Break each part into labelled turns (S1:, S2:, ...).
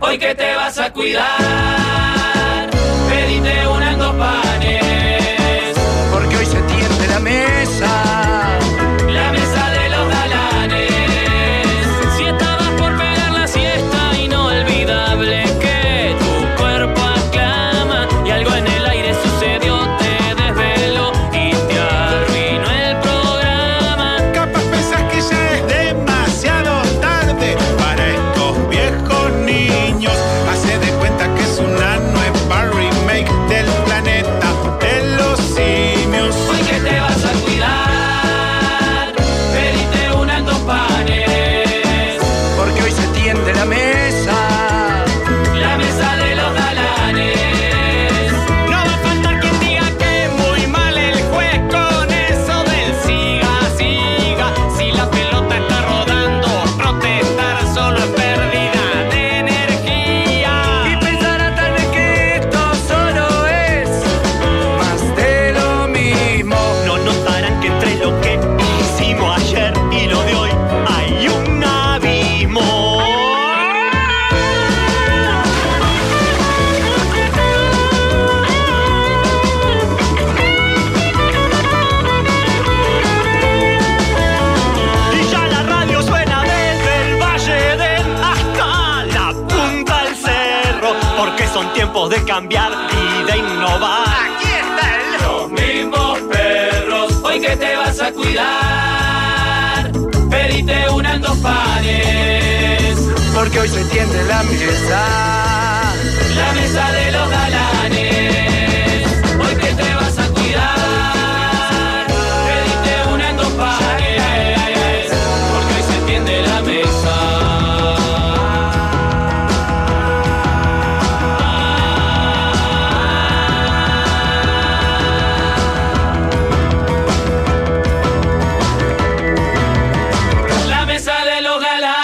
S1: hoy que te vas a cuidar, pedite unas dos panes,
S2: porque hoy se tiende la mesa.
S1: la mesa de los galanes. Si estabas por pegar la siesta, inolvidable que tu cuerpo aclama, y algo en el aire sucedió, te desveló y te arruinó el programa.
S3: Capaz pensás que ya es demasiado tarde para estos viejos niños. Hace de cuenta que es una nueva remake del planeta de los simios.
S1: Hoy que te vas a cuidar, pedite unas dos panes,
S2: Porque hoy se tiende la mesa.
S1: la mesa de los galanes. No va a faltar quien diga que muy mal el juez con eso del siga, siga. Si la pelota está rodando, protestar solo es pérdida de
S2: Y
S1: energía.
S2: pensará tal vez que esto solo es más de lo mismo.
S4: No notarán que entre lo que hicimos ayer y lo de hoy hay un abismo. Y ya la radio suena desde el Valle del hasta la punta del cerro, porque son tiempos de cambiar y de innovar.
S1: Los mismos perros, hoy que te vas a cuidar, pedite unas dos panes.
S2: Porque hoy se tiende la mesa.
S1: La mesa de los galanes, hoy que te vas a cuidar, pediste una en dos pares, porque hoy se tiende la mesa. La mesa de los galanes.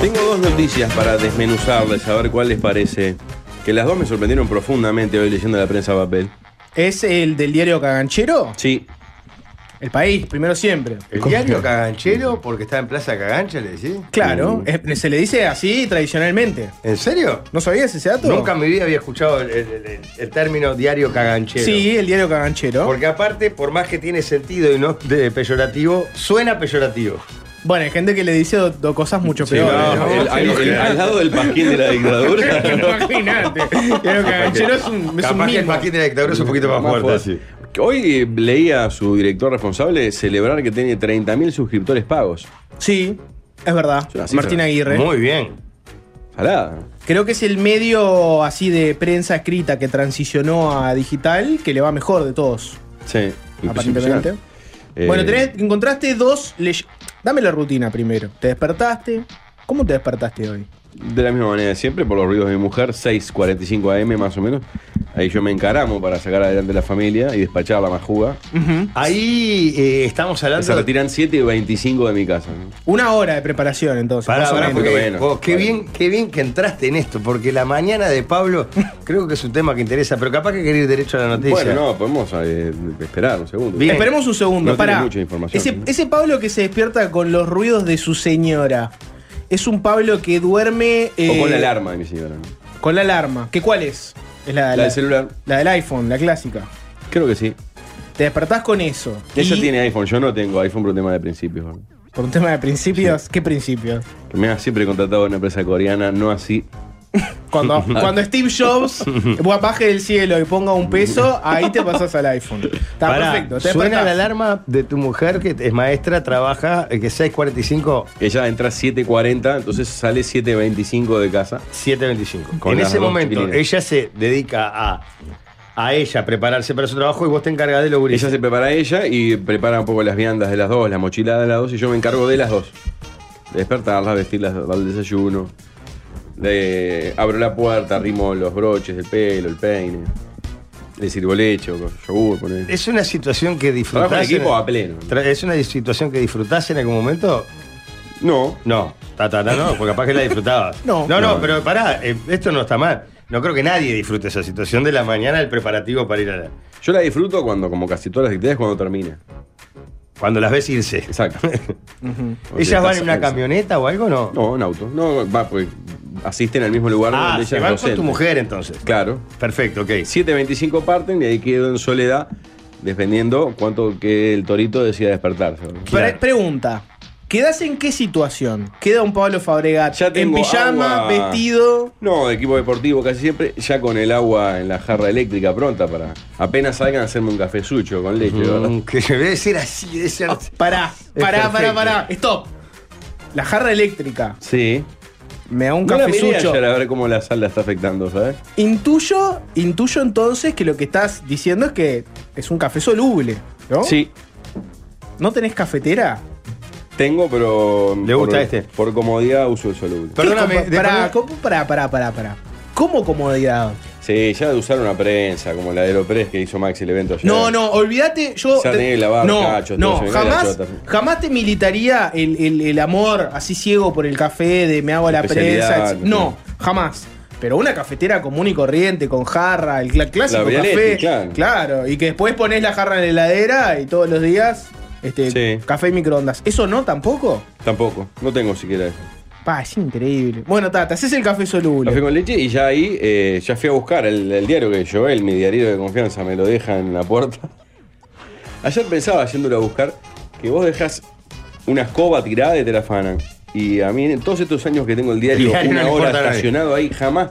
S5: Tengo dos noticias para desmenuzarles, a ver cuál les parece. Que las dos me sorprendieron profundamente hoy leyendo la prensa papel.
S6: ¿Es el del diario Caganchero?
S5: Sí,
S6: El país, primero siempre.
S7: El diario Caganchero, porque está en Plaza Cagancha, le decís.
S6: Claro, es- se le dice así tradicionalmente.
S7: Uh. ¿En serio?
S6: ¿No sabías ese dato?
S7: Nunca Ah, en mi vida había escuchado el, el- el- el término diario caganchero.
S6: Sí, el diario Caganchero.
S7: Porque aparte, por más que tiene sentido y no es de- peyorativo, suena peyorativo.
S6: Bueno, hay gente que le dice do- do cosas mucho
S5: Sí,
S6: peores.
S5: no,
S6: ¿no?
S5: el- al, el- al lado del pasquín de la dictadura. ¿no?
S6: Imagínate. El diario Caganchero es un, es un
S7: Capaz que el
S6: mimo.
S7: paquete de la dictadura es un poquito más,
S5: Más
S7: fuerte.
S5: fuerte. Hoy eh, leía a su director responsable celebrar que tiene 30.000 suscriptores pagos.
S6: Sí, es verdad.
S5: Sí, así
S6: Martín
S5: se ve.
S6: Aguirre.
S7: Muy bien.
S5: Salada.
S6: Creo que es el medio así de prensa escrita que transicionó a digital que le va mejor de todos,
S5: Sí.
S6: aparentemente.
S5: pues impresionante. Eh,
S6: Bueno, tenés- encontraste dos leyes. Dame la rutina primero. ¿Te despertaste? ¿Cómo te despertaste hoy?
S5: De la misma manera de siempre, por los ruidos de mi mujer, 6.45 am más o menos. Ahí yo me encaramo para sacar adelante la familia y despachar la majuga.
S7: Ahí eh, estamos hablando.
S5: Se retiran 7 y 25 de mi casa. ¿no?
S6: Una hora de preparación entonces.
S7: Pará,
S6: más o
S7: pará,
S6: menos.
S7: porque-
S5: menos.
S7: vos, qué,
S5: Bueno.
S7: bien, qué bien que entraste en esto, porque la mañana de Pablo creo que es un tema que interesa, pero capaz que querés ir derecho a la noticia.
S5: Bueno, no, podemos eh, esperar un segundo.
S7: Bien.
S6: Esperemos un segundo.
S5: No tiene
S6: para.
S5: mucha información,
S6: ese,
S5: ¿no?
S6: ese Pablo que se despierta con los ruidos de su señora. Es un Pablo que duerme. eh,
S5: O con la alarma de mi señora. ¿no?
S6: Con la alarma. ¿Qué cuál es? Es la,
S5: La,
S6: la-
S5: del celular,
S6: la del iPhone, la clásica.
S5: creo que sí.
S6: Te despertás con eso.
S5: Ella
S6: y-
S5: tiene iPhone, yo no tengo iPhone por un tema de principios. ¿no?
S6: Por un tema de principios. ¿Qué principios?
S5: Que me ha siempre contratado una empresa coreana, no así.
S6: Cuando, cuando Steve Jobs vos baje del cielo y ponga un peso, ahí te pasas al iPhone. Está
S7: Pará,
S6: perfecto. Te
S7: Suena
S6: despertás.
S7: la alarma de tu mujer que es maestra, trabaja, eh, que 6.45,
S5: Ella entra 7.40, entonces sale 7.25 de casa.
S7: 7.25.
S5: Con
S7: en
S5: las
S7: ese
S5: dos
S7: momento,
S5: chiquilinas.
S7: ella se dedica a, a ella prepararse para su trabajo y vos te encargas de lo gurises.
S5: Ella se prepara ella y prepara un poco las viandas de las dos, la mochilada de las dos, y yo me encargo de las dos. Despertarlas, vestirlas, darle desayuno. Le abro la puerta, arrimo los broches, el pelo, el peine. Le sirvo leche, o yogur, poner.
S7: Es una situación que disfrutás.
S5: Trabajo en
S7: en-
S5: equipo a pleno.
S7: tra- ¿Es una situación que disfrutás en algún momento?
S5: No.
S7: No, ta, ta, ta, no, porque capaz que la disfrutabas.
S6: No.
S7: no,
S5: No.
S7: pero pará, eh, esto no está mal. No creo que nadie disfrute esa situación de la mañana, el preparativo para ir a la.
S5: Yo la disfruto cuando, como casi todas las actividades, cuando termina.
S7: Cuando las ves irse.
S5: Exacto. Porque
S7: ¿Ellas van
S5: estás-
S7: en una camioneta o algo no?
S5: No, en auto. No, va, pues asisten al mismo lugar
S7: Ah,
S5: donde ella
S7: se
S5: es
S7: van con
S5: docente.
S7: tu mujer entonces.
S5: Claro.
S7: Perfecto, ok.
S5: 7.25 parten y ahí quedo en soledad, dependiendo cuánto que el torito decida despertarse.
S6: Pre- pregunta. ¿Quedás en qué situación? ¿Queda un Pablo Fabregat
S5: Ya
S6: en
S5: tengo
S6: pijama,
S5: agua.
S6: vestido?
S5: No, de equipo deportivo casi siempre, ya con el agua en la jarra eléctrica pronta para apenas salgan hacerme un cafezucho con leche, ¿verdad?
S7: Mm, Que se debe ser así, debe ser.
S6: Pará,
S7: Ah, Es
S6: pará, pará,
S7: perfecto.
S6: pará. Stop. La jarra eléctrica.
S5: Sí.
S6: Me da un
S5: No la miré
S6: cafezucho.
S5: ayer a ver cómo la sal la está afectando, ¿sabes?
S6: Intuyo, intuyo entonces que lo que estás diciendo es que es un café soluble, ¿no?
S5: Sí.
S6: ¿No tenés cafetera?
S5: Tengo, pero.
S7: ¿Le
S5: por-
S7: gusta este?
S5: Por comodidad uso el soluble.
S7: Pero- Perdóname,
S6: ¿Qué compa-
S7: de-
S6: Pará, ¿cómo? pará, pará, pará, pará. ¿Cómo comodidad?
S5: Sí, ya de usar una prensa como la de Aeropress que hizo Maxi el evento ayer.
S6: No, no, olvídate, yo.
S5: Esa
S6: te-
S5: negra, barca,
S6: no,
S5: gachos, todo
S6: no,
S5: se me cae la
S6: jamás,
S5: chota.
S6: jamás te militaría el, el- el amor así ciego por el café, de me hago la
S5: Especialidad,
S6: prensa. etc. No,
S5: no
S6: jamás. Pero una cafetera común y corriente, con jarra, el cla- clásico
S5: Vialetti,
S6: café.
S5: claro.
S6: y que después pones la jarra en la heladera y todos los días, este,
S5: Sí.
S6: café y microondas. ¿Eso no tampoco?
S5: Tampoco. No tengo siquiera eso.
S6: Pa, es increíble. Bueno, ta, te haces el café soluble.
S5: Café con leche y ya ahí eh, ya fui a buscar el, el diario que Joel, mi diario de confianza, me lo deja en la puerta. Ayer pensaba yéndolo a buscar que vos dejas una escoba tirada y te la afanan. Y a mí en todos estos años que tengo el diario,
S7: El diario
S5: una
S7: no le
S5: hora
S7: importa a nadie.
S5: estacionado ahí, jamás.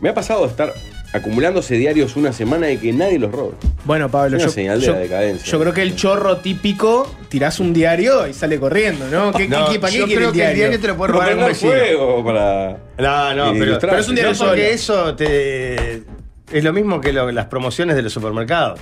S5: Me ha pasado de estar acumulándose diarios una semana y que nadie los robe.
S6: Bueno, Pablo,
S5: Es
S6: yo,
S5: una señal de
S6: yo-
S5: la decadencia.
S6: yo creo que el chorro típico, tirás un diario y sale corriendo, ¿no? ¿Qué,
S7: No,
S6: qué- qué- para qué
S7: yo
S6: quiere
S7: creo
S6: el
S7: que el
S6: diario?
S7: diario te lo puede robar algún
S5: Para prender
S7: vecino.
S5: fuego, para...
S7: No, no,
S5: Y
S7: pero,
S5: ilustrar.
S7: pero es un diario
S6: No,
S7: porque
S6: porque
S7: eso te. Es lo mismo que lo- las promociones de los supermercados.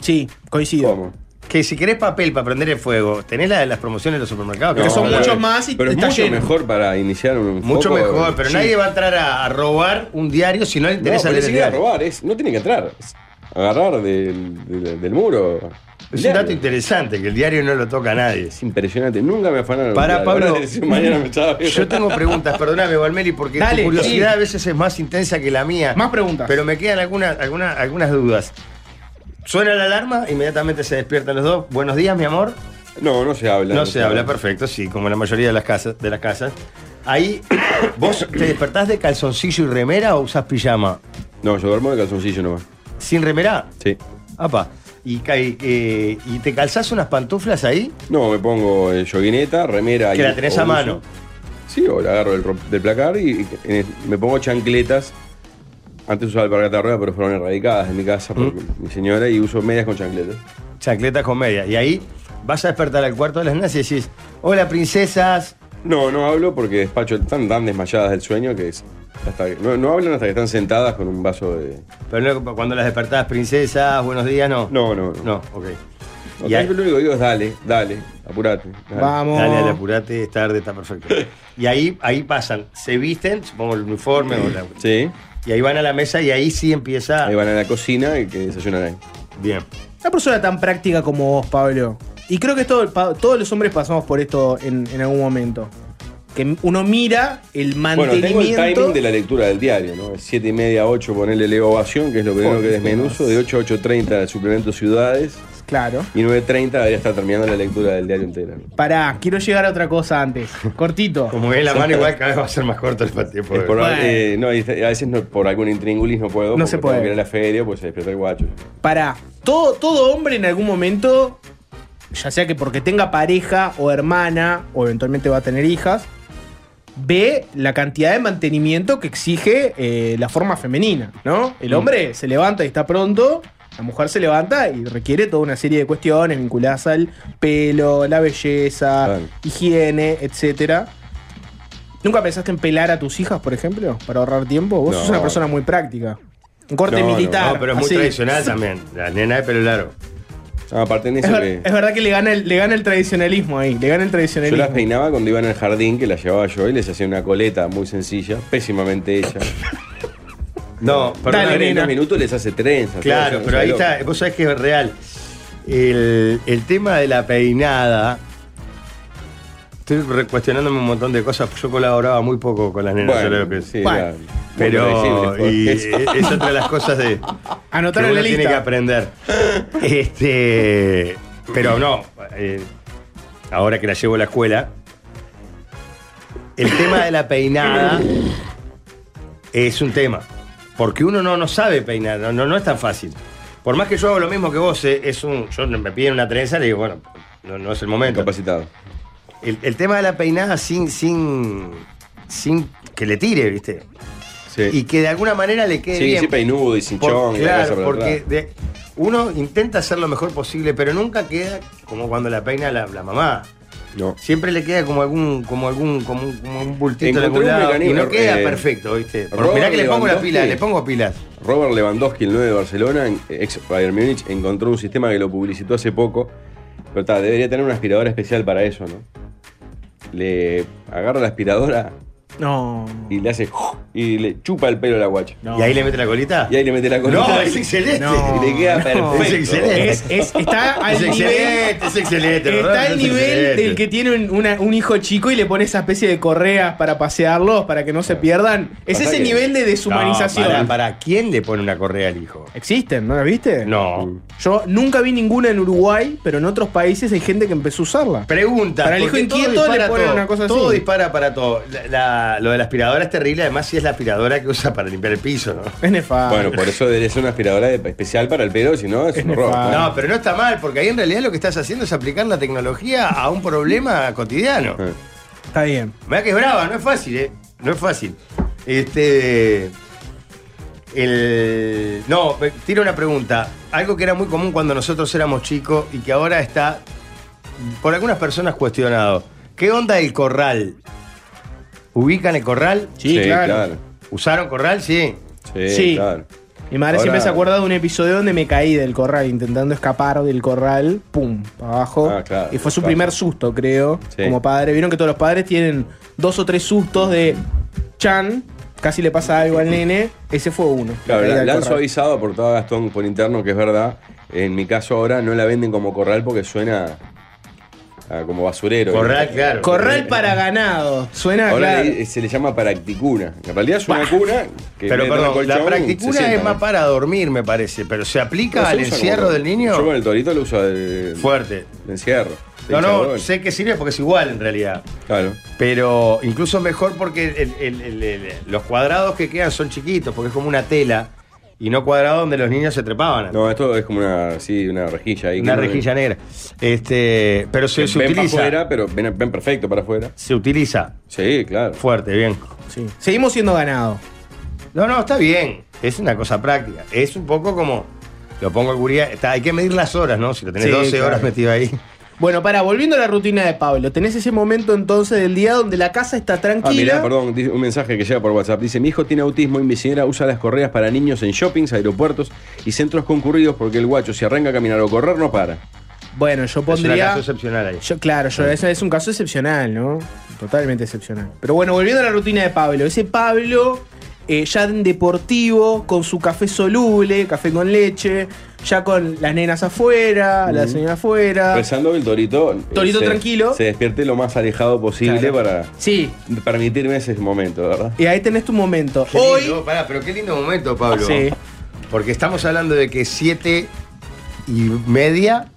S6: Sí, coincido.
S5: ¿Cómo?
S7: Que si querés papel para prender el fuego, tenés la de las promociones de los supermercados. que
S6: Pero
S5: No,
S6: son
S5: no,
S6: muchos
S5: no.
S6: más y
S5: Pero es
S6: está
S5: mucho
S6: lleno.
S5: mejor para iniciar un
S7: Mucho
S5: foco.
S7: mejor, pero
S5: eh, Sí.
S7: nadie va a entrar a, a robar un diario si no le
S5: No,
S7: interesa
S5: pero ni
S7: leer el
S5: siquiera
S7: diario.
S5: robar, es, no tiene que entrar. es agarrar del, del- del muro.
S7: Es un
S5: Leerlo.
S7: dato interesante, que el diario no lo toca a nadie.
S5: Es impresionante, nunca me afanaron.
S7: Pará,
S5: La
S7: Pablo.
S5: verdad es que mañana me estaba
S7: Yo tengo preguntas, perdóname, Valmeli, porque
S6: Dale,
S7: tu curiosidad
S6: sí.
S7: a veces es más intensa que la mía.
S6: Más preguntas.
S7: Pero me quedan algunas, algunas, algunas dudas. Suena la alarma, inmediatamente se despiertan los dos. Buenos días, mi amor.
S5: No, no se habla.
S7: No se habla, perfecto, sí, como en la mayoría de las casas. De las casas. Ahí, ¿vos te despertás de calzoncillo y remera o usás pijama?
S5: No, yo duermo de calzoncillo nomás.
S7: ¿Sin remera?
S5: Sí.
S7: Apa. ¿Y, ca- y, eh, y te calzás unas pantuflas ahí?
S5: No, me pongo eh, joguineta, remera.
S7: Que
S5: y-
S7: la tenés
S5: o
S7: a
S5: blusa.
S7: mano.
S5: Sí, o la agarro del, ro- del placar y, y en el- me pongo chancletas. Antes usaba el paracata rueda, pero fueron erradicadas en mi casa por mi señora y uso medias con chancletas.
S7: Chancletas con media. Y ahí vas a despertar al cuarto de las nenas y decís, hola princesas.
S5: No, no hablo porque despacho están tan desmayadas del sueño que es. Hasta que- no, no hablan hasta que están sentadas con un vaso de.
S7: Pero no, cuando las despertás, princesas, buenos días, no.
S5: No, no, no.
S7: No, ok.
S5: No,
S7: Y ahí-
S5: yo Lo único que digo es dale, dale, apurate. dale.
S6: Vamos.
S7: Dale, dale, apurate, es tarde, está perfecto. Y ahí, ahí pasan, se visten, supongo el uniforme o la-
S5: Sí.
S7: Y ahí van a la mesa y ahí sí empieza.
S5: Ahí van a la cocina y que desayunan ahí.
S7: Bien.
S6: Una persona tan práctica como vos, Pablo. Y creo que todo- pa- todos los hombres pasamos por esto en, en algún momento. Que uno mira el
S5: Bueno, tengo el
S6: mantenimiento.
S5: timing de la lectura del diario, ¿no? Es 7 y media, 8, ponerle leo ovación, que es lo primero que desmenuzo. De 8 a 8.30 el suplemento Ciudades.
S6: Claro.
S5: Y 9.30 debería estar terminando la lectura del diario entero.
S6: Pará, quiero llegar a otra cosa antes. Cortito.
S7: Como es la mano, igual cada vez va a ser más corto el tiempo.
S5: Es por-
S6: Bueno.
S5: eh, no, y a veces no- por algún intríngulis no puedo.
S6: No
S5: porque
S6: se puede.
S5: Tengo que ir a la feria, pues se despierta el guacho.
S6: Pará. Todo, todo hombre en algún momento, ya sea que porque tenga pareja o hermana, o eventualmente va a tener hijas, ve la cantidad de mantenimiento que exige eh, la forma femenina, ¿no? El
S5: Mm.
S6: hombre se levanta y está pronto, la mujer se levanta y requiere toda una serie de cuestiones vinculadas al pelo, la belleza,
S5: Claro.
S6: higiene, etcétera. ¿Nunca pensaste en pelar a tus hijas, por ejemplo, para ahorrar tiempo? Vos
S5: No.
S6: sos una persona muy práctica. Un corte
S5: No, no,
S6: militar.
S7: No, pero es muy
S6: así.
S7: tradicional también. La nena de pelo largo.
S5: Ah, aparte en
S6: Es,
S5: eso
S6: ver-
S5: que
S6: es verdad que le gana, el, le gana el tradicionalismo ahí, le gana el
S5: yo las
S6: tradicionalismo.
S5: peinaba cuando iban al jardín, que las llevaba yo y les hacía una coleta muy sencilla, pésimamente hecha.
S7: No,
S5: Pero
S6: Dale,
S5: en
S6: nena.
S5: unos minutos les hace trenzas. todo
S7: Claro,
S5: eso,
S7: pero
S5: o sea,
S7: ahí
S5: loco.
S7: está, vos sabés que es real. El, el tema de la peinada. Estoy re- cuestionándome un montón de cosas. Yo colaboraba muy poco con las nenas, yo creo
S5: Bueno,
S7: que
S5: sí,
S6: Bueno.
S5: era
S7: Pero
S5: muy
S7: y,
S5: predecible, por eso.
S7: es otra de las cosas de, que
S6: Anotar en
S7: uno
S6: la
S7: tiene que
S6: lista.
S7: aprender. Este, pero no, eh, ahora que la llevo a la escuela, el tema de la peinada es un tema. Porque uno no, no sabe peinar, no, no, no es tan fácil. Por más que yo hago lo mismo que vos, eh, es un, yo me piden una trenza y le digo, bueno, no, no es el momento.
S5: Capacitado.
S7: El, el tema de la peinada sin, sin, sin que le tire, ¿viste?
S5: Sí.
S7: Y que de alguna manera le quede
S5: Sí,
S7: bien.
S5: sí, peinudo y cinchón.
S7: Por-
S5: y la cosa
S7: claro,
S5: por
S7: porque
S5: atrás.
S7: de- uno intenta hacer lo mejor posible, pero nunca queda como cuando la peina la, la mamá.
S5: No.
S7: Siempre le queda como algún, como algún, como un, como un bultito en
S5: Encontré
S7: algún
S5: un
S7: lado. Y
S5: mecanismo,
S7: no queda
S5: eh,
S7: perfecto, ¿viste? Pero
S5: Robert
S7: mirá que le pongo la
S5: Lewandowski.
S7: pila, le pongo pilas.
S5: Robert Lewandowski, el 9 de Barcelona, en- ex Bayern Múnich, encontró un sistema que lo publicitó hace poco. Pero está, debería tener una aspiradora especial para eso, ¿no? Le agarra la aspiradora
S6: No.
S5: y le hace. Y le chupa el pelo a la guacha.
S6: No.
S7: Y ahí le mete la colita.
S5: Y ahí le mete la colita.
S7: No, es excelente.
S6: No.
S5: Y le queda
S6: No.
S5: perfecto.
S7: Es excelente.
S6: Es- es- está al
S7: Es
S6: nivel,
S7: excelente, es excelente.
S6: está
S7: Roberto,
S6: al
S7: es
S6: nivel
S7: excelente.
S6: del que tiene un, una- un hijo chico y le pone esa especie de correas para pasearlos, para que no se pierdan. Es
S5: Pasa
S6: ese
S5: que-
S6: nivel de deshumanización.
S7: No, para, para, ¿quién le pone una correa al hijo?
S6: Existen, ¿no la viste?
S5: Mm.
S7: No.
S6: Yo nunca vi ninguna en Uruguay, pero en otros países hay gente que empezó a usarla.
S7: Pregunta.
S6: Para el
S7: porque
S6: hijo
S7: todo
S6: inquieto le
S7: dispara
S6: ponen
S7: todo,
S6: una cosa
S7: Todo
S6: así.
S7: dispara para todo. La- la- lo de la aspiradora es terrible, además si es la aspiradora que usa para limpiar el piso, ¿no?
S6: Es nefasto.
S5: Bueno, por eso debería ser una aspiradora de- especial para el pelo, si no es un horror.
S6: nefasto.
S7: No, pero no está mal, porque ahí en realidad lo que estás haciendo es aplicar la tecnología a un problema
S6: Ah.
S7: cotidiano.
S5: Eh.
S6: Está bien.
S7: Mirá que es brava, no es fácil, ¿eh? No es fácil. Este. El. No, pe- tiro una pregunta. Algo que era muy común cuando nosotros éramos chicos y que ahora está por algunas personas cuestionado. ¿Qué onda el corral? ¿Ubican el corral?
S6: Sí, claro.
S7: ¿Usaron corral? Sí.
S5: Sí,
S6: Sí.
S5: claro.
S6: Mi madre
S5: Ahora-
S6: siempre se acuerda de un episodio donde me caí del corral, intentando escapar del corral, pum, para abajo.
S5: Ah, claro,
S6: y fue su
S5: claro.
S6: primer susto, creo,
S5: Sí.
S6: como padre. Vieron que todos los padres tienen dos o tres sustos de Chan, casi le pasa algo al nene. Ese fue uno. la
S5: Claro,
S6: caída
S5: la,
S6: del
S5: la han
S6: corral.
S5: suavizado, aportaba Gastón por interno, que es verdad. En mi caso ahora no la venden como corral porque suena a- como basurero.
S7: Corral, claro.
S6: Corral para ganado. Suena
S5: Ahora
S6: claro.
S5: le- se le llama practicuna. En realidad es una cuna que
S7: Pero
S5: meten al
S7: perdón,
S5: colchón
S7: la
S5: y se
S7: practicura
S5: sientan,
S7: es más
S5: ¿no?
S7: para dormir, me parece. Pero se aplica
S5: No, se
S7: al
S5: usa como
S7: encierro
S5: corral.
S7: del niño
S5: Yo con el torito lo uso de,
S7: fuerte.
S5: de encierro. de
S7: No, no,
S5: hinchador.
S7: sé que sirve porque es igual en realidad.
S5: Claro.
S7: Pero incluso mejor porque el- el- el- el- los cuadrados que quedan son chiquitos, porque es como una tela y no cuadrado donde los niños se trepaban.
S5: No, esto es como una, sí, una rejilla ahí.
S7: una
S5: que no-
S7: rejilla negra. Este, pero se,
S5: que
S7: se
S5: ven para
S7: utiliza.
S5: afuera, pero ven, ven perfecto para afuera.
S7: Se utiliza
S5: Sí, claro.
S7: fuerte, bien.
S6: Sí. Seguimos siendo ganado.
S7: No, no, está bien. Es una cosa práctica. Es un poco como. Lo pongo al guría. está- hay que medir las horas, ¿no? Si lo tenés
S6: Sí,
S7: 12 horas
S6: claro.
S7: metido ahí.
S6: Bueno, para, volviendo a la rutina de Pablo, tenés ese momento entonces del día donde la casa está tranquila.
S5: Ah, mirá, perdón, dice- un mensaje que llega por WhatsApp. Dice, mi hijo tiene autismo y mi señora usa las correas para niños en shoppings, aeropuertos y centros concurridos porque el guacho si arranca a caminar o correr no para.
S6: Bueno, yo
S7: Es una
S6: pondría.
S7: casa excepcional ahí.
S6: Yo, claro, yo, eso es un caso excepcional, ¿no? Totalmente excepcional. Pero bueno, volviendo a la rutina de Pablo. Ese Pablo, eh, ya en deportivo, con su café soluble, café con leche, ya con las nenas afuera, la señora afuera.
S5: Pensando que el torito... eh,
S6: Ah. Torito
S5: se-
S6: tranquilo.
S5: Se despierte lo más alejado posible
S6: Claro.
S5: para
S6: Sí,
S5: permitirme ese momento, ¿verdad?
S6: y ahí tenés tu momento.
S7: Qué
S6: Hoy.
S7: lindo, pará, pero qué lindo momento, Pablo.
S6: Sí.
S7: Porque estamos hablando de que 7 y media.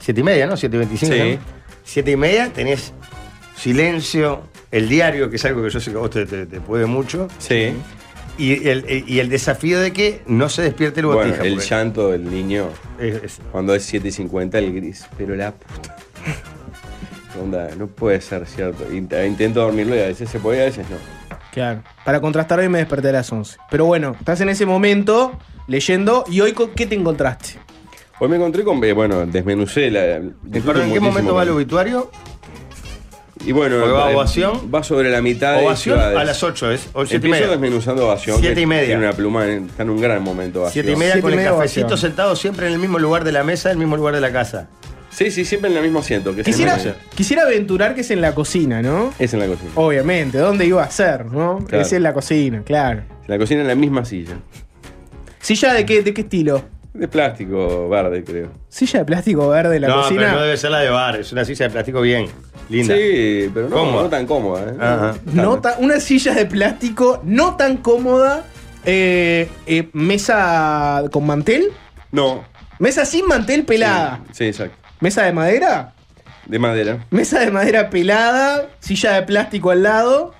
S7: 7 y media, ¿no? 7 y 25.
S5: Sí.
S7: 7 y media tenés silencio, el diario, que es algo que yo sé que a vos te, te- te puede mucho.
S5: Sí.
S7: Y el, y el desafío de que no se despierte el botija.
S5: Bueno, el
S7: porque-
S5: llanto del niño
S7: es- es-
S5: cuando es 7 y 50, el gris. Pero la puta... Onda, no puede ser cierto. Int- Intento dormirlo y a veces se puede y a veces no.
S6: Claro. Para contrastar hoy me desperté a las 11. Pero bueno, estás en ese momento leyendo. ¿Y hoy con- qué te encontraste?
S5: Hoy me encontré con... eh, Bueno, desmenucé la...
S7: Perdón, ¿en qué momento va el obituario?
S5: Y bueno,
S7: Porque va
S5: eh,
S7: ovación.
S5: va sobre la mitad de
S7: Ovación
S5: ciudades.
S7: a las 8 es. O 7 y
S5: Empiezo
S7: media.
S5: desmenuzando Ovación.
S7: Siete
S5: que
S7: y media.
S5: Tiene una pluma, en- está en un gran momento Ovación.
S7: 7 y media
S6: Siete
S7: con
S6: y
S7: el
S6: media
S7: cafecito
S6: ovación.
S7: sentado siempre en el mismo lugar de la mesa, en el mismo lugar de la casa.
S5: Sí, sí, siempre en el mismo asiento. Que es
S6: Quisiera,
S5: en la cocina.
S6: quisiera aventurar que es en la cocina, ¿no?
S5: Es en la cocina.
S6: Obviamente, ¿dónde iba a ser, no?
S5: Claro.
S6: Es en la cocina, claro.
S7: Oh.
S5: En la cocina en la misma silla.
S6: ¿Silla de qué, de qué estilo?
S5: De plástico verde, creo.
S6: ¿Silla de plástico verde en la
S7: no,
S6: cocina?
S7: pero no debe ser la de bar, es una silla de plástico bien. Linda.
S5: Sí, pero no,
S7: Cómoda.
S5: no tan cómoda. ¿eh?
S7: Ajá.
S6: No tan- una silla de plástico no tan cómoda. eh, eh, mesa con mantel.
S5: No.
S6: Mesa sin mantel pelada.
S5: Sí, exacto.
S6: Mesa de madera.
S5: De madera.
S6: Mesa de madera pelada. Silla de plástico al lado.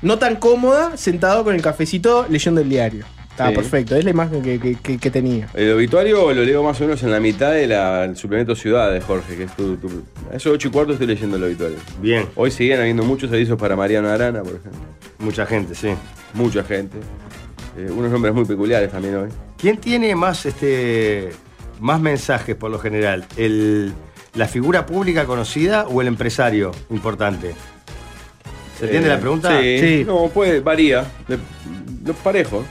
S6: No tan cómoda. Sentado con el cafecito leyendo el diario. Está
S5: Sí.
S6: perfecto. Es la imagen que, que- que- que tenía.
S5: El obituario lo leo más o menos en la mitad del suplemento Ciudad de Jorge, que es tu, tu- A esos 8 y cuarto estoy leyendo el obituario.
S7: Bien,
S5: Hoy siguen habiendo muchos avisos para Mariano Arana, por ejemplo.
S7: mucha gente, sí.
S5: Mucha gente. Eh, unos nombres muy peculiares también hoy.
S7: ¿Quién tiene más este más mensajes por lo general? ¿El, ¿La figura pública conocida o el empresario importante? ¿Se entiende
S5: Eh,
S7: la pregunta?
S5: Sí.
S6: Sí.
S5: No, puede, varía. De- Los parejos.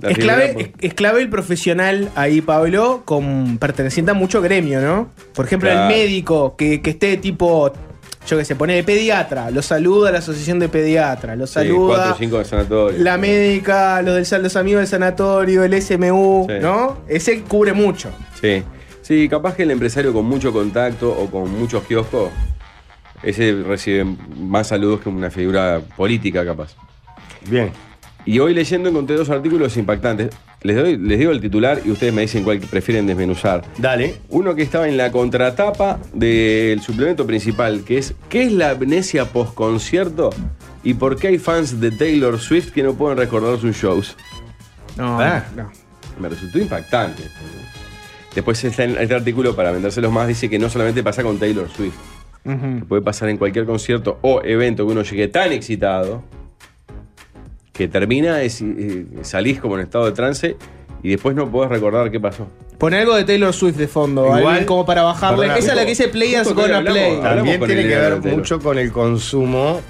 S5: La
S6: Es clave,
S5: figura- pues.
S6: es, es clave el profesional ahí, Pablo, con perteneciente a mucho gremio, ¿no? Por ejemplo,
S5: Claro.
S6: el médico que, que esté tipo, yo que sé, pone de pediatra, lo saluda la asociación de pediatra, lo
S5: Sí, cuatro
S6: saluda
S5: o cinco de sanatorio.
S6: la médica, los, del, sal- los amigos del sanatorio, el SMU,
S5: Sí.
S6: ¿no? Ese cubre mucho.
S5: Sí. Sí, capaz que el empresario con mucho contacto o con muchos kioscos, ese recibe más saludos que una figura política, capaz.
S7: Bien.
S5: Y hoy leyendo encontré dos artículos impactantes. Les, doy, les digo el titular y ustedes me dicen cuál que prefieren desmenuzar.
S7: Dale.
S5: Uno que estaba en la contratapa del suplemento principal, que es ¿Qué es la amnesia postconcierto? ¿Y por qué hay fans de Taylor Swift que no pueden recordar sus shows?
S6: No,
S7: Ah.
S6: no.
S5: Me resultó impactante. Después está en este artículo, para vendérselos más, dice que no solamente pasa con Taylor Swift, que puede pasar en cualquier concierto o evento que uno llegue tan excitado que termina, es, eh, salís como en estado de trance y después no podés recordar qué pasó.
S6: Pone algo de Taylor Swift de fondo,
S7: Igual-
S6: alguien como para bajarle.
S7: Perdona,
S6: Esa es la que dice Players
S5: justo que
S6: Gonna
S5: hablamos-
S6: Play.
S5: hablamos
S7: También
S5: con
S7: tiene
S5: el
S7: que
S5: Leonardo
S7: ver
S5: Taylor.
S7: mucho con el consumo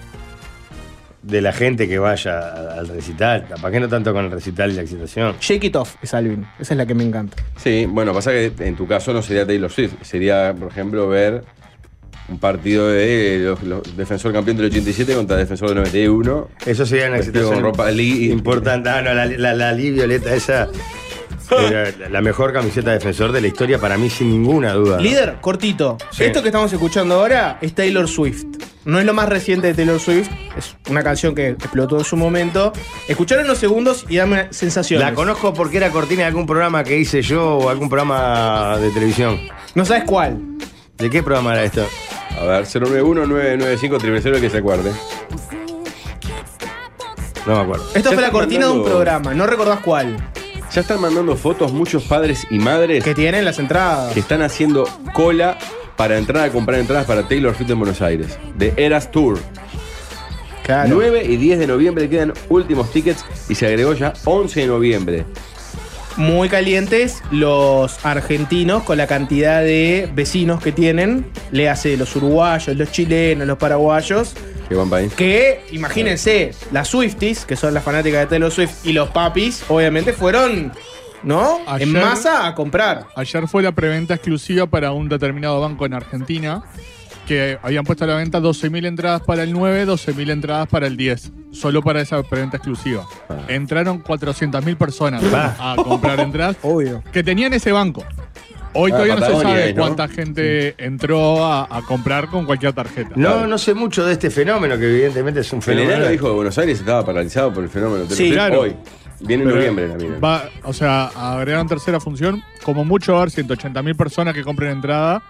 S7: de la gente que vaya a- al recital. Capaz que no tanto con el recital y la excitación.
S6: Shake It Off es Alvin. Esa es la que me encanta.
S5: Sí, bueno, pasa que en tu caso no sería Taylor Swift, sería, por ejemplo, ver un partido de los, los- defensor campeón del 87 contra defensor del 91.
S7: Eso sería una
S5: Vestido
S7: excitación.
S5: con ropa li-
S7: Importante. Ah, no, la, la, la li violeta esa. Era la- la mejor camiseta de defensor de la historia para mí, sin ninguna duda.
S6: Líder, cortito.
S7: Sí.
S6: Esto que estamos escuchando ahora es Taylor Swift. No es lo más reciente de Taylor Swift. Es una canción que explotó en su momento. Escucharon unos segundos y dame sensaciones.
S7: La conozco porque era cortina de algún programa que hice yo o algún programa de televisión.
S6: no sabes cuál.
S7: ¿De qué programa era esto?
S5: A ver, 091-995-000 que se acuerde.
S7: No me acuerdo.
S6: Esto
S5: Ya
S6: fue la
S5: están
S6: cortina de un
S5: mandando-
S6: programa. No recordás cuál.
S5: Ya están mandando fotos muchos padres y madres
S6: Que tienen las entradas.
S5: que están haciendo cola para entrar a comprar entradas para Taylor Swift en Buenos Aires, de Eras Tour.
S6: Claro.
S5: 9 y 10 de noviembre quedan últimos tickets y se agregó ya 11 de noviembre.
S6: Muy calientes los argentinos con la cantidad de vecinos que tienen. Le hace los uruguayos, los chilenos, los paraguayos.
S5: Que van para ahí.
S6: Que, imagínense, las Swifties, que son las fanáticas de Taylor Swift, y los papis, obviamente fueron, ¿no?
S8: Ayer-
S6: En masa a comprar.
S8: Ayer fue la preventa exclusiva para un determinado banco en Argentina, que habían puesto a la venta 12.000 entradas para el 9, 12.000 entradas para el 10, solo para esa preventa exclusiva.
S5: Ah.
S8: Entraron 400.000 personas a
S7: Ah.
S8: comprar entradas
S6: Obvio.
S8: que tenían ese banco. Hoy
S5: Ah,
S8: todavía no se
S5: Patagonia
S8: sabe
S5: es, ¿no?
S8: cuánta gente entró a, a comprar con cualquier tarjeta.
S7: No, no sé mucho de este fenómeno, que evidentemente es un
S5: El enano
S7: fenómeno.
S5: dijo que Buenos Aires estaba paralizado por el fenómeno Taylor
S6: Sí,
S5: Swift
S8: eh. claro.
S5: hoy. Viene en
S8: Pero
S5: noviembre la mina.
S8: va- o sea, agregaron tercera función. Como mucho va a haber 180.000 personas que compren entrada.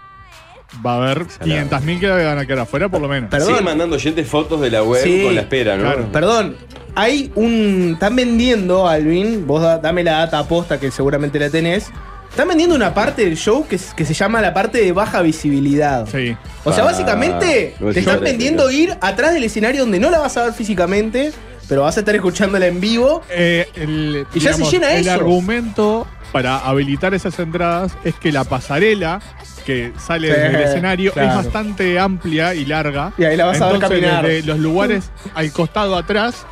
S8: Va a haber 500.000 que van a quedar afuera, por lo menos.
S6: Perdón.
S5: Sigue mandando gente fotos de la web
S6: Sí,
S5: con la espera, ¿no?
S8: claro.
S6: Perdón, hay un. Están vendiendo, Alvin, vos da- dame la data aposta que seguramente la tenés. Están vendiendo una parte del show que, s- que se llama la parte de baja visibilidad.
S8: Sí.
S6: O sea,
S5: Ah,
S6: básicamente
S5: no es
S6: te están
S5: interesante.
S6: vendiendo ir atrás del escenario donde no la vas a ver físicamente, pero vas a estar escuchándola en vivo.
S8: Eh, el,
S6: Y ya se llena
S8: el
S6: eso.
S8: argumento para habilitar esas entradas es que la pasarela que sale
S6: Sí,
S8: del escenario es
S6: claro.
S8: bastante amplia y larga.
S6: Y ahí la vas a ver
S8: Entonces,
S6: caminar.
S8: Desde los lugares al costado atrás,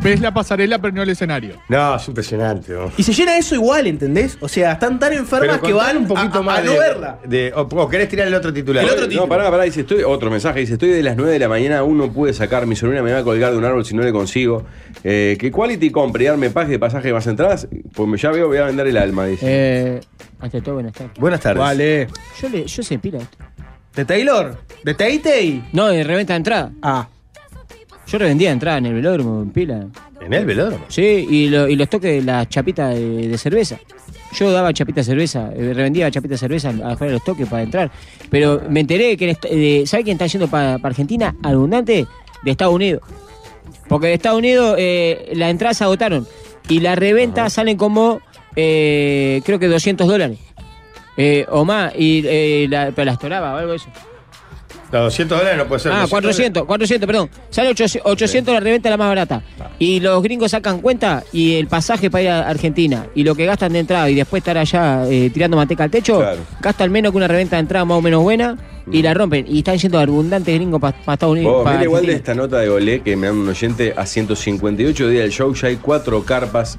S8: ves la pasarela pero no el escenario.
S7: No, es impresionante. ¿no?
S6: Y se llena eso igual, ¿entendés? O sea, están tan enfermas que van un poquito más a no
S7: de-
S6: verla.
S7: de- o, o querés tirar el otro titular.
S6: El otro
S5: No,
S6: título.
S5: pará, pará, dice, estoy, otro mensaje, dice, estoy de las 9 de la mañana, aún no pude sacar, mi sobrina me va a colgar de un árbol si no le consigo. Eh, que Quality compre y darme paje de pasaje de más entradas, pues ya veo, voy a vender el alma, dice.
S9: Eh, ante todo, buenas tardes.
S7: Buenas tardes.
S6: Vale.
S9: Yo, le, yo sé pila esto.
S6: ¿De Taylor? ¿De Tay Tay?
S9: No, de reventa de entrada.
S6: Ah.
S9: Yo revendía entrada en el velódromo, en pila.
S7: En el velódromo.
S9: Sí, y, lo- y los toques de las chapitas de, de cerveza. Yo daba chapita de cerveza, eh, revendía chapita de cerveza afuera de los toques para entrar. Pero me enteré que. el est- eh, ¿Sabe quién está yendo para Argentina? Abundante de Estados Unidos. Porque de Estados Unidos eh, las entradas se agotaron. Y las reventas salen como. eh, creo que 200 dólares. Eh, o más. Y eh, la, pero las toraba o algo de eso.
S7: No, 200 dólares no puede ser.
S9: Ah, 400, 400, perdón. Sale 800, 800 la reventa la más barata. Y los gringos sacan cuenta y el pasaje para ir a Argentina y lo que gastan de entrada y después estar allá eh, tirando manteca al techo,
S5: Claro.
S9: gastan menos que una reventa de entrada más o menos buena y la rompen. Y están yendo abundantes gringos para Estados Unidos.
S5: Vos,
S9: pa
S5: mira igual de
S9: Argentina.
S5: esta nota de Olé que me dan un oyente, a 158 días del show ya hay cuatro carpas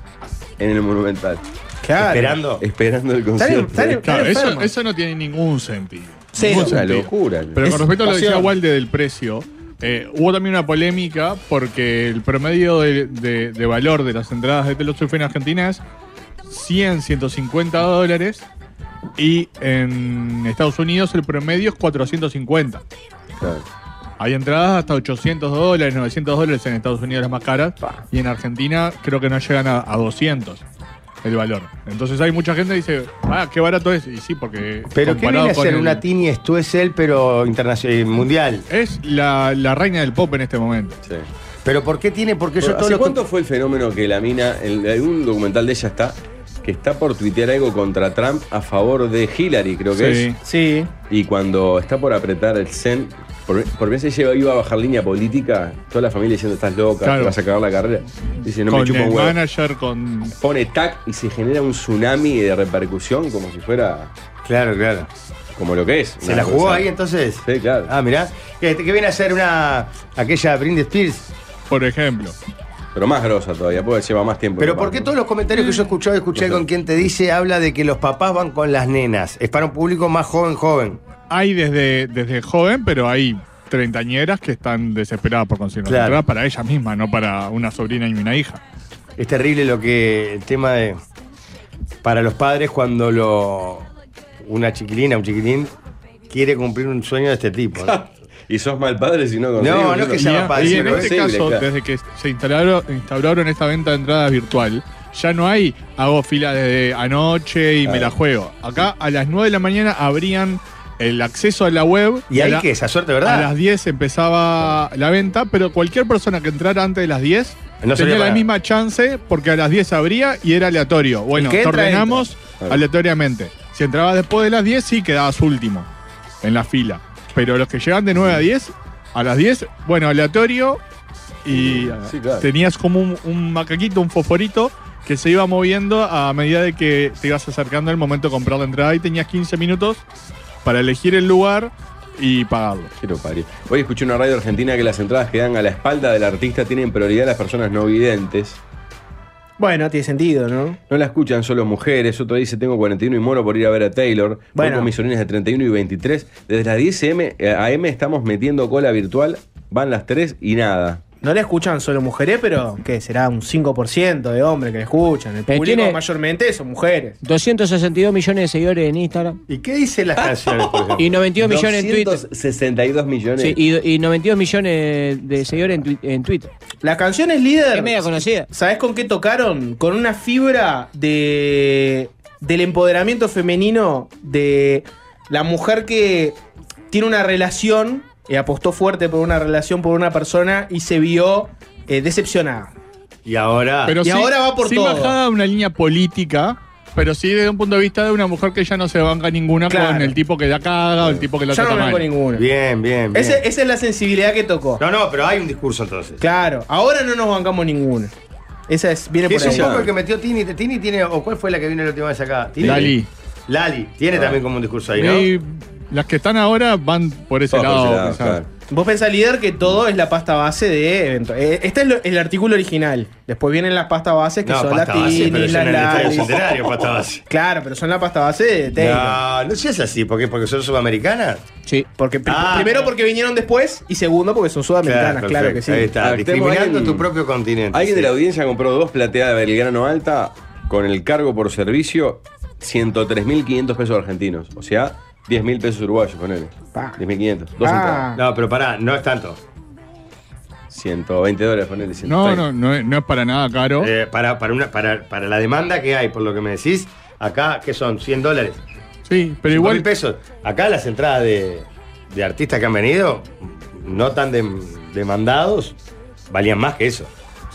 S5: en el Monumental,
S6: Claro.
S7: Esperando.
S5: esperando el
S6: Están,
S5: concierto.
S6: están- están
S8: Claro, eso,
S6: enfermas.
S8: eso no tiene ningún sentido.
S6: Sí.
S8: Ningún
S5: Es una
S8: sentido.
S5: locura.
S8: Pero
S6: Es
S8: con respecto a lo que decía
S6: pasión.
S8: Walde del precio, eh, hubo también una polémica porque el promedio de, de- de valor de las entradas de Taylor Swift en Argentina es 100, 150 dólares y en Estados Unidos el promedio es 450.
S5: Claro.
S8: Hay entradas hasta 800 dólares, 900 dólares en Estados Unidos las más caras y en Argentina creo que no llegan a, a 200 el valor. Entonces hay mucha gente que dice, ah, qué barato es. Y sí, porque...
S7: Pero ¿qué
S8: comparado
S7: viene a
S8: con
S7: ser
S8: el-
S7: una Tini Esto es él, pero internacional, eh, mundial?
S8: Es la, la reina del pop en este momento.
S5: Sí.
S7: ¿Pero por qué tiene? Porque yo
S5: Bueno,
S7: todo
S5: ¿Hace
S7: lo que-
S5: cuánto fue el fenómeno que la mina, en algún documental de ella está, que está por tuitear algo contra Trump a favor de Hillary, creo que
S8: Sí.
S5: es?
S6: Sí.
S5: Y cuando está por apretar el Zen, por, por vez lleva, iba a bajar línea política, toda la familia diciendo estás loca,
S8: Claro.
S5: te vas a acabar la carrera. Dice, no me
S8: con
S5: chupa
S8: el
S5: un huevo.
S8: manager, con.
S5: Pone tac y se genera un tsunami de repercusión como si fuera
S7: Claro, claro.
S5: como lo que es.
S7: ¿Se
S5: Una
S7: la jugó
S5: cosa-
S7: ahí entonces?
S5: Sí, claro.
S7: Ah, mirá. ¿Qué, qué viene a ser una. aquella Brindis Spears?
S8: Por ejemplo.
S5: Pero más grosa todavía, porque lleva más tiempo.
S7: Pero ¿por qué todos los comentarios que yo he escuchado, escuché con quien te dice, habla de que los papás van con las nenas? Es para un público más joven, joven.
S8: Hay desde, desde joven, pero hay treintañeras que están desesperadas por conseguir una
S7: Claro.
S8: entrada para ella misma, no para una sobrina y una hija.
S7: Es terrible lo que. el tema de. para los padres cuando lo. una chiquilina, un chiquilín, quiere cumplir un sueño de este tipo. ¿no?
S5: Y sos mal padre si no conseguís,
S7: no
S5: boludo.
S7: que
S8: Y,
S7: sea-
S8: a-
S7: papá,
S8: y
S7: sí,
S8: en
S7: pero
S8: este
S5: es posible,
S8: caso,
S5: claro.
S8: desde que se instalaron, instauraron esta venta de entradas virtual, ya no hay hago fila desde anoche y me la juego. Acá a las 9 de la mañana abrían el acceso a la web.
S7: Y
S8: a
S7: ahí
S8: la-
S7: que esa suerte,
S8: A
S7: ¿verdad?
S8: las 10 empezaba la venta, pero cualquier persona que entrara antes de las 10
S7: No
S8: tenía
S7: servía
S8: la
S7: para-
S8: misma chance porque a las 10 abría y era aleatorio. Bueno,
S7: que
S8: te
S7: entra,
S8: ordenamos
S5: Claro.
S8: aleatoriamente. Si entrabas después de las 10, sí quedabas último en la fila. Pero los que llegan de 9 a 10, a las 10, bueno, aleatorio y
S5: Sí, claro.
S8: tenías como un, un macaquito, un fosforito que se iba moviendo a medida de que te ibas acercando al momento de comprar la entrada y tenías 15 minutos para elegir el lugar y pagarlo.
S5: Que lo parió. Hoy escuché una radio argentina que las entradas que dan a la espalda del artista tienen prioridad a las personas no videntes.
S6: Bueno, tiene sentido, ¿no?
S5: No la escuchan solo mujeres. Otro dice, tengo 41 y moro por ir a ver a Taylor. Bueno.
S6: Bueno.
S5: con mis sobrinas de 31 y 23. Desde las 10 M, eh, AM estamos metiendo cola virtual. Van las 3 y nada.
S6: No la escuchan solo mujeres, pero ¿qué? Será un 5% de hombres que la escuchan. El
S9: Pero
S6: público
S9: tiene-
S6: mayormente son mujeres.
S9: 262 millones de seguidores en Instagram
S7: ¿Y qué dicen las canciones, por ejemplo?
S9: y 92 millones en Twitter.
S5: 262 millones.
S9: Sí, y, y 92 millones de seguidores en, twi- en Twitter.
S6: Las canciones líder.
S9: Es media conocida.
S6: ¿Sabes con qué tocaron? Con una fibra de del empoderamiento femenino de la mujer que tiene una relación, eh, apostó fuerte por una relación por una persona y se vio eh, decepcionada.
S7: Ah, Y ahora.
S8: Pero
S6: Y ahora va por
S8: sí
S6: todo.
S8: bajada a una línea política, pero sí desde un punto de vista de una mujer que ya no se banca ninguna
S6: Claro.
S8: con el tipo que la caga o el tipo que la
S6: Yo no
S8: trata mal.
S6: me con ninguno.
S7: bien, bien, bien.
S6: Ese- esa es la sensibilidad que tocó.
S7: No, no, pero hay un discurso entonces.
S6: Claro, ahora no nos bancamos ninguno. Esa es, viene
S7: Que
S6: por
S7: es un
S6: ahí.
S7: poco el que metió Tini. Tini tiene, o cuál fue la que vino la última vez acá? Tini.
S8: Lali.
S7: Lali,
S6: Ah.
S7: tiene también como un discurso ahí, ¿no?
S8: Y las que están ahora van por ese
S5: Todas por
S8: lado.
S5: ese lado,
S8: quizá.
S5: claro.
S6: Vos pensás, líder, que todo es la pasta base de evento. Eh, Este es lo- el artículo original. Después vienen las pastas bases que
S7: No,
S6: son las
S7: pasta base, pero
S6: tinis,
S7: yo en
S6: las
S7: el estadio
S6: lalis.
S7: centenario, pasta base.
S6: Claro, pero son la pasta base de Taylor.
S7: No, no seas así, ¿por qué? Porque son sudamericanas.
S9: Sí.
S6: Porque pri-
S7: Ah.
S6: primero porque vinieron después y segundo porque son sudamericanas, claro,
S7: perfecto.
S6: que sí.
S7: Ahí está,
S5: Ah, tengo
S7: discriminando
S5: alguien-
S7: tu propio continente.
S5: Alguien de
S7: sí.
S5: la audiencia compró dos plateadas de Belgrano Alta con el cargo por servicio 103.500 pesos argentinos. O sea, 10.000 pesos uruguays, ponele.
S6: Pa.
S5: 10.500. Dos
S6: Ah.
S5: entradas.
S7: No, pero pará, no es tanto.
S5: 120 dólares, ponele.
S8: No,
S5: 130.
S8: no, no, es- no es para nada caro.
S7: Eh, para, para, una, para, para la demanda que hay, por lo que me decís, acá, ¿qué son? 100 dólares.
S8: sí, pero
S7: 5
S8: igual.
S7: mil pesos. Acá las entradas de, de artistas que han venido, no tan dem- demandados, valían más que eso.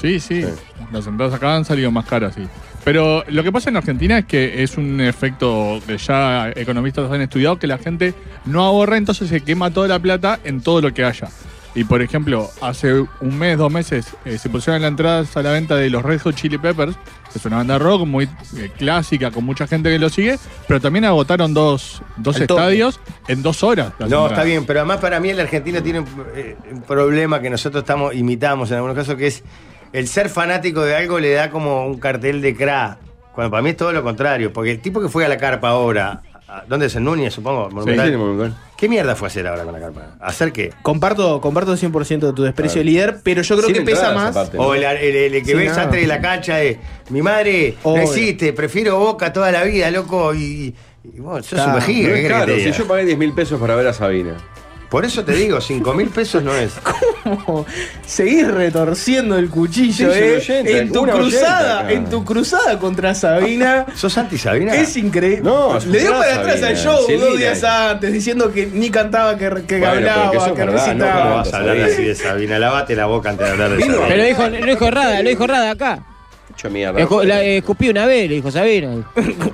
S8: Sí, sí, Las entradas acá han salido más caras, sí. Pero lo que pasa en Argentina es que es un efecto que ya economistas han estudiado, que la gente no ahorra, entonces se quema toda la plata en todo lo que haya. Y por ejemplo, hace un mes, dos meses, eh, se pusieron las entradas a la venta de los Red Hot Chili Peppers, que es una banda rock muy eh, clásica, con mucha gente que lo sigue, pero también agotaron dos, dos
S6: Al toque.
S8: estadios en dos horas. las
S7: No,
S8: entradas.
S7: está bien, pero además para mí el argentino tiene un, eh, un problema que nosotros estamos imitamos en algunos casos, que es el ser fanático de algo le da como un cartel de cra. Cuando para mí es todo lo contrario, porque el tipo que fue a la carpa ahora, a- ¿dónde es? En Núñez, supongo. Monumental.
S5: Sí, sí, Monumental.
S7: ¿Qué mierda fue a hacer ahora con la carpa? ¿Hacer qué?
S6: Comparto, comparto 100% de tu desprecio, líder, pero yo creo
S5: Sin
S6: que pesa
S5: entradas,
S6: más.
S5: aparte.
S7: O el, el- el- el que
S6: Sí,
S7: ves
S6: nada.
S7: antes de la cancha es, mi madre no
S6: Obvio.
S7: existe, prefiero Boca toda la vida, loco, y, y- y vos sos
S6: Está.
S7: un vejiga.
S5: Ah, No
S7: ¿qué
S5: es
S7: querés que
S5: caro.
S7: te
S5: Si
S7: diga?
S5: yo pagué 10.000 pesos para ver a Sabina.
S7: Por eso te digo, cinco mil pesos no es.
S6: Seguir retorciendo el cuchillo,
S5: Sí,
S6: eh.
S5: es un oyente,
S6: en tu
S5: una
S6: cruzada,
S5: oyente acá. Ah,
S6: en tu cruzada contra Sabina.
S7: ¿Sos anti Sabina?
S6: Es increíble.
S5: No, es
S6: Le dio
S5: cruzada,
S6: para atrás al
S5: Sabina,
S6: show dos
S5: Celina.
S6: días antes, diciendo que ni cantaba, que, que
S5: Bueno, pero
S6: hablaba,
S5: que eso es
S6: que
S5: verdad, no
S6: recitaba.
S7: No
S5: cantaba.
S7: vas a hablar así de Sabina, lavate la boca antes de hablar de
S5: Vino.
S7: Sabina.
S9: Pero dijo, no dijo Rada, lo dijo Rada acá.
S5: Mucha mierda.
S9: Escu- la- eh, escupí una vez, le dijo Sabina.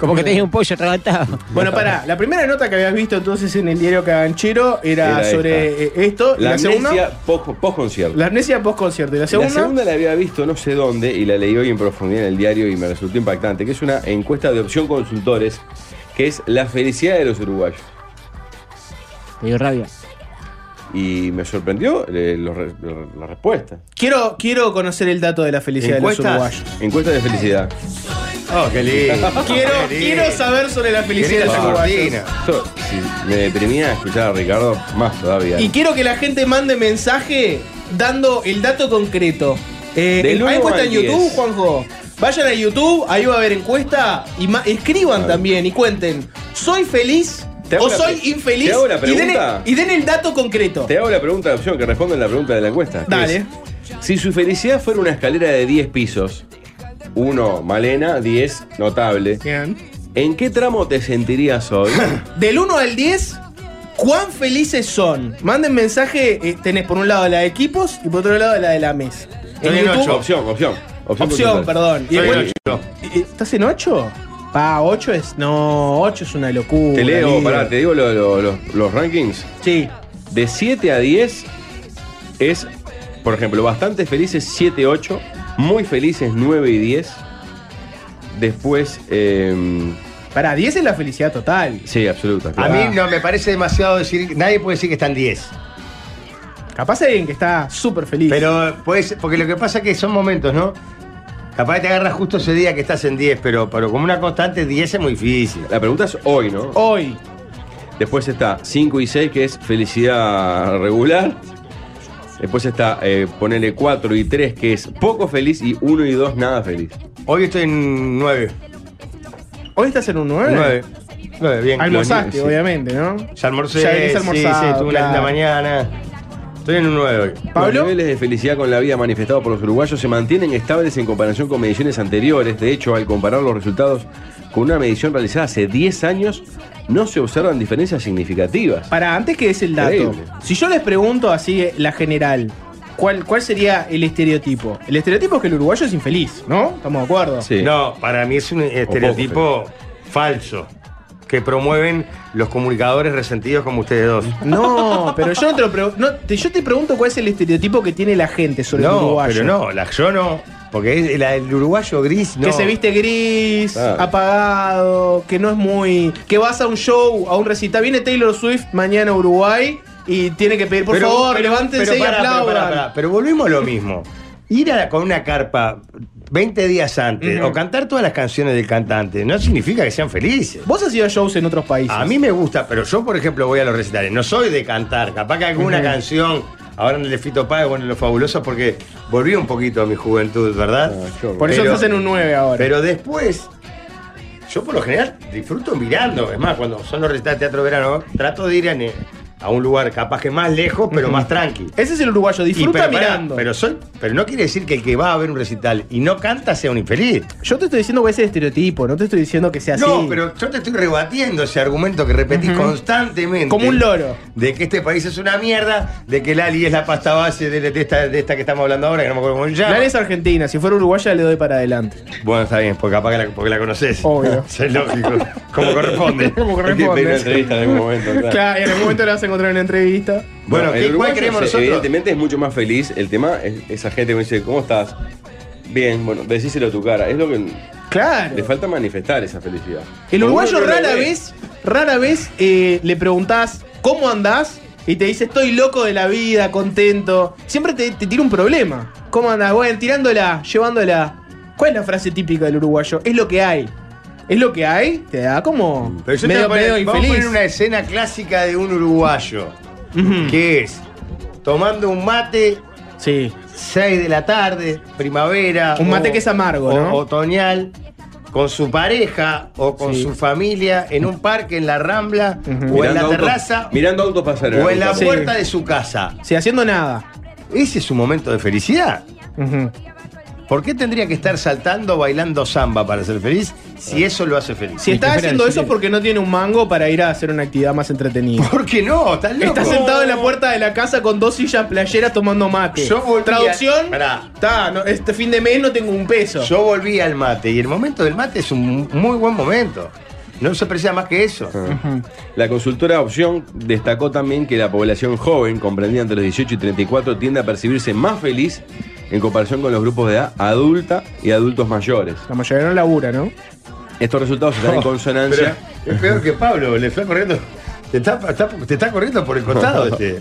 S9: Como que tenía un pollo atragantado.
S6: Bueno, pará, la primera nota que habías visto entonces en el diario Caganchero era,
S5: Era esta.
S6: sobre eh, esto.
S5: La
S6: la segunda,
S5: amnesia post- post-concierto.
S6: la amnesia post-concierto. Y la segunda,
S5: La segunda la había visto no sé dónde y la leí hoy en profundidad en el diario y me resultó impactante, que es una encuesta de opción consultores, que es la felicidad de los uruguayos.
S9: Le dio rabia.
S5: Y me sorprendió eh, los re- lo- la respuesta.
S6: quiero, quiero conocer el dato de la felicidad de los
S7: ¿Encuestas?
S6: uruguayos.
S5: Encuesta de felicidad.
S7: Oh, qué lindo.
S5: Ah,
S6: Quiero,
S7: Qué lindo.
S6: quiero saber sobre la felicidad de los
S7: Qué linda
S6: uruguayos.
S7: cortina.
S5: Yo, si me deprimía escuchar a Ricardo más todavía.
S6: Y quiero que la gente mande mensaje dando el dato concreto. Eh, el-
S5: Del
S6: ¿Hay
S5: uno
S6: encuesta en
S5: al
S6: YouTube,
S5: diez.
S6: Juanjo? Vayan a YouTube, ahí va a haber encuesta y ma- escriban
S5: Ah.
S6: también y cuenten. ¿Soy feliz
S5: Te hago
S6: o
S5: una
S6: soy
S5: pre-
S6: infeliz?
S5: te hago una
S6: Y den el-
S5: pregunta.
S6: Y den, el dato concreto.
S5: Te hago la pregunta de opción que responde a la pregunta de la encuesta. que
S6: Dale.
S5: es, si su felicidad fuera una escalera de 10 pisos, 1 malena, 10 notable,
S6: Bien.
S5: ¿en qué tramo te sentirías hoy?
S6: Del 1 al 10, ¿cuán felices son? Manden mensaje, eh, tenés por un lado la de equipos y por otro lado la de la mesa.
S7: Estoy en ocho.
S5: opción, opción.
S6: opción,
S5: Opción, consultar.
S6: perdón. Y
S7: Soy
S6: después-
S7: el ocho.
S6: ¿Y- eh, ¿Estás en 8? Pa, 8 es. No, 8 es una locura.
S5: Te leo,
S6: líder.
S5: pará, te digo lo- lo- lo- los rankings.
S6: Sí.
S5: De 7 a 10 es, por ejemplo, bastante felices 7, 8, muy felices 9 y 10. Después, eh,
S6: Pará, 10 es la felicidad total.
S5: sí, absoluta.
S7: A
S5: claro.
S7: mí no me parece demasiado decir, nadie puede decir que están 10.
S6: Capaz hay alguien que está súper feliz.
S7: Pero pues, porque lo que pasa es que son momentos, ¿no? Capaz que te agarras justo ese día que estás en 10, pero, pero como una constante 10 es muy difícil.
S5: La pregunta es hoy, ¿no?
S7: Oh.
S6: Hoy.
S5: Después está 5 y 6, que es felicidad regular. Después está eh, ponerle 4 y 3, que es poco feliz, y 1 y 2, nada feliz.
S7: Hoy estoy en 9.
S6: Hoy estás en un 9.
S7: 9. 9, bien.
S6: Almorzaste,
S5: Sí.
S6: obviamente, ¿no?
S7: Ya almorcé.
S6: Ya venís almorzado,
S7: sí, sí, tuve una
S6: claro.
S7: linda mañana. Estoy en un 9 hoy.
S6: ¿Pablo?
S5: Los niveles de felicidad con la vida manifestados por los uruguayos se mantienen estables en comparación con mediciones anteriores. De hecho, al comparar los resultados con una medición realizada hace 10 años, no se observan diferencias significativas.
S6: Para, antes que es el dato.
S5: Increíble.
S6: Si yo les pregunto así, eh, la general, ¿cuál, ¿cuál sería el estereotipo? El estereotipo es que el uruguayo es infeliz, ¿no? Estamos de acuerdo.
S5: Sí.
S7: No, para mí es un estereotipo falso que promueven los comunicadores resentidos como ustedes dos.
S6: No, pero yo no te lo pregunto. yo te pregunto cuál es el estereotipo que tiene la gente sobre el
S7: No,
S6: uruguayo.
S7: pero no, la, yo no. Porque es- la- el uruguayo gris no.
S6: Que se viste gris,
S5: Claro.
S6: apagado, que no es muy. Que vas a un show, a un recital. Viene Taylor Swift mañana a Uruguay y tiene que pedir, por
S7: Pero-
S6: favor,
S7: pero-
S6: levántense
S7: pero pará,
S6: y aplaudan.
S7: Pero, pará, pará. Pero volvemos a lo mismo. Ir a la- con una carpa 20 días antes
S6: Ujú.
S7: o cantar todas las canciones del cantante no significa que sean felices.
S6: Vos has ido a shows en otros países.
S7: A mí me gusta, pero yo, por ejemplo, voy a los recitales. No soy de cantar. Capaz que alguna canción, ahora en el de Fito Páez, bueno, en Los Fabulosos, porque volví un poquito a mi juventud, ¿verdad?
S5: Ah, yo-
S6: Por eso
S7: pero-
S6: estás en un 9 ahora.
S7: Pero después, yo por lo general disfruto mirando. Es más, cuando son los recitales de teatro de verano, trato de ir a, ne- a un lugar capaz que más lejos, pero más tranqui.
S6: Ese es el uruguayo,
S7: Y
S6: disfruta
S7: pero, pará,
S6: mirando.
S7: Pero, soy, pero no quiere decir que el que va a ver un recital y no canta sea un infeliz.
S6: Yo te estoy diciendo que ese es el estereotipo, no te estoy diciendo que sea así.
S7: No, pero yo te estoy rebatiendo ese argumento que repetís constantemente.
S6: Como un loro.
S7: De que este país es una mierda, de que Lali es la pasta base de, de esta, de esta que estamos hablando ahora, que no me acuerdo cómo se llama.
S6: Lali es argentina, si fuera uruguaya le doy para adelante.
S7: Bueno, está bien, porque capaz que la, porque la conoces.
S6: Obvio.
S7: es lógico. Como corresponde.
S6: Como
S5: Hay que pedir una
S6: corresponde.
S5: entrevista en algún momento. claro.
S6: Claro, y en algún momento le vas a encontrar en una entrevista.
S7: Bueno,
S5: el
S7: ¿qué, ¿cuál
S5: uruguayo
S7: creemos
S5: es-
S7: nosotros?
S5: Evidentemente es mucho más feliz. El tema es esa gente que me dice, ¿cómo estás? Bien, bueno, decíselo a tu cara. Es lo que
S6: Claro.
S5: le falta manifestar esa felicidad.
S6: El
S5: Como
S6: uruguayo
S5: uno no lo
S6: rara
S5: ve.
S6: vez, rara vez eh, le preguntás cómo andás y te dice estoy loco de la vida, contento. Siempre te, te tira un problema. ¿Cómo andás? Bueno, tirándola, llevándola. ¿Cuál es la frase típica del uruguayo? Es lo que hay. Es lo que hay, te da como
S7: Pero yo te voy
S6: medio,
S7: a poner,
S6: medio
S7: vamos a poner
S6: infeliz.
S7: una escena clásica de un uruguayo,
S6: Ujú.
S7: que es tomando un mate,
S6: Sí.
S7: 6 de la tarde, primavera.
S6: Un mate que es amargo,
S7: o-
S6: ¿no?
S7: Otoñal, con su pareja o con
S6: Sí.
S7: su familia, en un parque, en la rambla, o en la
S5: Mirando autos-
S7: terraza,
S5: Mirando autos pasar.
S7: o en la
S5: ruta.
S6: Sí.
S7: puerta de su casa.
S6: Sí, haciendo nada.
S7: Ese es su momento de felicidad.
S6: Ujú.
S7: ¿Por qué tendría que estar saltando, bailando samba para ser feliz si eso lo hace feliz?
S6: Si
S9: que
S6: está
S9: fuera
S6: haciendo eso es
S9: decirle-
S6: porque no tiene un mango para ir a hacer una actividad más entretenida.
S7: ¿Por qué no? ¿Estás loco?
S6: Está sentado en la puerta de la casa con dos sillas playeras tomando mate.
S7: Yo volví a-
S6: Traducción.
S7: Pará.
S6: Está, no, este fin de mes no tengo un peso.
S7: Yo volví al mate y el momento del mate es un muy buen momento. No se aprecia más que eso.
S5: La consultora Opción destacó también que la población joven, comprendida entre los 18 y 34, tiende a percibirse más feliz en comparación con los grupos de edad adulta y adultos mayores.
S6: La mayoría no labura, ¿no?
S5: Estos resultados están en consonancia.
S7: Pero es peor que Pablo, le está corriendo. Te está, está- te está corriendo por el costado este.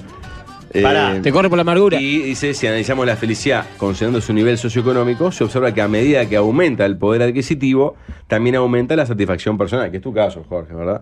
S5: eh,
S7: pará.
S9: Te corre por la amargura.
S5: Y dice, si analizamos la felicidad considerando su nivel socioeconómico, se observa que a medida que aumenta el poder adquisitivo, también aumenta la satisfacción personal, que es tu caso, Jorge, ¿verdad?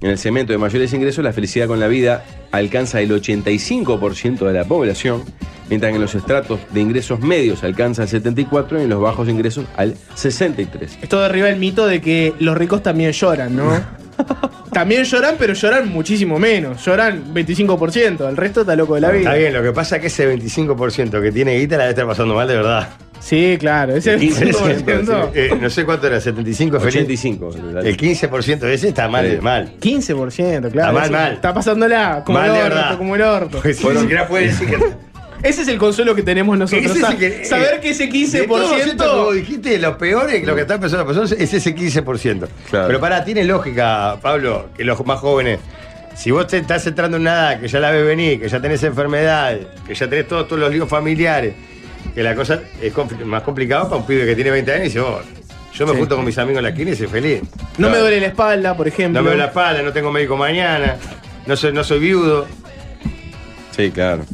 S5: en el segmento de mayores ingresos, la felicidad con la vida alcanza el 85% de la población, mientras que en los estratos de ingresos medios alcanza el 74% y en los bajos ingresos al 63%.
S6: Esto derriba el mito de que los ricos también lloran, ¿no? también lloran, pero lloran muchísimo menos. Lloran 25%. El resto está loco de la vida.
S7: Está bien, lo que pasa es que ese 25% que tiene guita la debe estar pasando mal de verdad.
S6: Sí, claro. Ese
S5: 15%.
S6: 25%.
S7: Eh, no sé cuánto era, 75, feliz.
S5: 85%.
S7: El 15% de ese está mal,
S5: Sí.
S7: mal.
S6: 15%, claro.
S7: Está mal,
S6: Ese-
S7: mal.
S6: Está pasándola como
S7: Mal
S6: el
S7: de
S6: orto,
S7: verdad.
S6: como el orto.
S7: Porque si ni siquiera puede decir que.
S6: Ese es el consuelo que tenemos nosotros.
S7: Ese es
S6: sa-
S7: el que- eh,
S6: saber que ese
S7: De todo esto, como
S6: 15%.
S7: dijiste, lo peor es que lo que está pensando la persona es ese 15%.
S5: Claro.
S7: Pero pará, tiene lógica, Pablo, que los más jóvenes. Si vos te estás entrando en nada, que ya la ves venir, que ya tenés enfermedad, que ya tenés todos, todos los líos familiares, que la cosa es compl- más complicada para un pibe que tiene 20 años y dice, "Oh, yo me junto con mis amigos en la esquina y soy feliz.
S6: No me
S7: Claro.
S6: duele la espalda, por ejemplo.
S7: No me duele la espalda, no tengo médico mañana, no soy, no soy viudo.
S5: Sí, claro.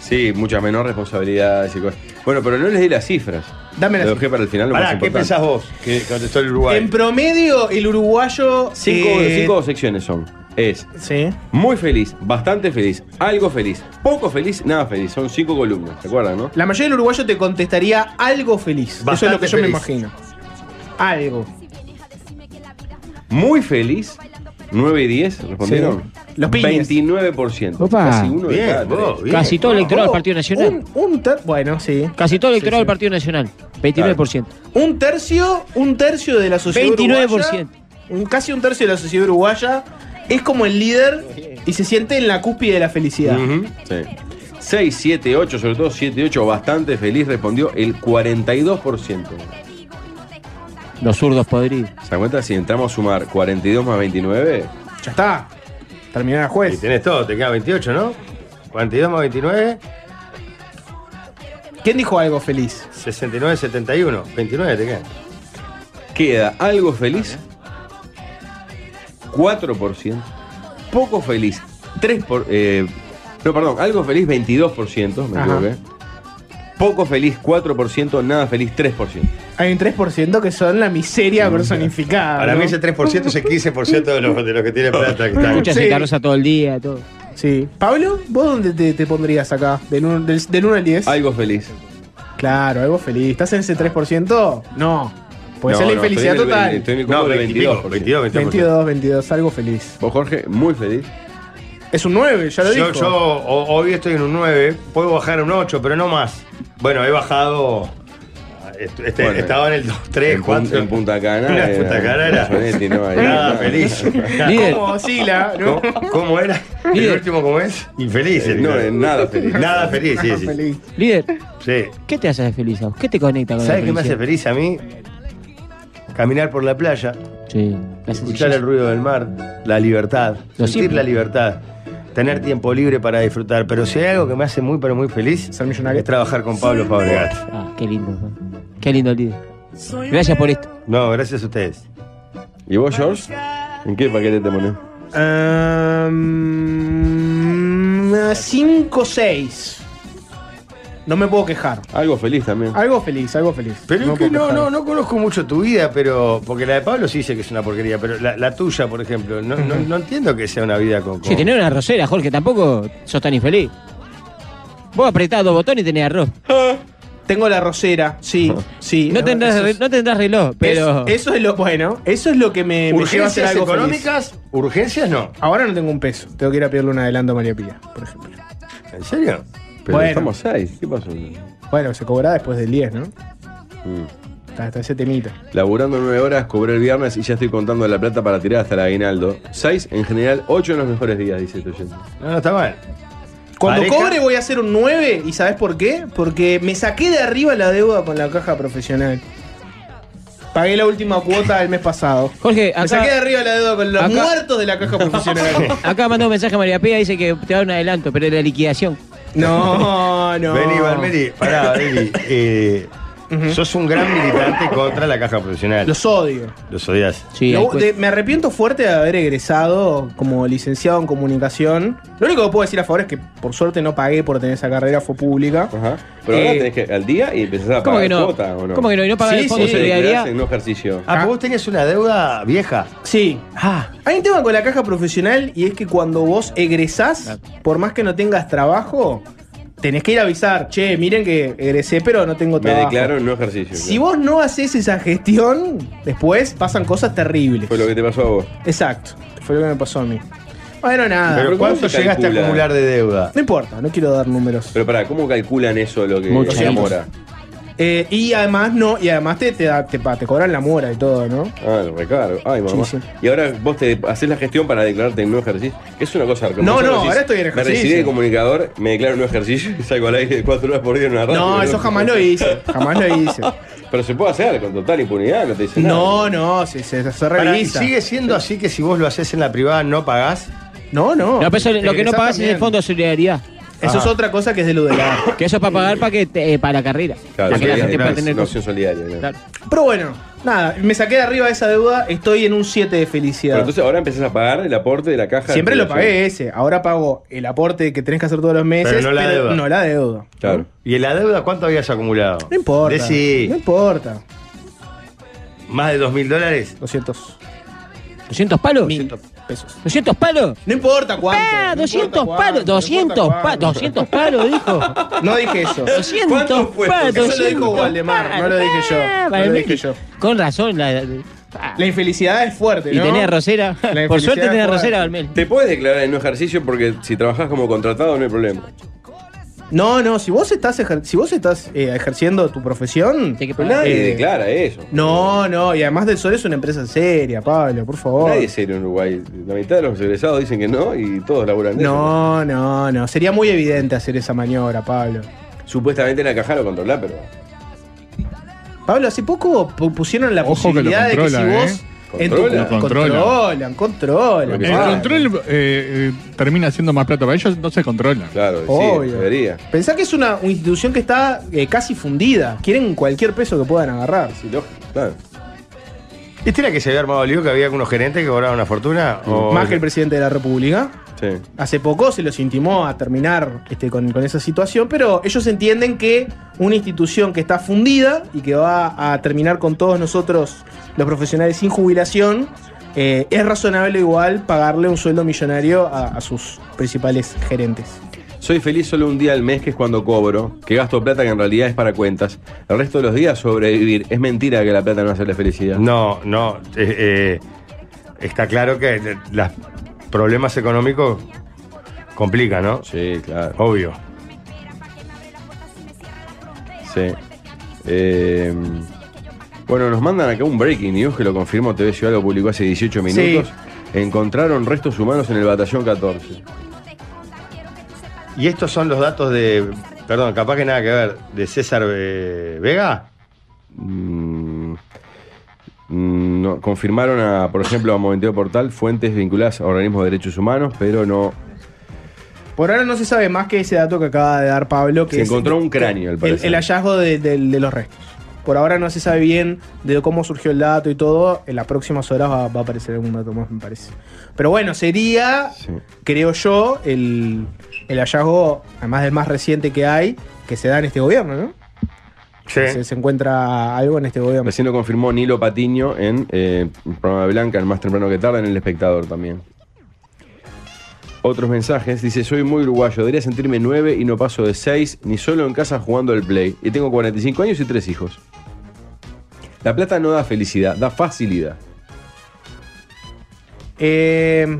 S5: Sí, mucha menor responsabilidad. y cosas. Bueno, pero no les di las cifras.
S6: Dame las
S5: Lo dejé para el final. Lo más
S7: Pará, ¿qué
S5: importante.
S7: pensás vos? Que contestó el Uruguay.
S6: En promedio, el uruguayo.
S5: Cinco,
S6: eh,
S5: cinco secciones son. Es
S6: Sí.
S5: muy feliz, bastante feliz, algo feliz, poco feliz, nada feliz. Son cinco columnas, ¿se acuerdan, no?
S6: La mayoría del uruguayo te contestaría algo feliz. Eso es
S7: Bastante
S6: lo que yo me
S7: feliz.
S6: imagino. Algo.
S5: Muy feliz, 9 y 10, respondieron.
S6: Los piñes.
S5: 29%.
S9: Opa.
S5: Casi uno de cada
S7: Bien,
S5: tres.
S7: vos, bien.
S9: Casi todo el electorado del
S6: Oh,
S9: Partido Nacional.
S6: Un, un ter- bueno, sí.
S9: Casi todo el electorado
S6: Sí,
S9: del Partido Nacional. 29%.
S6: Un tercio, un tercio de la sociedad
S9: 29%.
S6: uruguaya. Un, casi un tercio de la sociedad uruguaya es como el líder y se siente en la cúspide de la felicidad.
S7: Ujú.
S5: Sí. 6, 7, 8, sobre todo 7, 8, bastante feliz, respondió el 42%.
S9: Los zurdos podridos.
S5: ¿Se dan cuenta? Si entramos a sumar 42 más 29,
S6: Ya está. Terminar la
S7: Y
S6: juez.
S5: Eh,
S7: tenés todo, te queda 28, ¿no? 42 más 29.
S6: ¿Quién dijo algo feliz?
S7: 69-71. 29 te quedan.
S5: Queda algo feliz, 4%, poco feliz, 3%, por- eh, no, perdón, algo feliz 22%, me
S6: Ajá.
S5: equivoqué. Poco feliz 4%, nada feliz 3%.
S6: Hay un 3% que son la miseria personificada.
S7: Para
S6: ¿no?
S7: mí ese 3% es el 15% de los, de los que tienen plata. Que están.
S9: Escuchas
S6: Sí.
S9: en carroza todo el día, todo.
S6: Sí. Pablo, ¿vos dónde te, te pondrías acá? Del 1 del, del uno al 10.
S5: Algo feliz.
S6: Claro, algo feliz. ¿Estás en ese 3%? No. Puede
S5: No,
S6: ser Pues la
S5: no,
S6: infelicidad
S5: estoy en el
S6: total.
S5: 20, estoy en el
S7: No,
S5: cómodo
S7: 20 y pico,
S5: 22%.
S7: 22, 22.
S6: 22, 22, algo feliz.
S5: Vos, Jorge, muy feliz.
S6: Es un 9, ya lo
S7: Yo,
S6: dijo.
S7: yo ho- hoy estoy en un 9, puedo bajar a un 8, pero no más. Bueno, he bajado. est- este,
S5: Bueno,
S7: estaba en el 2, 3,
S5: en, Pun-
S7: 4.
S5: en Punta Cana.
S7: Una
S5: era-
S7: Punta Cana era-
S5: Sonetti, no, ahí,
S7: Nada,
S5: no.
S7: feliz.
S9: Líder,
S6: ¿Cómo oscila? ¿no?
S7: ¿Cómo, cómo era? ¿El
S9: Líder.
S7: último cómo es? Infeliz.
S5: Eh,
S7: el
S5: No,
S7: líder.
S5: eh, nada feliz.
S7: Nada feliz, sí, sí.
S6: Feliz.
S9: líder,
S7: sí.
S9: ¿qué te hace feliz a vos? ¿Qué te
S6: Ah,
S9: conecta con la
S7: ¿Sabes qué me hace
S9: felicidad?
S7: feliz a mí? Caminar por la playa,
S9: Sí, la
S7: escuchar
S9: sencillez.
S7: el ruido del mar, la libertad,
S9: Lo
S7: sentir
S9: simple.
S7: la libertad, tener tiempo libre para disfrutar. Pero si hay algo que me hace muy, pero muy feliz,
S6: Ser millonario.
S7: es trabajar con Pablo Fabregat.
S9: Ah, qué lindo. ¿no? Qué lindo, líder. Gracias por esto.
S7: No, gracias a ustedes.
S5: ¿Y vos, George? ¿En qué paquete te pones?
S6: Um, 5, 6. No me puedo quejar.
S5: Algo feliz también.
S6: Algo feliz, algo feliz.
S7: Pero es
S6: me
S7: que
S6: puedo
S7: no,
S6: quejar.
S7: no, no conozco mucho tu vida, pero. Porque la de Pablo sí dice que es una porquería, pero la, la tuya, por ejemplo, no, no, no entiendo que sea una vida con. con-
S9: Si tenés una arrocera, Jorge, tampoco sos tan infeliz. Vos apretás dos botones y tenés arroz.
S6: Tengo la rosera, sí, sí.
S9: No tendrás,
S6: Eso
S9: re-
S6: es-
S9: no tendrás reloj, pero.
S6: es- eso es lo bueno. Eso es lo que me, me lleva a hacer
S7: ¿Urgencias
S6: algo feliz.
S7: económicas? ¿Urgencias no?
S6: Ahora no tengo un peso. Tengo que ir a pedirle un adelanto a María Pía, por ejemplo.
S7: ¿En serio?
S5: Pero
S6: bueno.
S5: estamos 6. ¿Qué pasó?
S6: Bueno, se cobrará después del 10, ¿no?
S5: Mm.
S6: Hasta, hasta ese temita.
S5: Laburando 9 horas, cobré el viernes y ya estoy contando la plata para tirar hasta el aguinaldo. 6 en general, 8 en los mejores días, dice este oyente.
S7: No, no está mal.
S6: Cuando
S7: Pareja.
S6: cobre voy a hacer un 9 y ¿sabes por qué? Porque me saqué de arriba la deuda con la caja profesional. Pagué la última cuota del mes pasado.
S9: Jorge,
S6: me saqué de
S9: acá,
S6: arriba la deuda con los
S9: acá-
S6: muertos de la caja profesional.
S9: acá mandó un mensaje a María Pía, dice que te da un adelanto, pero es la liquidación.
S6: no, no.
S7: Vení, Valmeri, pará, Valmeri. Eh, Sos un gran militante contra la caja profesional. Los,
S6: Los odio.
S7: odias.
S9: Sí,
S6: Lo-
S9: al cuento.
S6: de- me arrepiento fuerte de haber egresado como licenciado en comunicación. Lo único que puedo decir a favor es que por suerte no pagué por tener esa carrera, fue pública.
S5: Ajá. Pero ahora
S6: Eh,
S5: tenés que al día y empezás a
S9: ¿Cómo
S5: pagar
S9: que no?
S5: cuota, ¿o no?
S9: ¿Cómo que no? ¿Y no pagar
S6: Sí,
S9: el fondo
S6: sí.
S9: de solidaridad?
S5: en un ejercicio.
S7: Ah, pues vos tenías una deuda vieja.
S6: Sí.
S7: Ah,
S6: Hay un tema con la caja profesional y es que cuando vos egresás, por más que no tengas trabajo, tenés que ir a avisar, che, miren que egresé pero no tengo
S5: Me
S6: trabajo.
S5: declaro en un ejercicio.
S6: Si
S5: claro.
S6: vos no haces esa gestión, después pasan cosas terribles.
S5: Fue lo que te pasó a vos.
S6: Exacto. Fue lo que me pasó a mí. Bueno, nada.
S7: pero
S5: pero
S7: ¿cuánto
S5: ¿cómo se
S7: llegaste a
S5: calcula?
S7: acumular de deuda?
S6: No importa, no quiero dar números.
S5: Pero pará, ¿cómo calculan eso lo que
S9: Mucho.
S5: se demora?
S6: Eh, y además no, y además te, te, da- te pa- te cobran la mora y todo, ¿no?
S5: Ah, el recargo. Ay, mamá.
S6: Sí, sí.
S5: Y ahora vos te haces la gestión para declararte en un nuevo ejercicio. Que es una cosa hermosa.
S6: No, no,
S5: Vos decís,
S6: ahora estoy en
S5: Me
S6: ejercicio.
S5: recibí de comunicador, me declaro en un nuevo ejercicio y salgo al aire cuatro horas por día en una radio.
S6: No, eso jamás lo hice. Jamás lo hice.
S5: Pero se puede hacer con total impunidad, no te dicen
S6: No,
S5: nada.
S6: no, se, se, se
S7: Pará, ¿y
S6: revisa.
S7: sigue siendo así que si vos lo haces en la privada no pagás?
S6: No, no.
S9: No, pero eso- lo que no
S6: Egresás
S9: pagás es el
S6: también.
S9: fondo de solidaridad.
S6: Eso es
S7: Ajá.
S6: otra cosa que es de lo de la.
S9: Que eso es para pagar para, que te- eh, para la carrera.
S5: Claro,
S9: para que la
S5: solidaria-
S9: gente pueda
S5: no,
S9: tener.
S5: no, acción solidaria. ¿no?
S9: Claro.
S6: Pero bueno, nada, me saqué de arriba de esa deuda, estoy en un 7 de felicidad.
S5: Pero entonces ahora empezás a pagar el aporte de la caja.
S6: Siempre
S5: de
S6: lo pagué ese, ahora pago el aporte que tenés que hacer todos los meses,
S7: Pero no la deuda.
S6: no la deuda.
S5: Claro.
S7: ¿Y en la deuda cuánto habías acumulado?
S6: No importa.
S7: Decí,
S6: No importa.
S7: ¿más de dos mil dólares?
S6: 200
S9: ¿200 palos?
S6: mil pesos.
S9: ¿200 palos?
S6: No importa cuánto.
S9: Ah,
S6: no importa
S9: 200
S6: cuánto,
S9: palos,
S6: no importa
S9: 200 palos,
S6: cuánto.
S9: 200 palos, dijo.
S6: No dije eso.
S9: 200
S5: ¿Cuántos fue?
S9: palos.
S6: Eso lo dijo
S9: 200
S6: Waldemar, no lo dije yo,
S9: palos.
S6: no lo dije yo.
S9: Con razón. La, ah,
S6: La infelicidad es fuerte,
S9: y
S6: ¿no?
S9: tenés rosera.
S6: La
S9: Por
S6: infelicidad
S9: suerte tenés
S6: es
S9: rosera,
S6: fuerte.
S9: Balmel.
S5: Te puedes declarar en un ejercicio porque si trabajás como contratado no hay problema.
S6: No, no, si vos estás, ejer- si vos estás eh, ejerciendo tu profesión,
S9: Tenés que
S5: Pero
S9: pagar.
S5: nadie
S6: Eh,
S5: declara eso.
S6: No, no, y además Del Sol es una empresa seria, Pablo, por favor.
S5: Nadie es serio en Uruguay. La mitad de los egresados dicen que no y todos laburan de eso.
S6: No, no, no. Sería muy evidente hacer esa maniobra, Pablo.
S5: Supuestamente la caja lo controla, pero.
S6: Pablo, hace poco pu- pusieron la
S8: Ojo que lo
S6: posibilidad de que si
S8: controla,
S6: vos
S8: ¿eh?
S6: En tu-
S5: Controla.
S6: controlan, controlan.
S5: Porque
S8: El
S5: Ah.
S8: control eh, eh, termina siendo más plata para ellos, no se controlan.
S5: Claro, sí,
S6: Obvio.
S5: debería.
S6: Pensá que es una, una institución que está eh, casi fundida. Quieren cualquier peso que puedan agarrar.
S5: Sí, lógico, claro.
S7: ¿Este era que se había armado el lío que había algunos gerentes que cobraban una fortuna? O-
S6: Más que el presidente de la República.
S5: Sí.
S6: Hace poco se los intimó a terminar este, con, con esa situación, pero ellos entienden que una institución que está fundida y que va a terminar con todos nosotros, los profesionales sin jubilación, eh, es razonable igual pagarle un sueldo millonario a, a sus principales gerentes.
S5: Soy feliz solo un día al mes, que es cuando cobro, que gasto plata que en realidad es para cuentas. El resto de los días sobrevivir. Es mentira que la plata no hace la felicidad.
S7: No, no. eh, eh, está claro que eh, los problemas económicos complican, ¿no?
S5: Sí, claro.
S7: Obvio.
S5: Sí. Eh, bueno, nos mandan acá un breaking news que lo confirmó TV Ciudad, lo publicó hace 18 minutos. Encontraron restos humanos en el batallón 14.
S7: Y estos son los datos de. Perdón, capaz que nada que ver. ¿De César eh, Vega?
S5: Mm, mm, no, confirmaron, a, por ejemplo, a Momenteo Portal fuentes vinculadas a organismos de derechos humanos, pero no.
S6: Por ahora no se sabe más que ese dato que acaba de dar Pablo, que
S5: Se
S6: es
S5: encontró un cráneo, al
S6: el,
S5: parecer.
S6: el hallazgo de, de- de los restos. Por ahora no se sabe bien de cómo surgió el dato y todo. En las próximas horas va, va a aparecer algún dato más, me parece. Pero bueno, sería
S5: Sí.
S6: creo yo, el, el hallazgo, además del más reciente que hay, que se da en este gobierno, ¿no? Se, se encuentra algo en este gobierno.
S5: Recién lo confirmó Nilo Patiño en eh, el programa de Blanca, el más temprano que tarde, en El Espectador también. Otros mensajes. Dice, soy muy uruguayo, debería sentirme 9 y no paso de 6, ni solo en casa jugando al play. Y tengo 45 años y tres hijos. La plata no da felicidad, da facilidad.
S6: Eh,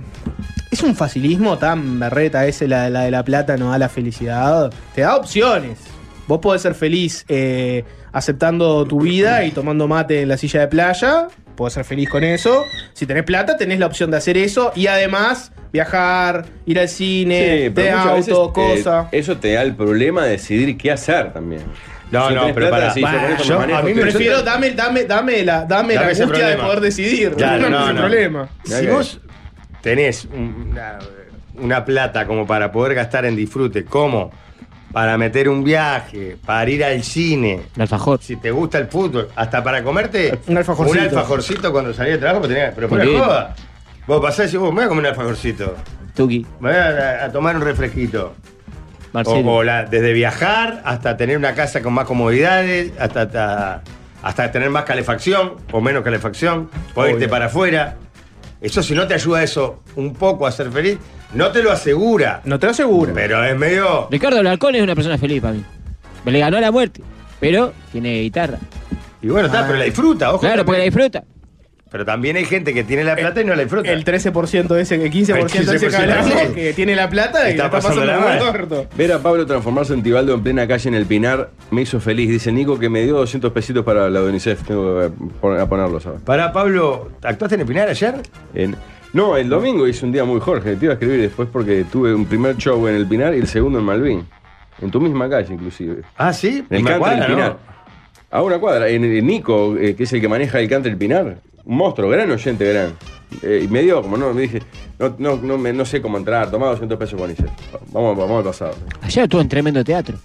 S6: es un facilismo tan berreta ese, la, la de la plata no da la felicidad. Te da opciones. Vos podés ser feliz eh, aceptando tu vida y tomando mate en la silla de playa. Podés ser feliz con eso. Si tenés plata, tenés la opción de hacer eso. Y además, viajar, ir al cine, de
S5: muchas
S6: auto,
S5: veces, eh,
S6: cosa.
S5: eso te da el problema de decidir qué hacer también.
S7: No,
S5: Si
S7: no,
S5: tenés
S7: pero
S5: plata,
S7: pará.
S5: decís, yo con esto me
S7: Yo- a
S5: manejo,
S7: mí me
S5: que-
S6: Prefiero dame, dame, dame la, dame la
S7: Dame ese
S6: angustia de
S7: problema.
S6: poder decidir.
S7: Claro,
S6: no,
S7: no,
S6: es el
S7: no.
S6: problema.
S7: Si vos tenés un- una, una plata como para poder gastar en disfrute, como para meter un viaje, para ir al cine,
S9: El alfajor.
S7: si te gusta el fútbol, hasta para comerte
S6: Un alfajorcito.
S7: un alfajorcito cuando salí de trabajo, pues tenías, pero
S9: Muy
S7: fuera de
S9: bien.
S7: joda. Vos pasás y decís, vos me voy a comer un alfajorcito,
S9: Tuki,
S7: me voy a, a tomar un refresquito. O,
S6: Oh,
S9: Marcelo.
S7: o la- desde viajar hasta tener una casa con más comodidades, hasta, hasta, hasta tener más calefacción o menos calefacción, o irte para afuera. Eso si no te ayuda eso un poco a ser feliz, no te lo asegura.
S6: No te lo aseguro.
S7: Pero es medio...
S9: Ricardo Alarcón es una persona feliz para mí. Me le ganó la muerte, pero tiene guitarra.
S7: Y bueno, está, pero la disfruta, ojo.
S9: Ah. Claro,
S7: también.
S9: porque la disfruta.
S7: Pero también hay gente que tiene la plata y no la disfruta.
S6: El 13% de ese, el 15% de ese que
S7: 15%,
S6: hablamos,
S7: sí.
S6: que tiene la plata y la
S7: Está
S6: está pasando
S7: pasando la
S6: como el
S7: madre.
S6: orto.
S5: Ver a Pablo transformarse en Tibaldo en plena calle en el Pinar me hizo feliz. Dice Nico que me dio 200 pesitos para la de UNICEF. Tengo que eh, pon- a ponerlos ahora.
S7: Pará, Pablo, ¿actuaste en el Pinar ayer?
S5: En- No, el domingo hice un día muy Jorge. Te iba a escribir después porque tuve un primer show en el Pinar y el segundo en Malvin. En tu misma calle, inclusive.
S7: Ah, sí.
S5: En el
S7: Me
S5: Country
S7: acuerdo,
S5: El
S7: ¿no?
S5: Pinar. A una cuadra. En en Nico, eh, que es el que maneja el Country El Pinar, un monstruo, gran oyente, gran. Eh, y me dio, como no, me dije, no, no, no, me- no sé cómo entrar, tomá 200 pesos con UNICEF. Vamos, vamos al pasado.
S9: Allá estuvo en tremendo teatro.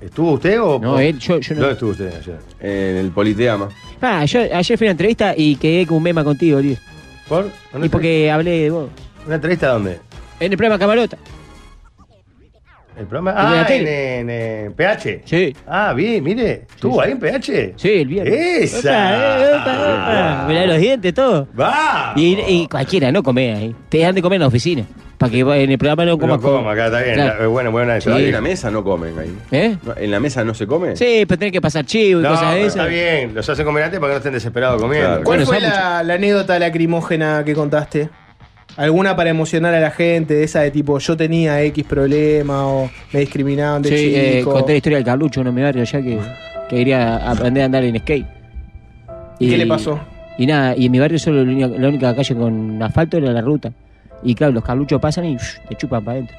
S7: ¿Estuvo usted o...?
S9: No, él, yo, yo
S7: ¿Dónde
S9: no.
S7: estuvo usted ayer?
S5: En el Politeama.
S9: Ah, yo ayer fui a una entrevista y quedé con un mema contigo, Luis.
S7: ¿Por? ¿Una
S9: Y porque hablé de vos.
S7: ¿Una entrevista dónde?
S9: En el programa Camarota.
S7: ¿El programa?
S9: El de la
S7: Ah, en,
S9: tele.
S7: en, eh, PH.
S9: Sí.
S7: Ah, bien, mire. ¿Estuvo
S9: sí.
S7: ahí en PH?
S9: Sí, el viernes.
S7: ¡Esa! Ah,
S9: Opa, eh, opa,
S6: Ah.
S9: opa. Mirá los dientes, todo.
S7: ¡Va!
S9: Y, y cualquiera, no come ahí. Te dan de comer en la oficina. Para que en el programa no comas.
S7: No coma, acá está bien.
S9: Claro.
S7: Eh, Bueno, buena esa.
S5: Pero ahí en
S7: bien.
S5: la mesa no comen ahí.
S9: ¿Eh?
S5: No, ¿En la mesa no se come?
S9: Sí, pero tenés que pasar chivo y
S7: No,
S9: cosas de
S7: pero
S9: esas.
S7: está bien. Los hacen comer antes para que no estén desesperados comiendo.
S5: Claro.
S6: ¿Cuál
S9: Bueno,
S6: fue
S9: sándwich.
S6: la, la anécdota lacrimógena que contaste? ¿Alguna para emocionar a la gente? de Esa de tipo, yo tenía X problema o me discriminaban de
S9: Sí, eh,
S6: chico.
S9: conté la historia del Carlucho, uno de mi barrio allá que quería aprender a andar en skate.
S6: ¿Y qué le pasó?
S9: Y nada, y en mi barrio solo la única, la única calle con asfalto era la ruta. Y claro, los Carluchos pasan y shh, te chupan para adentro.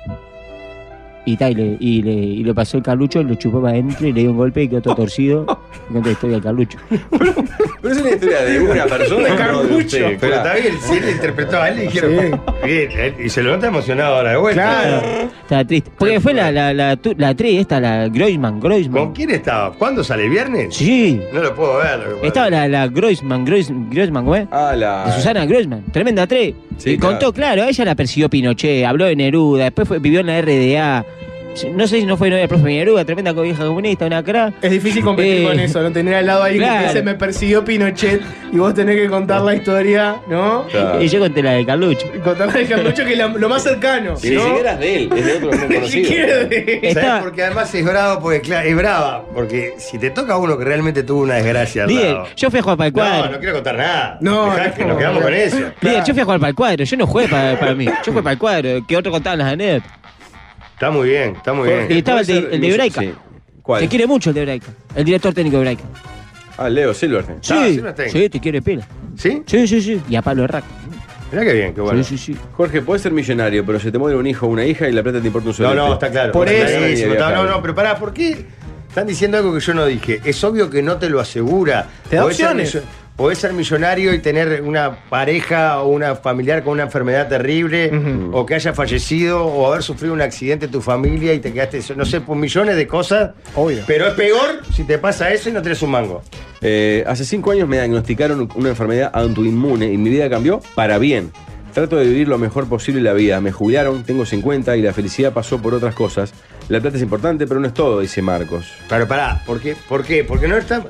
S9: Y tal, y le, y le- y le pasó el Carlucho, lo chupó para adentro y le dio un golpe y quedó todo torcido. Me Conté la historia del Carlucho.
S5: Pero es una historia de una persona y no de usted.
S7: Pero está
S5: claro.
S7: bien, si él le interpretó a él, le dijeron. Bien, eh, y se lo nota emocionado ahora de vuelta.
S6: Claro.
S9: Estaba triste. Porque fue la, la, la, tu- la actriz esta, la Groisman,
S7: ¿Con
S9: Groisman.
S7: quién estaba? ¿Cuándo sale? ¿Viernes?
S9: Sí.
S7: No lo puedo ver. lo que pasa.
S9: Estaba la, la Groisman, Groisman, Groisman, ¿cómo es?
S5: Ah, la.
S9: De Susana Groisman, tremenda tres.
S5: Sí,
S9: y contó, claro, ella la persiguió Pinochet, habló de Neruda, después fue- vivió en la RDA. No sé si no fue novia del profe Neruda, tremenda co- vieja comunista, una cara.
S6: Es difícil competir
S9: Eh,
S6: con eso, no tener al lado ahí que
S9: claro.
S6: te dice me persiguió Pinochet y vos tenés que contar la historia, ¿no?
S5: Claro.
S9: Y yo conté la de Carlucho.
S6: Y Contar el Carlucho que es la- lo más cercano.
S5: Y Ni
S6: ¿no?
S5: siquiera es de él, es de otro no
S6: Ni siquiera
S5: conocido.
S6: de-
S7: ¿Sabés
S9: Estaba-
S7: por qué además es bravo? Porque claro, es brava. Porque si te toca a uno que realmente tuvo una desgracia al
S9: Líder,
S7: lado.
S9: yo fui a jugar para el
S7: No,
S9: cuadro.
S7: no quiero contar nada.
S6: No,
S7: Dejá
S6: no.
S7: que nos quedamos con eso.
S9: Líder, yo fui a jugar para el cuadro, yo no jugué para, para mí, yo jugué para el cuadro, que otro contaban las anécdotas.
S7: Está muy bien, está muy bien.
S9: Y estaba el de, el de Hebraica.
S5: Sí. ¿Cuál?
S9: Te quiere mucho el de Hebraica, el director técnico de Hebraica.
S5: Ah, Leo Silverstein.
S9: Sí,
S7: sí lo tengo.
S9: sí, te quiere pela.
S7: ¿Sí?
S9: Sí, sí, sí. Y a Pablo Herrac.
S7: Mirá qué bien, qué bueno.
S9: Sí, sí, sí.
S5: Jorge, puedes ser millonario, pero se te muere un hijo o una hija y la plata te importa un
S7: No,
S5: solo.
S7: no, está claro.
S6: Por
S7: Está
S6: eso.
S7: clarísimo, está- no,
S5: Claro.
S7: no, pero pará, ¿por qué están diciendo algo que yo no dije? Es obvio que no te lo asegura.
S6: Te da
S7: Podés ser
S6: opciones.
S7: millo- Podés ser millonario y tener una pareja o una familiar con una enfermedad terrible, o que haya fallecido, o haber sufrido un accidente en tu familia y te quedaste, so- no sé, por millones de cosas.
S6: Obvio.
S7: Pero es peor si te pasa eso y no tenés un mango.
S5: Eh, hace cinco años me diagnosticaron una enfermedad autoinmune y mi vida cambió para bien. Trato de vivir lo mejor posible la vida. Me jubilaron, tengo 50 y la felicidad pasó por otras cosas. La plata es importante, pero no es todo, dice Marcos.
S7: Pero pará, ¿por qué? ¿Por qué? Porque no está.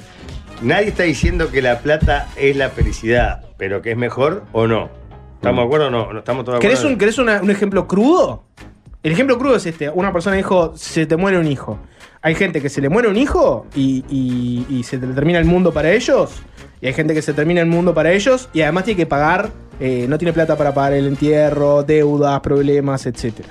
S7: Nadie está diciendo que la plata es la felicidad, pero que es mejor o no. ¿Estamos de acuerdo o no? ¿No estamos todos de
S6: Mm. ¿Querés,
S7: acuerdo?
S6: un, querés una- un ejemplo crudo? El ejemplo crudo es este. Una persona dijo, se te muere un hijo. Hay gente que se le muere un hijo y, y- y se le termina el mundo para ellos. Y hay gente que se termina el mundo para ellos y además tiene que pagar, eh, no tiene plata para pagar el entierro, deudas, problemas, etc.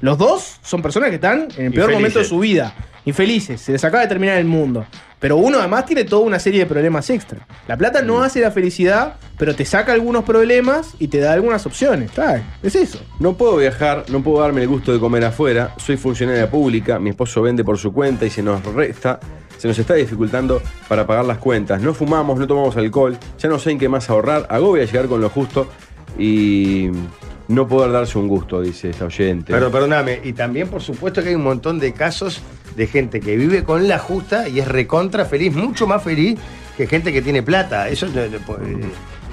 S6: Los dos son personas que están en el peor
S7: Infelices.
S6: momento de su vida, infelices, se les acaba de terminar el mundo. Pero uno además tiene toda una serie de problemas extra. La plata no hace la felicidad, pero te saca algunos problemas y te da algunas opciones. Claro, es eso.
S5: No puedo viajar, no puedo darme el gusto de comer afuera, soy funcionaria pública, mi esposo vende por su cuenta y se nos resta, se nos está dificultando para pagar las cuentas. No fumamos, no tomamos alcohol, ya no sé en qué más ahorrar, agobia llegar con lo justo y no poder darse un gusto, dice esta oyente.
S7: Pero perdóname, y también por supuesto que hay un montón de casos de gente que vive con la justa y es recontra feliz, mucho más feliz que gente que tiene plata. Eso no- no po- eh,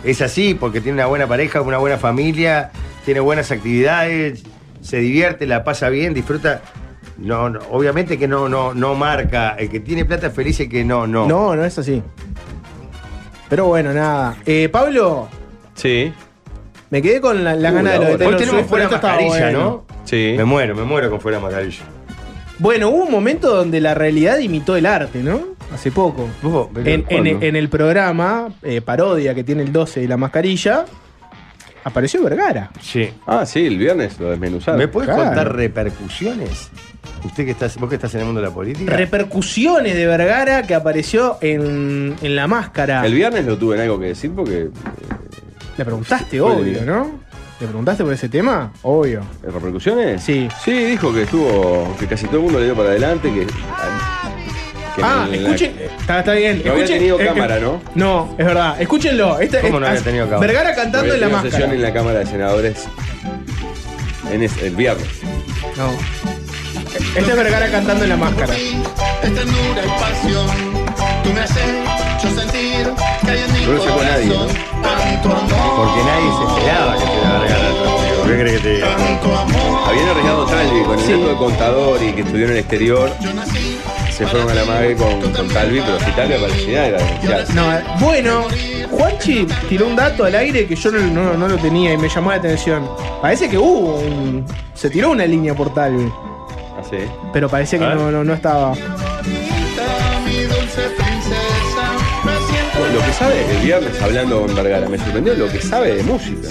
S7: es así, porque tiene una buena pareja, una buena familia, tiene buenas actividades, se divierte, la pasa bien, disfruta. No, no, obviamente que no, no, no marca. El que tiene plata es feliz y el que no, no.
S6: No, no es así. Pero bueno, nada. Eh, Pablo,
S5: Sí,
S6: me quedé con la, la
S5: Uh,
S6: gana de
S5: la
S6: lo de
S5: hora.
S7: Hoy
S6: Taylor
S7: tenemos
S6: Swift,
S7: fuera
S6: pero esto está
S7: mascarilla,
S6: bueno.
S7: ¿no?
S5: sí.
S7: Me muero, me muero con fuera mascarilla.
S6: Bueno, hubo un momento donde la realidad imitó el arte, ¿no? Hace poco.
S7: Vos, pero-
S6: En, en-
S5: ¿cuándo?
S6: en el programa eh, parodia que tiene el 12 y la mascarilla, apareció Vergara.
S7: Sí.
S5: Ah, sí, el viernes lo desmenuzaron.
S7: ¿Me puedes
S6: Claro.
S7: contar repercusiones? Usted que estás, vos que estás en el mundo de la política.
S6: Repercusiones de Vergara que apareció en, en la máscara.
S5: Ah. El viernes lo tuve en algo que decir porque eh,
S6: Le preguntaste,
S5: Fue el
S6: obvio,
S5: día.
S6: ¿no? ¿Le preguntaste por ese tema? Obvio.
S5: repercusiones.
S6: Sí.
S5: Sí, dijo que estuvo, que casi todo el mundo le dio para adelante, que... que
S6: Ah,
S5: en la-
S6: escuchen. Está, está bien.
S5: No había
S6: escuchen-
S5: tenido
S6: eh,
S5: cámara, ¿no?
S6: No, es verdad. Escúchenlo. Esta-
S7: ¿Cómo no había
S6: es-
S7: tenido cámara?
S6: Vergara cantando
S5: Había
S6: en la
S5: tenido
S6: máscara.
S5: sesión en la Cámara de Senadores en es- el viernes.
S6: No. Este es Vergara cantando en la máscara.
S10: Es ternura y pasión. Tú me haces yo sentir que hay en mi
S5: No lo sacó nadie,
S10: corazón tanto amor,
S7: Porque nadie se esperaba que te la regalara. ¿Qué crees que te diga?
S10: tanto amor.
S5: Habían arriesgado Talvi con el acto de contador y que estuvieron en el exterior.
S10: Yo nací
S5: Se fueron a la mague con, con Talvi, pero si Talvi aparecía era denunciado.
S6: No, eh, bueno, Juanchi tiró un dato al aire que yo no, no- no lo tenía y me llamó la atención. Parece que hubo un. Se tiró una línea por tal,
S5: Ah, sí.
S6: pero parece que
S7: A ver.
S6: no, no, no estaba.
S10: bonita, mi dulce princesa. Me siento
S5: Bueno, Lo que sabe el viernes hablando con Vergara, me sorprendió lo que sabe de música.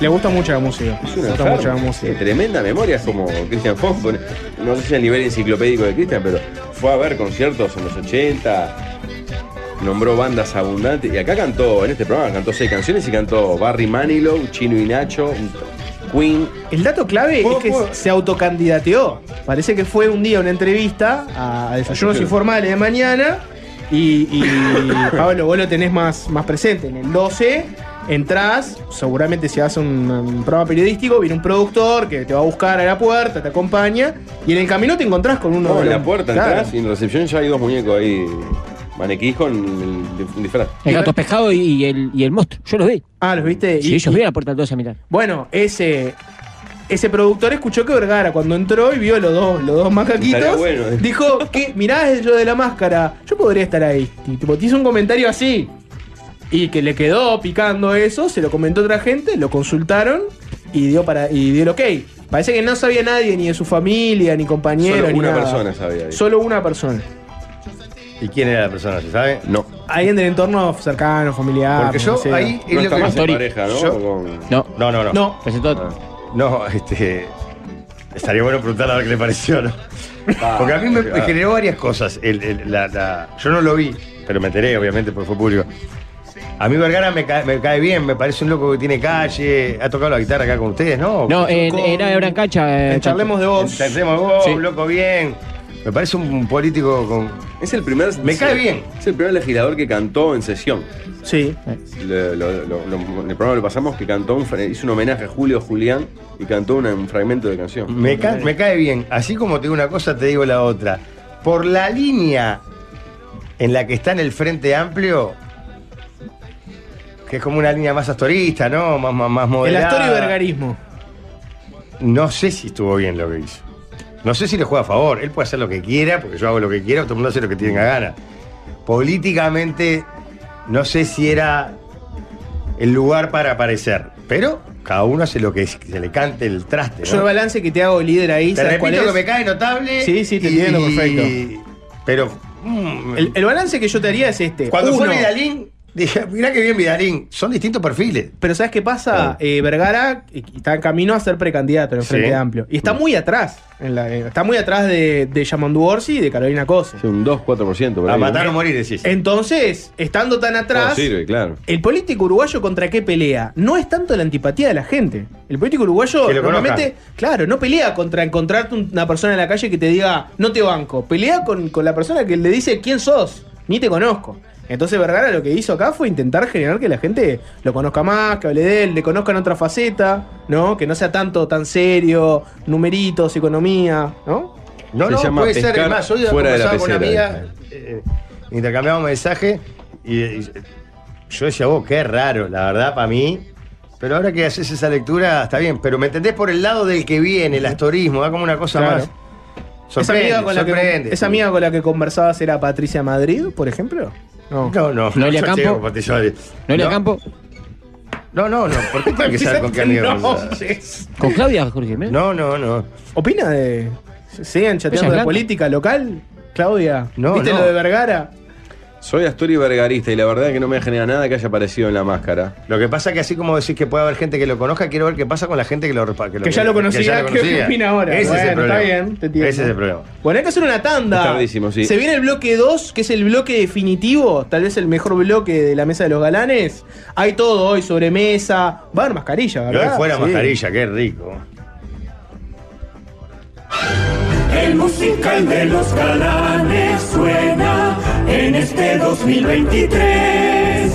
S6: Le gusta mucho la música.
S5: Es
S6: Le
S5: una
S6: gusta mucho la
S5: enferma. Tiene
S6: música.
S5: tremenda memoria, es como Cristian Fong. pone- No sé si el nivel enciclopédico de Cristian, pero fue a ver conciertos en los 80, nombró bandas abundantes. Y acá cantó, en este programa, cantó seis canciones y cantó Barry Manilow, Chino y Nacho, Queen.
S6: El dato clave es
S5: ¿Puedo-
S6: que
S5: puedo?
S6: se autocandidateó. Parece que fue un día una entrevista a Desayunos
S5: Atención.
S6: Informales de mañana Y, y Pablo, vos lo tenés más, más presente. En el 12 entras, seguramente si haces un, un programa periodístico, viene un productor que te va a buscar a la puerta, te acompaña, y en el camino te encontrás con uno.
S5: No,
S6: de
S5: en
S6: los-
S5: Oh, la puerta
S6: Claro.
S5: entras y en recepción ya hay dos muñecos ahí, maniquís con el dif- disfraz.
S9: El gato pescado y el, y el monstruo. Yo los vi.
S6: Ah, ¿los viste?
S9: Sí,
S6: Y-
S9: ellos vi a la puerta del 12 a mirar.
S6: Bueno, ese, ese productor escuchó que Vergara cuando entró y vio los dos, los dos
S5: Estaría
S6: macaquitos,
S5: bueno, eh.
S6: dijo que mirá es lo de la máscara, yo podría estar ahí. Y tipo, te hizo un comentario así. Y que le quedó picando eso, se lo comentó otra gente, lo consultaron y dio para y dio el ok. Parece que no sabía nadie, ni de su familia, ni compañero,
S5: Solo
S6: ni
S5: una
S6: nada.
S5: persona sabía. dijo.
S6: Solo una persona.
S7: ¿Y quién era la persona? ¿Se sabe?
S5: No.
S6: Alguien del entorno cercano, familiar.
S7: Porque yo
S6: lo que sea.
S7: ahí
S5: No
S7: es lo
S5: está
S7: que-
S5: más en pareja, ¿no?
S7: Yo-
S5: Con-
S9: No,
S7: No, no, no.
S6: No,
S9: presentó.
S7: Ah, No, este. Estaría bueno preguntarle a ver qué le pareció, ¿no? Porque a mí me, me generó varias cosas. El- el- la- la- yo no lo vi, pero me enteré, obviamente, porque fue público. A mí Vergara me cae, me cae bien, me parece un loco que tiene calle. Ha tocado la guitarra acá con ustedes, ¿no?
S9: No, en-
S6: con-
S9: era de eh, Brancacha.
S6: en charlemos de vos.
S7: Pensemos, vos,
S9: Sí.
S7: un loco bien. Me parece un político con.
S5: Es el primer.
S7: Me cae bien.
S5: Es el primer legislador que cantó en sesión.
S6: Sí.
S9: Eh,
S5: Lo- lo- lo- lo- en el programa lo pasamos que cantó un fra- hizo un homenaje a Julio Julián y cantó una- un fragmento de canción.
S7: Me, ca- me cae bien. Así como te digo una cosa, te digo la otra. Por la línea en la que está en el Frente Amplio, que es como una línea más astorista, ¿no? Más, más, más
S6: El
S7: moderada.
S6: actor y vergarismo.
S7: No sé si estuvo bien lo que hizo. No sé si le juega a favor. Él puede hacer lo que quiera, porque yo hago lo que quiera, todo el mundo hace lo que tenga gana. Políticamente, no sé si era el lugar para aparecer. Pero cada uno hace lo que se le cante el traste. ¿no?
S6: Yo el balance que te hago líder ahí,
S7: Te
S6: ¿sabes
S7: repito
S6: cuál es?
S7: que me cae notable.
S6: Sí, sí, te
S7: y-
S6: entiendo perfecto.
S7: Pero. mm,
S6: El, el balance que yo te haría es este.
S7: cuando fue
S6: Uno,
S7: Vidalín, dije, mirá que bien Vidalín. Son distintos perfiles.
S6: Pero ¿sabes qué pasa? Eh, Vergara eh, está en camino a ser precandidato en el
S7: Sí. Mm.
S6: Frente Amplio. Y está muy atrás. en la- eh, está muy atrás de, de Yamandu Orsi y de Carolina Cose.
S5: Sí, un 2-4%. por
S7: A
S5: ahí, ¿no?
S7: matar o morir, decís.
S6: Entonces, estando tan atrás,
S5: No sirve, claro.
S6: el político uruguayo contra qué pelea? No es tanto la antipatía de la gente. El político uruguayo
S7: Que lo
S6: normalmente, claro, no pelea contra encontrarte una persona en la calle que te diga, no te banco. Pelea con, con la persona que le dice, ¿quién sos? Ni te conozco. Entonces Vergara lo que hizo acá fue intentar generar que la gente lo conozca más, que hable de él, le conozcan otra faceta, ¿no? Que no sea tanto tan serio, numeritos, economía, ¿no?
S7: No,
S5: Se
S7: no,
S5: llama
S7: puede ser.
S5: pescar
S7: Es más, hoy
S5: fuera de la
S7: conversaba con una
S5: pecera,
S7: amiga, eh, intercambiamos mensajes y, y yo decía, vos, qué raro, la verdad, para mí. Pero ahora que haces esa lectura, está bien. Pero me entendés por el lado del que viene, el astorismo, da como una cosa
S6: Claro.
S7: más. Sorprende,
S6: esa, amiga con la
S7: sorprende.
S6: que, esa amiga con la que conversabas era Patricia Madrid, por ejemplo. No.
S7: No, no.
S9: Noelia
S7: yo
S9: Campo.
S7: llego, Patricio, dale.
S9: No le
S7: No.
S9: campo.
S7: No, no, no. ¿Por qué tengo que saber con qué amigo?
S6: Nombres.
S9: Con Claudia Jorge Jiménez.
S7: No, no, no.
S6: ¿Opina de. ¿Sigan
S9: Ella
S6: chateando
S9: es
S6: de
S9: blanca.
S6: política local? Claudia,
S7: No,
S6: ¿viste
S7: no.
S6: lo de Vergara?
S5: Soy Asturi Vergarista y la verdad es que no me genera nada que haya aparecido en la máscara.
S7: Lo que pasa es que así como decís que puede haber gente que lo conozca, quiero ver qué pasa con la gente que lo que,
S6: Que ya lo conocía, ¿qué opina ahora?
S7: Ese es
S6: Bueno,
S7: el
S6: está
S7: problema.
S6: bien, te entiendo.
S7: Ese es el problema.
S6: Bueno, hay que hacer una tanda.
S5: Es tardísimo, sí.
S6: Se viene el bloque 2, que es el bloque definitivo, tal vez el mejor bloque de la mesa de los galanes. Hay todo hoy, sobremesa. Va a haber mascarilla,
S7: Lo
S6: ¿verdad?
S7: de fuera
S6: Sí.
S7: mascarilla, qué rico.
S2: El musical de los galanes suena en este 2023.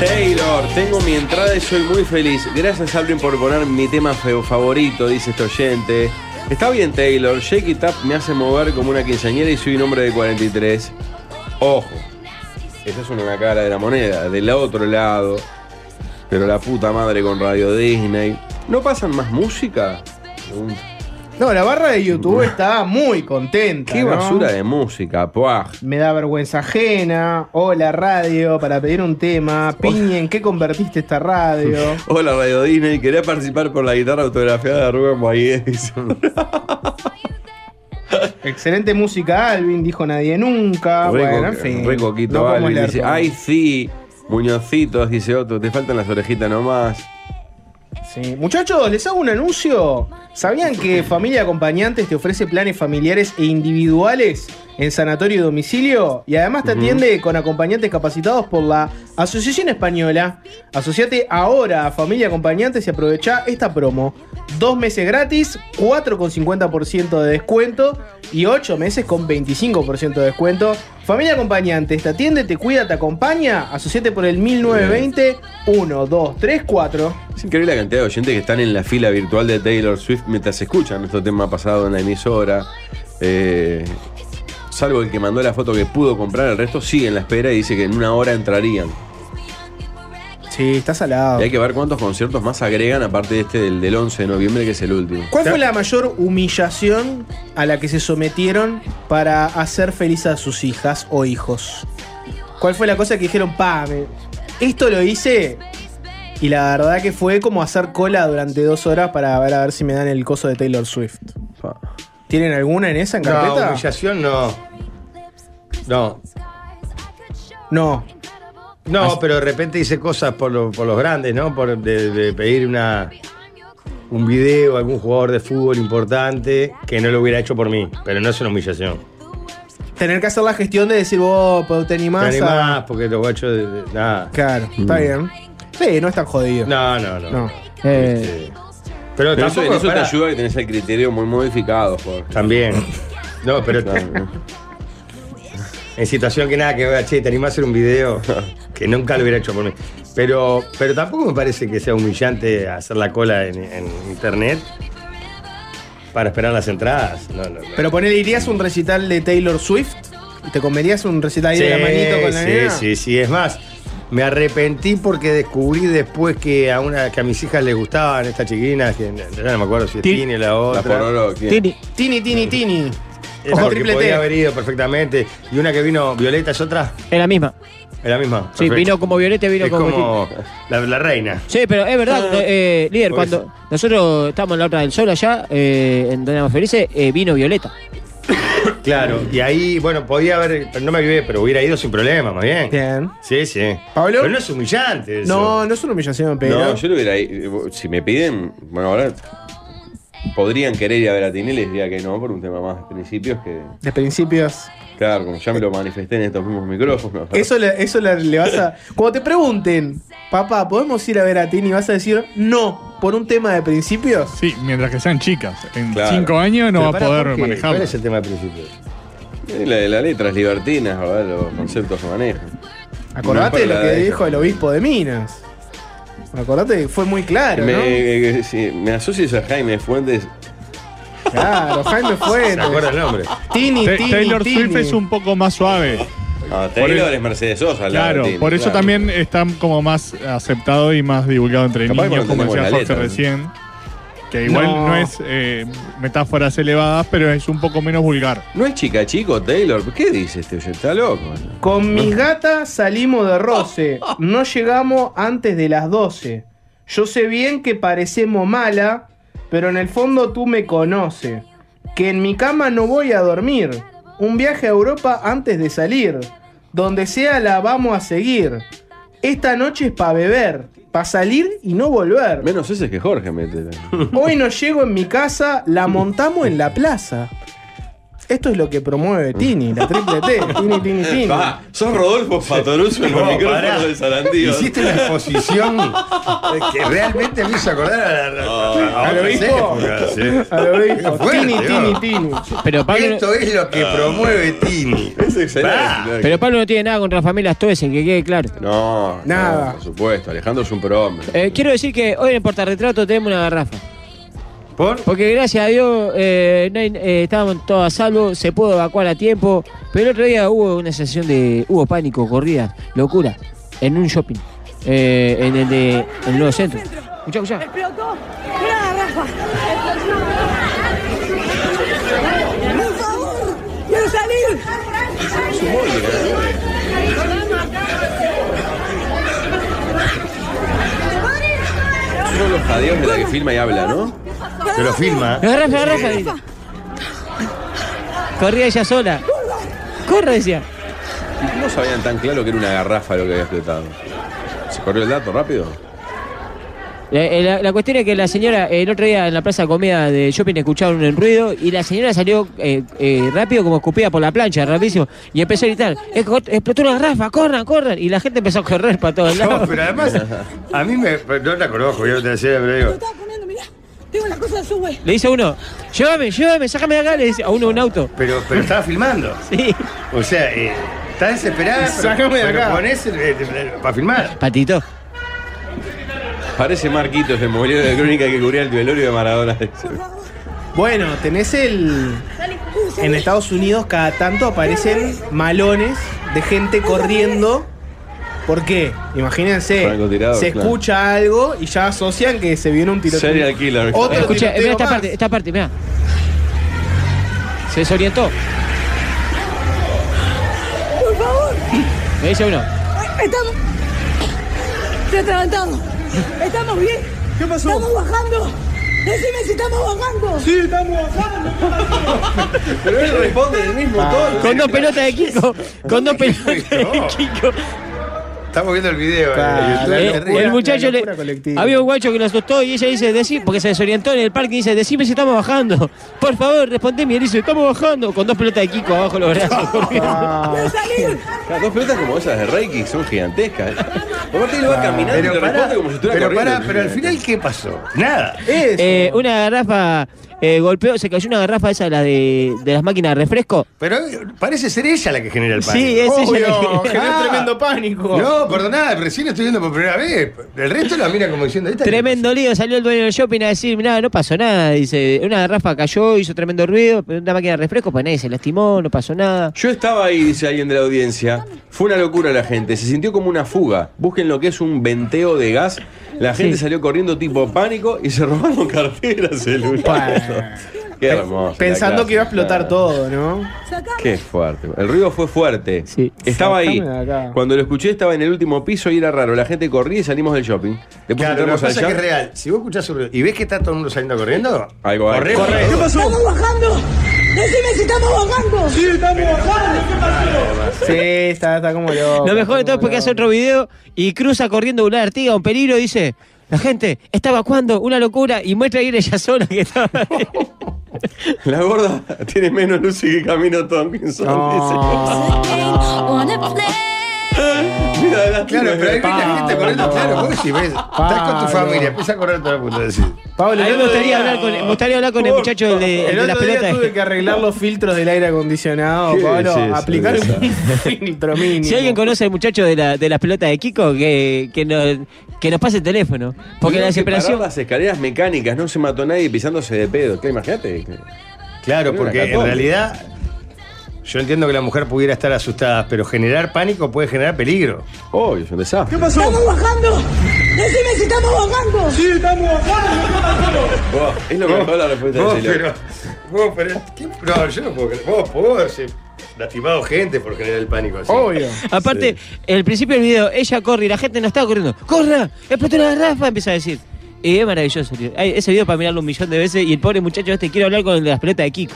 S5: Taylor, tengo mi entrada y soy muy feliz. Gracias, Alvin, por poner mi tema fe- favorito, dice este oyente. Está bien, Taylor. Shake It Up me hace mover como una quinceañera y soy un hombre de 43. Ojo, esa es una cara de la moneda. Del otro lado, pero la puta madre con Radio Disney. ¿No pasan más música? Pregunta.
S6: No, la barra de YouTube está muy contenta.
S5: Qué
S6: ¿no?
S5: basura de música, puaj.
S6: Me da vergüenza ajena. Hola radio, para pedir un tema. Piñe, ¿en qué convertiste esta radio?
S5: Hola Radio Disney, quería participar por la guitarra autografiada de Rubén Boyer.
S6: Excelente música, Alvin, dijo nadie nunca. Ah, bueno, en fin.
S5: Re coquito,
S6: No podemos
S5: Alvin,
S6: leer
S5: dice,
S6: todo.
S5: ay sí, muñoncitos, dice otro, te faltan las orejitas nomás.
S6: Sí. Muchachos, les hago un anuncio. ¿Sabían que Familia Acompañantes te ofrece planes familiares e individuales en sanatorio y domicilio? Y además te atiende con acompañantes capacitados por la Asociación Española. Asociate ahora a Familia Acompañantes y aprovecha esta promo. Dos meses gratis, 4,50% de descuento y 8 meses con 25% de descuento. Familia Acompañantes, te atiende, te cuida, te acompaña. Asociate por el 1920 1, 2, 3, 4.
S5: Es increíble la cantidad de oyentes que están en la fila virtual de Taylor Swift mientras escuchan nuestro tema pasado en la emisora. Eh, salvo el que mandó la foto que pudo comprar, el resto sigue en la espera y dice que en una hora entrarían.
S6: Sí, está salado.
S5: Y hay que ver cuántos conciertos más agregan, aparte de este del, del 11 de noviembre, que es el último.
S6: ¿Cuál fue la mayor humillación a la que se sometieron para hacer feliz a sus hijas o hijos? ¿Cuál fue la cosa que dijeron, pa, me- esto lo hice? Y la verdad que fue como hacer cola durante dos horas para ver a ver si me dan el coso de Taylor Swift.
S5: Pa.
S6: ¿Tienen alguna en esa en
S7: No,
S6: carpeta?
S7: humillación no. No,
S6: No.
S7: no, pero de repente hice cosas por, lo- por los grandes, ¿no? Por de, de pedir una un video a algún jugador de fútbol importante que no lo hubiera hecho por mí, pero no es una humillación.
S6: Tener que hacer la gestión de decir, vos, pero te
S7: No
S6: animás,
S7: ni
S6: a-
S7: más porque los guachos de- de- nada.
S6: Claro,
S5: Mm.
S6: está bien. Sí, no es tan jodido.
S7: No, no, no.
S6: No.
S9: Eh,
S7: Este, pero
S5: Pero eso,
S7: tampoco
S5: en eso te
S7: pará.
S5: ayuda que tenés el criterio muy modificado, Jorge.
S7: También. No, pero
S5: Claro.
S7: en situación que nada que ver, che, te animás a hacer un video que nunca lo hubiera hecho por mí. Pero, pero tampoco me parece que sea humillante hacer la cola en, en internet para esperar las entradas. No, no, no.
S6: Pero ponele, irías a un recital de Taylor Swift y te comerías un recital ahí
S7: sí,
S6: de la manito con la
S7: sí,
S6: nena.
S7: sí, sí. Es más, me arrepentí porque descubrí después que a una que a mis hijas les gustaban estas chiquinas, que ya no me acuerdo si es
S6: Ti-
S7: Tini o la
S5: La
S7: otra.
S5: pororó, ¿quién?
S9: Tini,
S6: Tini, tini, tini.
S7: Eh,
S6: Ojo,
S7: porque
S6: triple
S7: podía
S6: T.
S7: haber ido perfectamente. Y una que vino Violeta es otra,
S9: es la misma.
S7: es la misma.
S9: Sí,
S7: Perfecto.
S9: vino como Violeta, vino
S7: Es
S9: como.
S7: como Ah, la, la reina.
S9: Sí, pero es verdad, no, eh, líder,
S7: Por
S9: cuando
S7: eso.
S9: nosotros estábamos en la otra del sol allá, eh, en Donde Éramos Felices, eh, vino Violeta.
S7: Claro, y ahí, bueno, podía haber, pero no me avivé, pero hubiera ido sin problema, más bien.
S6: Bien.
S7: Sí, sí.
S6: ¿Pablo?
S7: Pero no es humillante eso.
S6: No, no es una humillación, pero.
S5: No, yo lo hubiera ido. Si me piden, bueno, ahora podrían querer ir a ver a Tini, les diría que no, por un tema más de principios que.
S6: De principios.
S5: Claro, como ya me lo manifesté en estos mismos micrófonos.
S6: Eso, le, eso le, le vas a. Cuando te pregunten, papá, ¿podemos ir a ver a Tini? Vas a decir, no, por un tema de principios.
S8: Sí, mientras que sean chicas. En
S5: Claro.
S8: cinco años no
S7: Pero
S8: va a
S7: pará,
S8: poder
S7: ¿por qué?
S8: manejarlo.
S7: ¿Cuál es el tema de principio?
S5: Eh, La, la letra es libertina, ¿verdad? Los conceptos que manejan.
S6: Acordate
S5: No, para
S6: lo
S5: la
S6: que
S5: de-
S6: dijo el obispo de Minas. Acordate, fue muy claro,
S5: me,
S6: ¿no?
S5: eh, sí, me asocias a Jaime Fuentes.
S6: Claro, Jaime fue.
S7: ¿Se acuerda el nombre?
S6: Tini,
S8: Ta-
S6: Tini.
S8: Taylor
S6: Tini.
S8: Swift es un poco más suave.
S5: Ah, Taylor
S8: el-
S5: es Mercedes Sosa, la
S8: Claro,
S5: Tini,
S8: por eso
S5: claro.
S8: también está como más aceptado y más divulgado entre
S5: Capaz que
S8: niños,
S5: no
S8: como
S5: tenemos
S8: decía
S5: la
S8: Jorge
S5: letra, ¿no?
S8: recién. Que igual
S6: No.
S8: no, es eh, metáforas elevadas, pero es un poco menos vulgar.
S5: ¿No es chica chico, Taylor? ¿Qué dice este oyente? Está loco.
S6: Con mis gatas salimos de roce. No llegamos antes de las 12. Yo sé bien que parecemos mala, pero en el fondo tú me conoces. Que en mi cama no voy a dormir. Un viaje a Europa antes de salir. Donde sea la vamos a seguir. Esta noche es para beber, para salir y no volver.
S5: Menos ese que Jorge mete.
S6: Hoy no llego en mi casa, la montamos en la plaza. Esto es lo que promueve Tini, la triple T. Tini, Tini, Tini.
S5: Ah, sos Rodolfo Fatoruso en los
S7: No, pará.
S5: micrófonos de Sarandío.
S7: Hiciste una exposición eh, que realmente me hizo acordar a la. a- a
S6: ¿Al
S7: otras
S6: obispo?
S7: épocas, eh.
S6: A lo mismo.
S7: Qué fuerte,
S6: Tini,
S7: ¿no?
S6: Tini, Tini.
S9: Pero Pablo,
S7: Ah, Esto es lo que promueve Tini.
S5: Es excelente.
S7: Ah,
S9: pero Pablo no tiene nada contra las familias Toesen, que quede claro.
S5: No, no,
S6: Nada.
S5: por supuesto, Alejandro es un prohombre.
S9: Eh, quiero decir que hoy en el portarretrato tenemos una garrafa.
S7: ¿Por?
S9: Porque gracias a Dios eh, no hay- eh, estábamos todos a salvo, se pudo evacuar a tiempo. Pero el otro día hubo una sesión de. hubo pánico, corridas, locura, en un shopping. eh, en el de. en el nuevo centro. Escuchá, escuchá.
S11: Explotó una garrafa. Por favor, quiero salir.
S5: Son los jadeos de la que filma y habla, ¿no?
S7: Te lo filma.
S9: La garrafa, la garrafa. dice. Corría ella sola. Corre, decía.
S5: No sabían tan claro que era una garrafa lo que había explotado. ¿Se corrió el dato rápido?
S9: La, eh, la- la cuestión es que la señora, el otro día en la plaza de comida de shopping escucharon un ruido y la señora salió eh, eh, rápido como escupida por la plancha, rapidísimo, y empezó a gritar, "Es- explotó una garrafa, corran, corran, y la gente empezó a correr para todos
S7: No,
S9: lados.
S7: pero además, a mí me. No la conozco, yo te decía, pero digo.
S11: estaba comiendo, mirá. Tengo las cosas del subway.
S9: Le dice a uno, llévame, llévame, sácame de acá, le dice a uno de un auto.
S7: Pero, pero estaba filmando.
S9: Sí.
S7: O sea, eh, está desesperada. pero-
S6: Sácame de
S7: pero
S6: acá.
S7: ponés el- eh, eh, para filmar.
S9: Patito.
S5: Parece Marquitos de mobiliario de crónica que cubría el velorio de Maradona.
S6: Bueno, tenés el. En Estados Unidos cada tanto aparecen malones de gente corriendo. ¿Por qué? Imagínense,
S5: Francotirador,
S6: se
S5: claro.
S6: escucha algo y ya asocian que se viene un tiroteo.
S5: Serial killer.
S6: Otro
S9: Escucha,
S6: tiroteo
S9: mira esta
S6: más.
S9: parte, esta parte, mira. Se desorientó.
S11: Por favor.
S9: Le dice a uno,
S11: Estamos. Se atragantamos. Estamos bien.
S6: ¿Qué pasó?
S11: Estamos bajando. Decime si estamos bajando.
S6: Sí, estamos bajando.
S5: Pero él responde el
S7: Ah.
S5: mismo todo.
S9: con dos pelotas de Kiko, con dos pelotas de Kiko.
S7: Estamos viendo el video.
S6: Claro,
S7: eh,
S9: Eh,
S7: YouTube.
S6: La locura,
S9: el muchacho
S6: la
S9: le,
S6: locura colectiva.
S9: había un guacho que lo asustó y ella dice, decí, porque se desorientó en el parque y dice, decime si estamos bajando. Por favor, respondeme. Y él dice, estamos bajando. Con dos pelotas de Kiko abajo los brazos.
S11: Quiero salir.
S5: Las dos pelotas como esas de Reiki son gigantescas. ¿eh? Aparte él va caminando y
S7: Ah.
S5: te
S7: Pero pará,
S5: responde como si estuviera
S7: pero,
S5: corriendo.
S7: pará, pero al final, ¿qué pasó? Nada.
S6: Eso.
S9: Eh, una garrafa eh, golpeó, se cayó una garrafa esa, la de, de las máquinas de refresco.
S7: Pero eh, parece ser ella la que genera el pánico.
S9: Sí, es ella la que-
S6: Obvio, generó
S7: Ah.
S6: tremendo pánico.
S7: No, perdoná, recién estoy viendo por primera vez. El resto la mira como diciendo. ¿esta qué
S9: Tremendo lío, salió el dueño del shopping a decir, mirá, no pasó nada. Dice, una garrafa cayó, hizo tremendo ruido, pero una máquina de refresco, pues nadie se lastimó, no pasó nada.
S5: Yo estaba ahí, dice alguien de la audiencia. Fue una locura la gente. Se sintió como una fuga. Busquen lo que es un venteo de gas. La gente
S9: Sí.
S5: salió corriendo tipo pánico y se robaron carteras, celulares. Qué hermoso.
S6: Pensando que iba a explotar
S5: todo.
S6: todo, ¿no?
S11: Sacame.
S5: Qué fuerte. El ruido fue fuerte.
S9: Sí.
S5: Estaba ahí.
S6: Sacame de acá.
S5: Cuando lo escuché estaba en el último piso y era raro. La gente corría y salimos del shopping. Después
S7: Claro, lo que
S5: entramos
S7: pasa es
S5: allá.
S7: que es real. Si vos escuchás un ruido y ves que está todo el mundo saliendo corriendo,
S5: Algo hay.
S7: corre,
S5: Corre.
S7: corre.
S11: Estamos bajando. Decime si estamos bajando.
S6: Sí, está, está como loco.
S9: Lo mejor de todo es
S6: está como
S9: porque hace
S6: loco.
S9: otro video y cruza corriendo una artiga, un peligro, y dice, la gente, estaba evacuando, una locura, y muestra ir ella sola que estaba. ahí.
S5: La gorda tiene menos luces que Camino Tomkinson.
S6: No.
S5: dice. Mira, adelante.
S7: Claro, pero ahí ves la gente corriendo, claro, vos si ves, estás con tu
S6: Pablo.
S7: familia, empieza a correr toda la punta de decir.
S6: Pablo,
S9: A mí
S6: el
S9: me
S6: otro
S9: gustaría
S6: día-
S9: hablar con, me gustaría hablar con el muchacho del de, el
S6: El
S9: de las
S6: otro día
S9: pelotas.
S6: tuve que arreglar los filtros del aire acondicionado,
S5: Qué
S6: Pablo.
S5: belleza,
S6: aplicar
S5: belleza.
S6: un filtro mínimo.
S9: Si alguien conoce al muchacho de, la- de las pelotas de Kiko, que, que, nos, que nos pase el teléfono. Porque la
S5: Tuvieron que
S9: desesperación...
S5: parar las escaleras mecánicas, no se mató nadie pisándose de pedo. ¿Qué? Imagínate.
S7: Claro, porque en
S5: Católica.
S7: realidad yo entiendo que la mujer pudiera estar asustada, pero generar pánico puede generar peligro.
S5: Oh, es un desastre.
S11: Estamos bajando. Decime si estamos bajando.
S5: Oh, es lo que me la respuesta
S7: Vos,
S5: de Celo.
S7: pero, vos, pero, ¿qué? no, yo no puedo creer. Vos, por haber sí, lastimado gente por generar el pánico así.
S6: Obvio.
S9: Aparte, el principio del video, ella corre y la gente no estaba corriendo. ¡Corra! ¡Explotó la garrafa! Empieza a decir. Y es maravilloso, tío. Ay, Ese video para mirarlo un millón de veces y el pobre muchacho este quiere hablar con el de las pelotas de Kiko.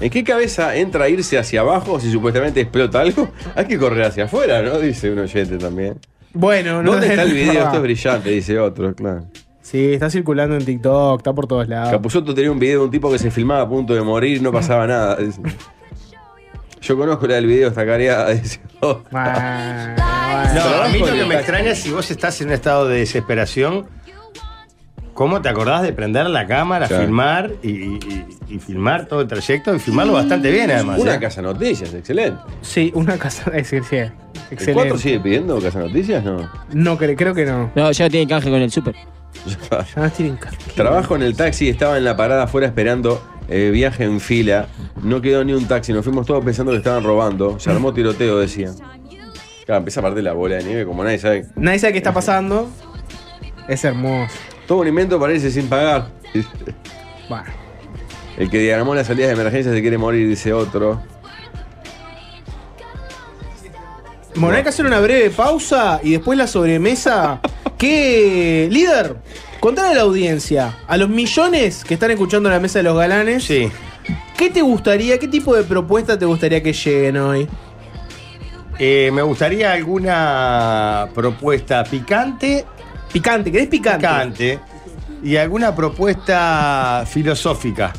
S5: ¿En qué cabeza entra a irse hacia abajo si supuestamente explota algo? Hay que correr hacia afuera, ¿no? Dice un oyente también.
S6: Bueno, no
S5: ¿Dónde está el video?
S6: Ah.
S5: Esto es brillante, dice otro, claro.
S6: Sí, está circulando en TikTok, está por todos lados.
S5: Capuzotto tenía un video de un tipo que se filmaba a punto de morir y no pasaba nada. dice. Yo conozco la del video, esta careada, dice otro.
S6: Ah,
S7: No,
S6: bueno.
S7: a mí lo que
S5: Trabajo
S7: me
S5: de-
S7: extraña es si vos estás en un estado de desesperación, ¿cómo te acordás de prender la cámara,
S5: Claro.
S7: filmar y, y- y- y filmar todo el trayecto? Y filmarlo bastante bien, además.
S5: Una
S7: ¿eh?
S5: casa noticias, excelente.
S6: Sí, una casa. Es decir, sí,
S5: ¿El 4
S6: Excelente.
S5: sigue pidiendo casa noticias? No.
S6: No, cre- creo que no.
S9: No, ya tiene canje con el súper.
S6: Ya no tienen ca-
S5: Trabajo en el taxi, estaba en la parada afuera esperando eh, viaje en fila. No quedó ni un taxi, nos fuimos todos pensando que estaban robando. Se armó tiroteo, decían. Claro, empieza a partir la bola de nieve, como nadie sabe.
S6: Nadie sabe qué está pasando. Es hermoso.
S5: Todo un invento para irse sin pagar.
S6: Bueno.
S5: El que diagramó las salidas de emergencia se quiere morir, dice otro.
S6: Bueno, hay que hacer una breve pausa y después la sobremesa. ¿Qué líder? Contale a la audiencia, a los millones que están escuchando la mesa de los galanes,
S7: Sí.
S6: ¿qué te gustaría, qué tipo de propuesta te gustaría que lleguen hoy?
S7: Eh, me gustaría alguna propuesta picante,
S6: Picante, ¿querés picante?
S7: picante, y alguna propuesta filosófica.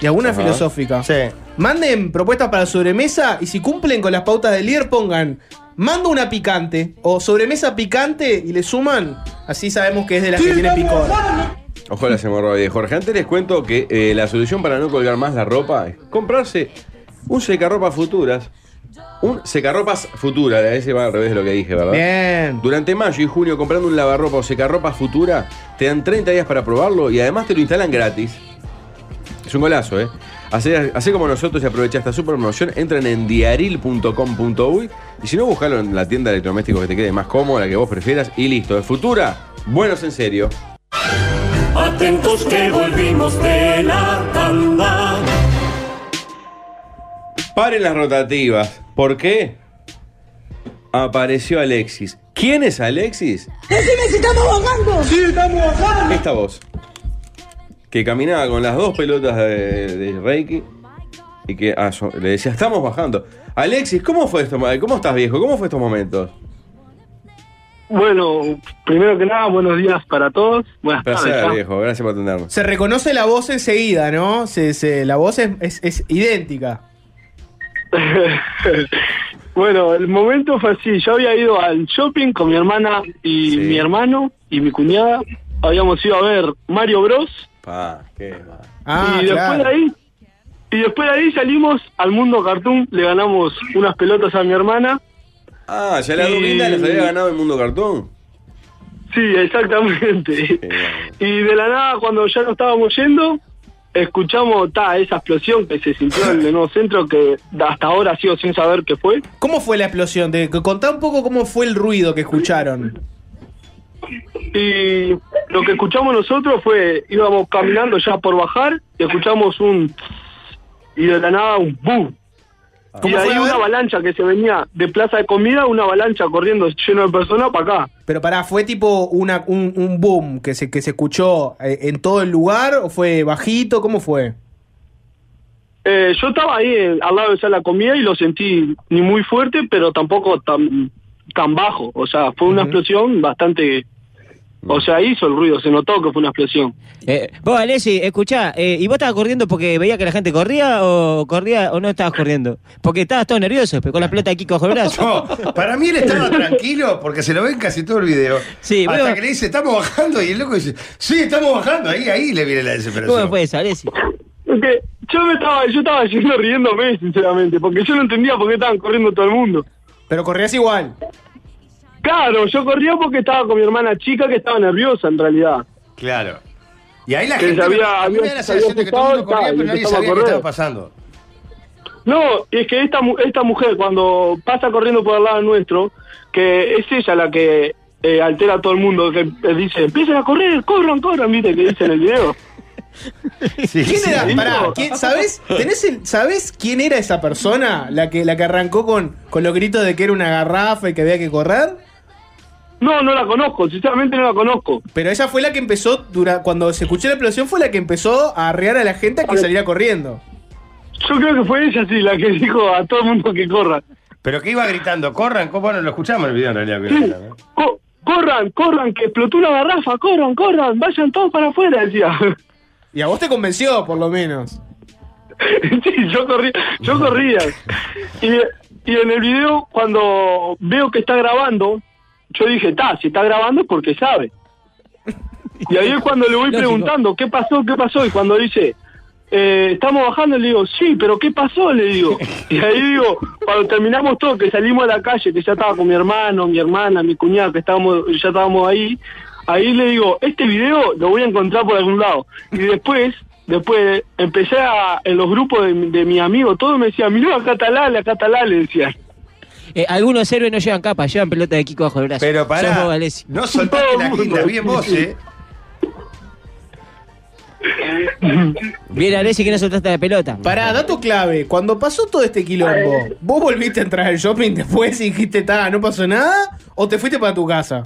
S6: ¿Y alguna
S7: Ajá.
S6: filosófica?
S7: Sí.
S6: Manden propuestas para sobremesa y si cumplen con las pautas del líder pongan mando una picante o sobremesa picante y le suman. Así sabemos que es de las que tiene picor.
S5: Ojo a las hemorroides, Jorge. Antes les cuento que eh, la solución para no colgar más la ropa es comprarse un secarropas futuras. Un secarropas futura, ese va al revés de lo que dije, ¿verdad?
S6: Bien.
S5: Durante mayo y junio, comprando un lavarropa o secarropas futura, te dan 30 días para probarlo y además te lo instalan gratis. Es un golazo, ¿eh? Hacé, hacé como nosotros y aprovecha esta super promoción. Entran en diaril.com.uy y si no, buscalo en la tienda de electrodomésticos que te quede más cómoda, la que vos prefieras y listo. De futura, buenos en serio.
S12: Atentos que volvimos de la tanda.
S5: Paren las rotativas. ¿Por qué? Apareció Alexis. ¿Quién es Alexis?
S11: Decime si estamos bajando. Sí, estamos bajando.
S5: Ah, Esta voz. Que caminaba con las dos pelotas de, de Reiki y que a su- le decía, estamos bajando. Alexis, ¿cómo fue esto? ma- ¿Cómo estás viejo? ¿Cómo fue estos momentos?
S13: Bueno, primero que nada, buenos días para todos. Buenas tardes. ¿ah?
S5: Placer,
S13: ya.
S5: viejo. Gracias por atendernos.
S6: Se reconoce la voz enseguida, ¿no? Se, se- la voz es, es- es idéntica.
S13: bueno, el momento fue así. Yo había ido al shopping con mi hermana y mi hermano y mi cuñada. Habíamos ido a ver Mario Bros.
S5: Pa, qué
S6: Ah,
S13: y después
S6: claro.
S13: de ahí, y después de ahí salimos al mundo cartoon. Le ganamos unas pelotas a mi hermana.
S5: Ah, ya la
S13: Y-
S5: Duquita les había ganado el mundo cartón.
S13: Sí, exactamente. Y de la nada, cuando ya nos estábamos yendo, escuchamos ta, esa explosión que se sintió en el nuevo centro que hasta ahora sigo sin saber qué fue.
S6: ¿Cómo fue la explosión? Te, contá un poco cómo fue el ruido que escucharon.
S13: Y lo que escuchamos nosotros fue, íbamos caminando ya por bajar, y escuchamos un... tss, Y de la nada un bu.
S6: ¿Cómo
S13: Y de
S6: fue,
S13: ahí
S6: a ver?
S13: una avalancha que se venía de plaza de comida, una avalancha corriendo lleno de personas para acá.
S6: Pero pará, ¿fue tipo una, un, un boom que se, que se escuchó eh, en todo el lugar o fue bajito? ¿Cómo fue?
S13: Eh, yo estaba ahí eh, al lado de esa la comida y lo sentí ni muy fuerte, pero tampoco tan, tan bajo. O sea, fue una explosión bastante... O sea, hizo el ruido, se notó que fue una explosión.
S9: Eh, vos, Alessi, escuchá, eh, ¿y vos estabas corriendo porque veía que la gente corría o corría o no estabas corriendo? Porque estabas todo nervioso, con la pelota aquí cojo el brazo.
S7: Para mí él estaba tranquilo porque se lo ven casi todo el video.
S9: Sí,
S7: Hasta
S9: bueno.
S7: que le dice, estamos bajando, y el loco dice, sí, estamos bajando. Ahí, ahí le viene la desesperación.
S9: ¿Cómo fue esa, Alessi?
S13: Porque yo me estaba, yo estaba yendo riéndome, sinceramente, porque yo no entendía por qué estaban corriendo todo el mundo.
S6: Pero corrías igual.
S13: Claro, yo corría porque estaba con mi hermana chica que estaba nerviosa en realidad.
S7: Claro. Y ahí la
S13: Que
S7: gente.
S13: sabía-
S7: a mí me da
S13: había-
S7: la sensación de que todo el mundo corría,
S13: había
S7: pero nadie
S13: empezado a
S7: sabía qué
S13: correr.
S7: estaba pasando.
S13: No, y es que esta, mu- esta mujer cuando pasa corriendo por el lado nuestro, que es ella la que eh, altera a todo el mundo, que eh, dice, empiecen a correr, corran, corran, viste, que dice en el video.
S6: ¿Quién era? Pará, ¿quién- ¿sabés, tenés el- ¿sabés quién era esa persona? La que, la que arrancó con, con los gritos de que era una garrafa y que había que correr.
S13: No, no la conozco, sinceramente no la conozco.
S6: Pero ella fue la que empezó, dura, cuando se escuchó la explosión, fue la que empezó a arrear a la gente a que saliera corriendo.
S13: Yo creo que fue ella, sí, la que dijo a todo el mundo que corra.
S7: Pero que iba gritando, corran, ¿cómo? bueno, lo ¿eh? escuchamos en el video en realidad. pero-
S13: Co- corran, corran, que explotó una garrafa, corran, corran, vayan todos para afuera, decía.
S6: Y a vos te convenció, por lo menos.
S13: Sí, yo corría, yo corría. Y, y en el video, cuando veo que está grabando, yo dije, ta, si está grabando es porque sabe. Y ahí es cuando le voy
S9: Lógico.
S13: preguntando, ¿qué pasó? ¿Qué pasó? Y cuando dice, eh, estamos bajando, le digo, sí, pero ¿qué pasó? Le digo. Y ahí digo, cuando terminamos todo, que salimos a la calle, que ya estaba con mi hermano, mi hermana, mi cuñada, que estábamos, ya estábamos ahí, ahí le digo, este video lo voy a encontrar por algún lado. Y después, después empecé a, en los grupos de, mi- de mi amigo, todos me decían, mirá, acá está Lale, acá está Lale", decían.
S9: Eh, algunos héroes no llevan capa, llevan pelota de Kiko bajo el brazo.
S7: Pero
S9: Sos vos,
S7: pará,
S9: Alessi.
S7: no soltaste la quinta, bien vos, ¿eh?
S9: Bien, Alessi, que no soltaste la pelota.
S6: Pará, dato clave. Cuando pasó todo este quilombo, ¿vos volviste a entrar al shopping después y dijiste, ta, no pasó nada? ¿O te fuiste para tu casa?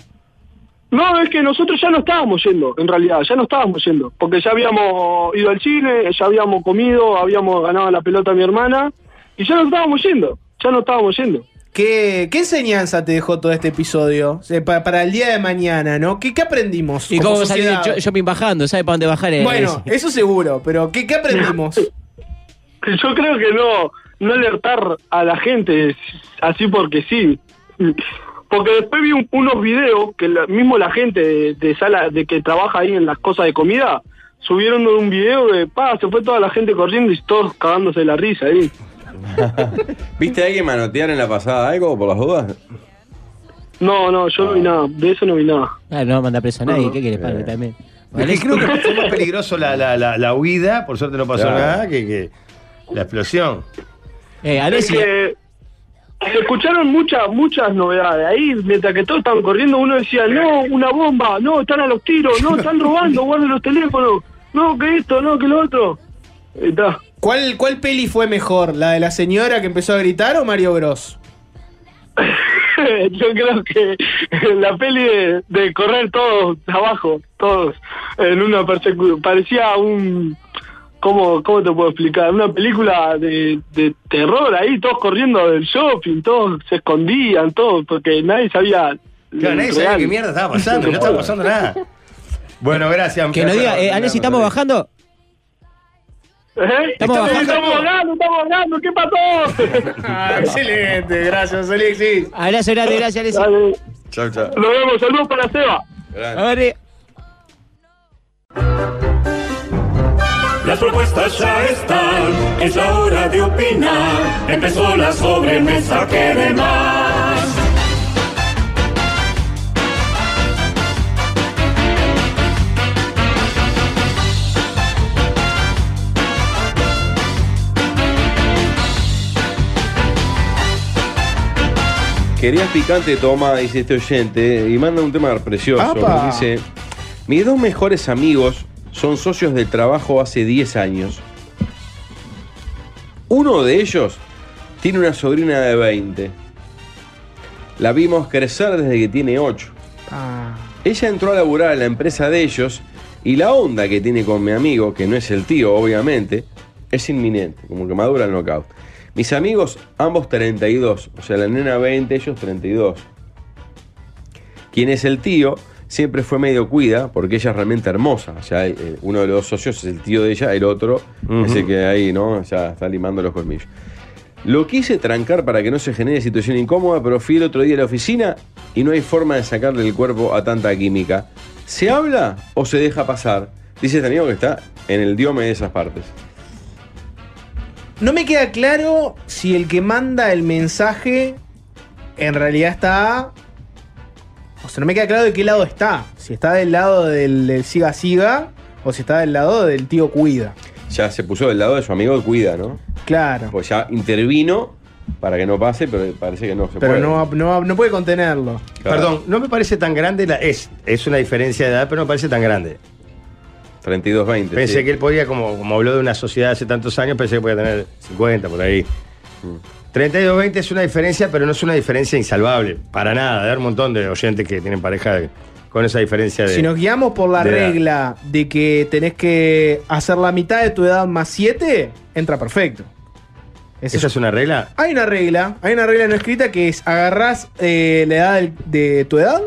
S13: No, es que nosotros ya no estábamos yendo, en realidad, ya no estábamos yendo, porque ya habíamos ido al cine, ya habíamos comido, habíamos ganado la pelota a mi hermana, y ya no estábamos yendo, ya no estábamos yendo.
S6: ¿Qué, qué enseñanza te dejó todo este episodio? O sea, pa- para, el día de mañana, ¿no? ¿Qué, qué aprendimos?
S9: Y
S6: como
S9: cómo salir
S6: sociedad?
S9: del shopping bajando, sabe para dónde bajar. eh,
S6: Bueno,
S9: ese.
S6: eso seguro, pero ¿qué, qué aprendimos?
S13: Yo creo que no, no alertar a la gente así porque sí. Porque después vi un- unos videos que la- mismo la gente de, de sala de que trabaja ahí en las cosas de comida subieron un video de pa, se fue toda la gente corriendo y todos cagándose de la risa ahí.
S5: ¿Viste a alguien manotear en la pasada algo por las dudas?
S13: No, no, yo no vi nada, de eso no vi nada.
S9: Ah, no manda preso a nadie, ¿qué quieres, Pablo? También.
S7: Es que creo que fue más peligroso la, la, la, la huida, por suerte no pasó
S9: Claro.
S7: nada, que, que la explosión.
S9: Eh,
S13: Es que se escucharon muchas, muchas novedades. Ahí, mientras que todos estaban corriendo, uno decía, no, una bomba, no, están a los tiros, no, están robando, guarden los teléfonos, no, que esto, no, que lo otro. Eh, Ahí está.
S6: ¿Cuál, ¿Cuál peli fue mejor? ¿La de la señora que empezó a gritar o Mario Bros?
S13: Yo creo que la peli de, de correr todos abajo, todos en una persecución, parecía un... ¿Cómo, ¿Cómo te puedo explicar? Una película de, de terror ahí, todos corriendo del shopping, todos se escondían, todos, porque nadie sabía...
S7: Claro, nadie sabía qué mierda estaba pasando, no estaba pasando nada. Bueno, gracias.
S9: Que nos diga, eh, Alessi, ¿estamos bajando?
S13: ¿Eh? Estamos,
S9: Estamos bajando.
S13: estamos hablando, estamos hablando, ¿qué pasó?
S6: Excelente, gracias, Alexis.
S9: Abrazo grande, gracias, Alessi.
S13: Dale.
S5: Chau, chau.
S13: Nos vemos, saludos para Seba.
S9: Abre.
S12: Las propuestas ya están, es la hora de opinar. Empezó la sobremesa que de más.
S5: Querías picante, toma, dice este oyente, y manda un tema precioso.
S6: ¡Apa!
S5: Nos Dice, mis dos mejores amigos son socios del trabajo hace 10 años. Uno de ellos tiene una sobrina de 20. La vimos crecer desde que tiene 8. Ella entró a laburar en la empresa de ellos y la onda que tiene con mi amigo, que no es el tío, obviamente, es inminente, como que madura el knockout. Mis amigos, ambos 32, o sea, la nena 20, ellos 32. Quien es el tío, siempre fue medio cuida, porque ella es realmente hermosa. O sea, el- el- uno de los socios es el tío de ella, el otro es el que ahí, ¿no? Ya está limando los colmillos. Lo quise trancar para que no se genere situación incómoda, pero fui el otro día a la oficina y no hay forma de sacarle el cuerpo a tanta química. ¿Se habla o se deja pasar? Dice este amigo que está en el diome de esas partes.
S6: No me queda claro si el que manda el mensaje en realidad está. O sea, no me queda claro de qué lado está. Si está del lado del, del siga siga o si está del lado del tío cuida.
S5: Ya se puso del lado de su amigo que cuida, ¿no?
S6: Claro.
S5: Pues ya intervino para que no pase, pero parece que no se
S6: Pero
S5: puede.
S6: no, no, no puede contenerlo.
S7: Perdón, no me parece tan grande la. Es, es una diferencia de edad, pero no me parece tan grande.
S5: 32-20.
S7: Pensé
S5: sí.
S7: que él podía, como, como habló de una sociedad hace tantos años, pensé que podía tener 50 por ahí. Mm. 32-20 es una diferencia, pero no es una diferencia insalvable. Para nada. Hay un montón de oyentes que tienen pareja de- con esa diferencia
S5: Eh,
S7: de.
S6: Si nos guiamos por la
S7: de edad.
S6: regla de que tenés que hacer la mitad de tu edad más 7, entra perfecto.
S7: ¿Esa es una regla?
S6: Hay una regla, hay una regla no escrita que es agarrás eh, la edad del- de tu edad,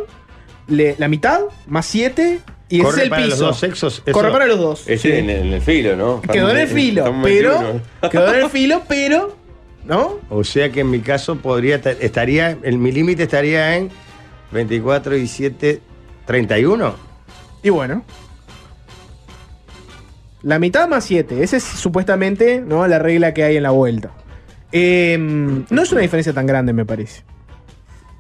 S6: le- la mitad, más 7, y ese
S5: Corre
S6: es el
S5: para los
S6: piso.
S5: dos sexos, eso-
S6: Corre para los dos.
S5: Ese
S6: sí.
S5: en, el, en el filo, ¿no?
S6: Quedó en el filo, pero. Quedó en el filo, pero. ¿No?
S7: O sea que en mi caso podría ta- estaría, el, mi límite estaría en 24 y 7, 31.
S6: Y bueno. La mitad más 7. Esa es supuestamente ¿no? la regla que hay en la vuelta. Em, no es una diferencia tan grande, me parece.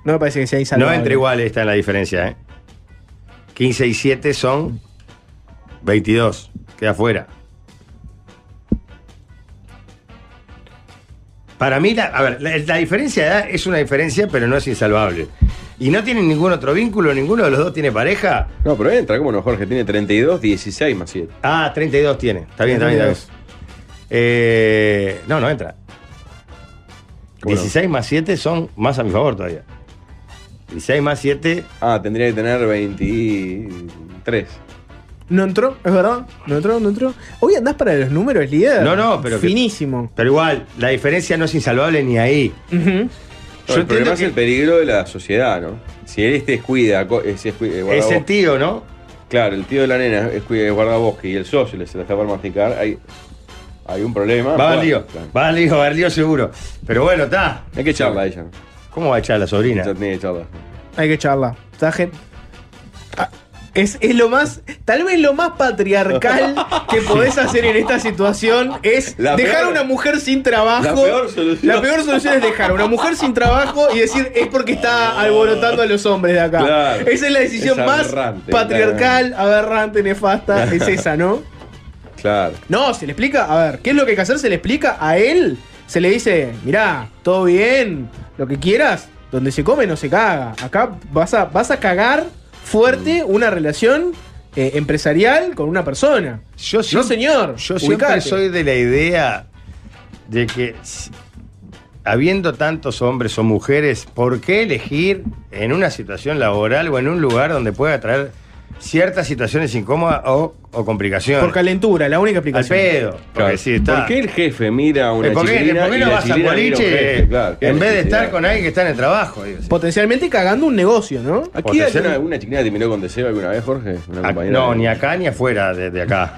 S6: No me parece que sea
S7: No
S6: insalvable.
S7: entre iguales está la diferencia, ¿eh? 15 y 7 son 22. Queda fuera. Para mí, la, a ver, la, la diferencia de edad es una diferencia, pero no es insalvable. Y no tienen ningún otro vínculo, ninguno de los dos tiene pareja.
S5: No, pero entra, ¿cómo no, Jorge? Tiene 32, 16 más 7.
S7: Ah, 32 tiene. Está bien, está bien. está bien. Eh, no, no entra. 16 más 7 son más a mi favor todavía. 16 más 7.
S5: Ah, tendría que tener 23.
S6: No entró, es verdad. No entró, no entró. Hoy andás para los números, líder.
S7: No, no, pero que-
S6: Finísimo.
S7: Pero igual, la diferencia no es insalvable ni ahí.
S6: Ujú.
S7: Yo
S5: el problema es el peligro de la sociedad, ¿no? Si él este es cuida, co- es, es, cuida- guardabosque.
S7: el tío, ¿no?
S5: eh, Claro, el tío de la nena es, cuida- es guardabosque y el socio le se la está para masticar, hay, hay un problema.
S7: Va a
S5: Ah, Bueno,
S7: haber lío,
S5: claro.
S7: va a haber lío, va a haber lío seguro. Pero bueno, está.
S5: Hay que echarla a ella.
S7: ¿Cómo va a echar a la sobrina?
S5: Ya tiene que echarla.
S6: Hay que echarla. Esta gen- Ah, Es, es lo más, tal vez lo más patriarcal que podés hacer en esta situación es
S5: La
S6: dejar
S5: peor-
S6: a una mujer sin trabajo.
S5: la peor solución.
S6: La peor solución es dejar a una mujer sin trabajo y decir es porque está alborotando a los hombres de acá.
S5: Claro.
S6: Esa es la decisión
S5: Es
S6: más
S5: aberrante,
S6: patriarcal, aberrante, nefasta. Es esa, ¿no?
S5: Claro.
S6: No, se le explica, a ver, ¿qué es lo que hay que hacer? Se le explica a él, se le dice, mirá, todo bien, lo que quieras, donde se come no se caga. Acá vas a, vas a cagar fuerte una relación eh, empresarial con una persona. no,
S7: siempre-
S6: señor.
S7: Yo siempre
S6: ubicate.
S7: soy de la idea de que si- habiendo tantos hombres o mujeres, ¿por qué elegir en una situación laboral o en un lugar donde pueda traer ciertas situaciones incómodas o, o complicaciones?
S6: Por calentura, la única
S7: Al
S6: explicación.
S7: pedo. Porque si está.
S5: ¿Por qué el jefe mira a una
S7: Eh, ¿Por qué,
S5: chiquilina
S7: por qué
S5: y
S7: no
S5: la
S7: vas a
S5: chiquilina mira a un
S7: boliche
S5: jefe? Claro, qué
S7: en vez de
S5: necesidad.
S7: estar con alguien que está en el trabajo? digo, sí.
S6: Potencialmente cagando un negocio, ¿no?
S5: ¿Aquí hay alguna, alguna chiquilina que te miró con deseo alguna vez, Jorge? Una
S7: Ah,
S5: compañera
S7: No,
S5: de-
S7: ni acá ni afuera, desde acá.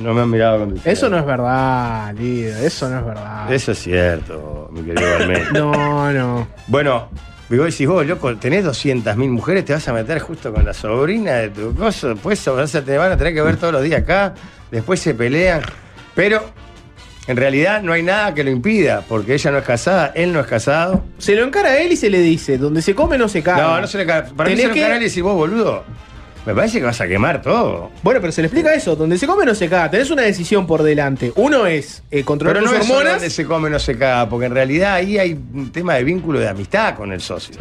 S7: No me han mirado con
S6: Eso no es verdad, Lido, eso no es verdad.
S7: Eso es cierto, mi querido Belmé.
S6: No, no.
S7: Bueno, y vos decís, vos, loco, tenés 200.000 mujeres, te vas a meter justo con la sobrina de tu coso, después vas a- te van a tener que ver todos los días acá, después se pelean. Pero en realidad no hay nada que lo impida, porque ella no es casada, él no es casado.
S6: Se lo encara a él y se le dice, donde se come no se caga.
S7: No, no se le cae. Para mí
S6: Tenés
S7: se lo
S6: que-
S7: encara él y decís, vos, boludo, me parece que vas a quemar todo.
S6: Bueno, pero se le explica eso. Donde se come no se caga. Tenés una decisión por delante. Uno es eh, controlar
S7: Pero no
S6: tus
S7: es solo
S6: hormonas.
S7: donde se come no se caga, porque en realidad ahí hay un tema de vínculo de amistad con el socio.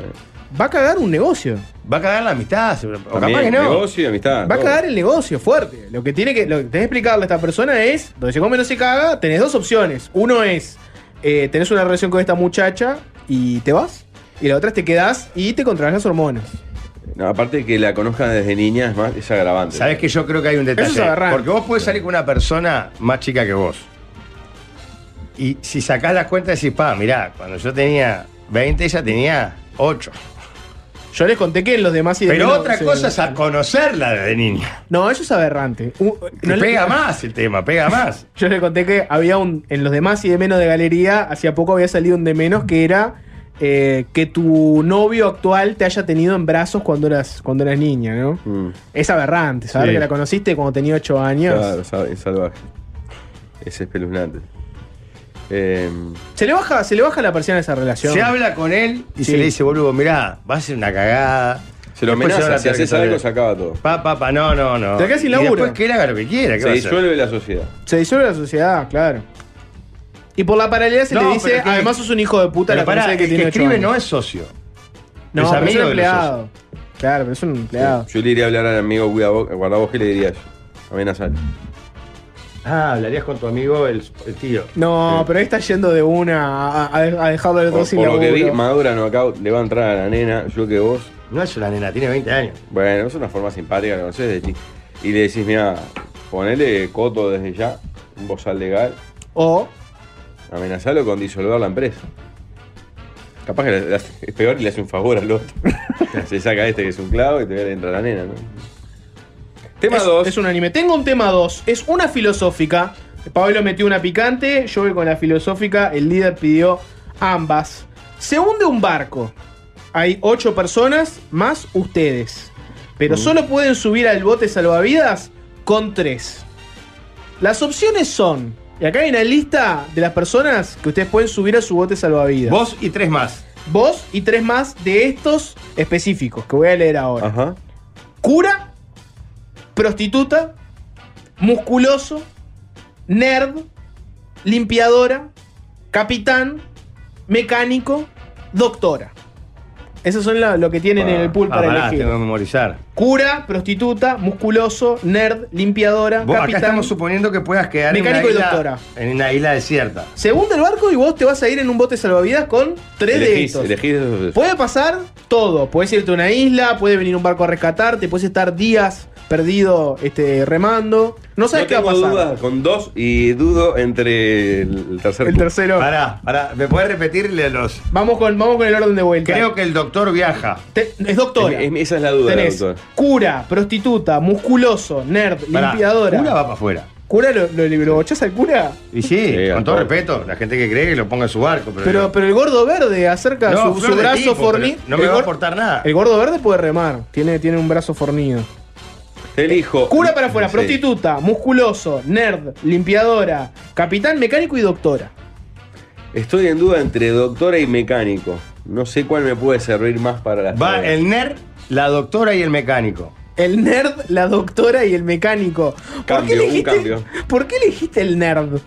S6: Va a cagar un negocio.
S7: Va a cagar la amistad, o capaz
S5: También,
S7: que Ah, no.
S5: negocio y amistad.
S6: Va a
S5: todo.
S6: cagar el negocio, fuerte. Lo que tiene que, lo que tenés que explicarle a esta persona es, donde se come no se caga, tenés dos opciones. Uno es, eh, tenés una relación con esta muchacha y te vas. Y la otra es te quedás y te controlas las hormonas.
S5: No, aparte que la conozcan desde niña es más es agravante.
S7: Sabes que yo creo que hay un detalle.
S5: Eso es aberrante.
S7: porque vos podés salir con una persona más chica que vos. Y si sacás las cuentas decís, pa, mirá, cuando yo tenía 20, ella tenía 8.
S6: Yo les conté que en los demás y de
S7: Pero
S6: menos
S7: otra
S6: se-
S7: cosa es a conocerla desde niña.
S6: No, eso es aberrante. U- no le-
S7: pega más el tema, pega más.
S6: Yo le conté que había un. En los demás y de menos de galería, hacía poco había salido un de menos que era eh, que tu novio actual te haya tenido en brazos cuando eras, cuando eras niña, ¿no?
S5: Mm.
S6: Es aberrante, saber
S5: Sí.
S6: que la conociste cuando tenía 8 años.
S5: Claro, sa- es salvaje. Es espeluznante. Eh,
S7: Em,
S6: Se le baja, se le baja la persiana a esa relación.
S7: Se habla con él y se
S6: Sí.
S7: le dice, boludo, mirá, va a ser una cagada.
S5: se lo
S7: Después van a
S5: amenaza, si
S7: tener que
S5: haces algo
S7: salir.
S5: se acaba todo.
S7: Pa, pa, pa, no, no, no.
S6: Te quedas sin
S7: Y
S6: laburo.
S7: después que él haga lo que quiera. ¿qué
S5: Se
S7: va a hacer?
S5: disuelve la sociedad.
S6: Se disuelve la sociedad, claro. Y por la paralelidad se
S7: No,
S6: le
S7: pero
S6: dice,
S7: tiene que-
S6: además sos un hijo de puta,
S7: Pero
S6: la
S7: pará,
S6: persona
S7: el
S6: que
S7: que,
S6: tiene 8
S7: escribe
S6: años.
S7: no es socio.
S6: No, pero
S7: es
S6: es un
S7: amigo de los
S6: empleado. Claro, pero es un empleado.
S5: Yo le iría a hablar al amigo cuidabo- guardabosque y le diría eso. Amenazar.
S7: Ah, hablarías con tu amigo el, el tío.
S6: No, pero ahí está yendo de una a, a- a dejarlo del todo
S5: Por,
S6: sin
S5: por lo que vi,
S6: laburo.
S5: Madura no acá le va a entrar a la nena, yo que vos.
S7: No es una nena, tiene 20 años.
S5: Bueno, es una forma simpática, no sé, de ti. Y le decís, mira, ponele coto desde ya, un bozal legal,
S6: O
S5: amenazalo con disolver la empresa. Capaz que le- le hace- es peor y le hace un favor al otro. Se saca este que es un clavo y te entra la nena, ¿no? Tema
S6: es,
S5: 2.
S6: Es un anime. Tengo un tema 2. Es una filosófica. Pablo metió una picante. Yo voy con la filosófica. El líder pidió ambas. Se hunde un barco. Hay ocho personas más ustedes. Pero solo pueden subir al bote salvavidas con tres. Las opciones son. Y acá hay una lista de las personas que ustedes pueden subir a su bote salvavidas.
S7: Vos y tres más.
S6: Vos y tres más de estos específicos que voy a leer
S5: Ah.
S6: ahora. Cura, prostituta, musculoso, nerd, limpiadora, capitán, mecánico, doctora. Esos son la- lo que tienen en el pool para
S7: Ah, pará,
S6: elegir.
S7: Tengo que memorizar.
S6: Cura, prostituta, musculoso, nerd, limpiadora,
S7: Vos- acá
S6: capitán.
S7: estamos suponiendo que puedas quedar en
S6: Mecánico
S7: una
S6: y
S7: isla-
S6: doctora.
S7: en una isla desierta.
S6: Se hunde el barco y vos te vas a ir en un bote salvavidas con tres de
S5: Elegís,
S6: estos.
S5: elegís esos-
S6: Puede pasar todo. Puedes irte a una isla, puede venir un barco a rescatarte, puedes estar días perdido este, remando. No sabes
S5: no
S6: qué va a
S5: tengo
S6: pasar.
S5: dudas con dos y dudo entre el tercero.
S6: El tercero.
S7: Pará, pará, ¿me puedes repetirle los.?
S6: Vamos con, vamos con el orden de vuelta.
S7: Creo que el doctor viaja.
S6: Te- es doctora.
S5: Es- esa es la duda,
S6: Tenés
S5: doctor.
S6: cura, prostituta, musculoso, nerd,
S7: Pará,
S6: limpiadora.
S7: Cura va para afuera.
S6: ¿Cura lo, lo, lo bochás al cura?
S7: Y sí, con todo respeto, la gente que cree que lo ponga en su barco. Pero,
S6: Pero, pero el gordo verde acerca
S7: No,
S6: su,
S7: flor
S6: su
S7: de
S6: brazo
S7: tipo,
S6: fornido.
S7: pero no me va a aportar nada.
S6: El gordo verde puede remar. Tiene, tiene un brazo fornido.
S5: Te elijo.
S6: Eh, Cura para afuera,
S5: Sí.
S6: prostituta, musculoso, nerd, limpiadora, capitán mecánico y doctora.
S5: Estoy en duda entre doctora y mecánico. No sé cuál me puede servir más para la
S7: Va el nerd, la doctora y el mecánico.
S6: El nerd, la doctora y el mecánico. ¿Por qué
S7: Cambio, un
S6: elegiste,
S7: cambio.
S6: ¿Por qué elegiste el nerd?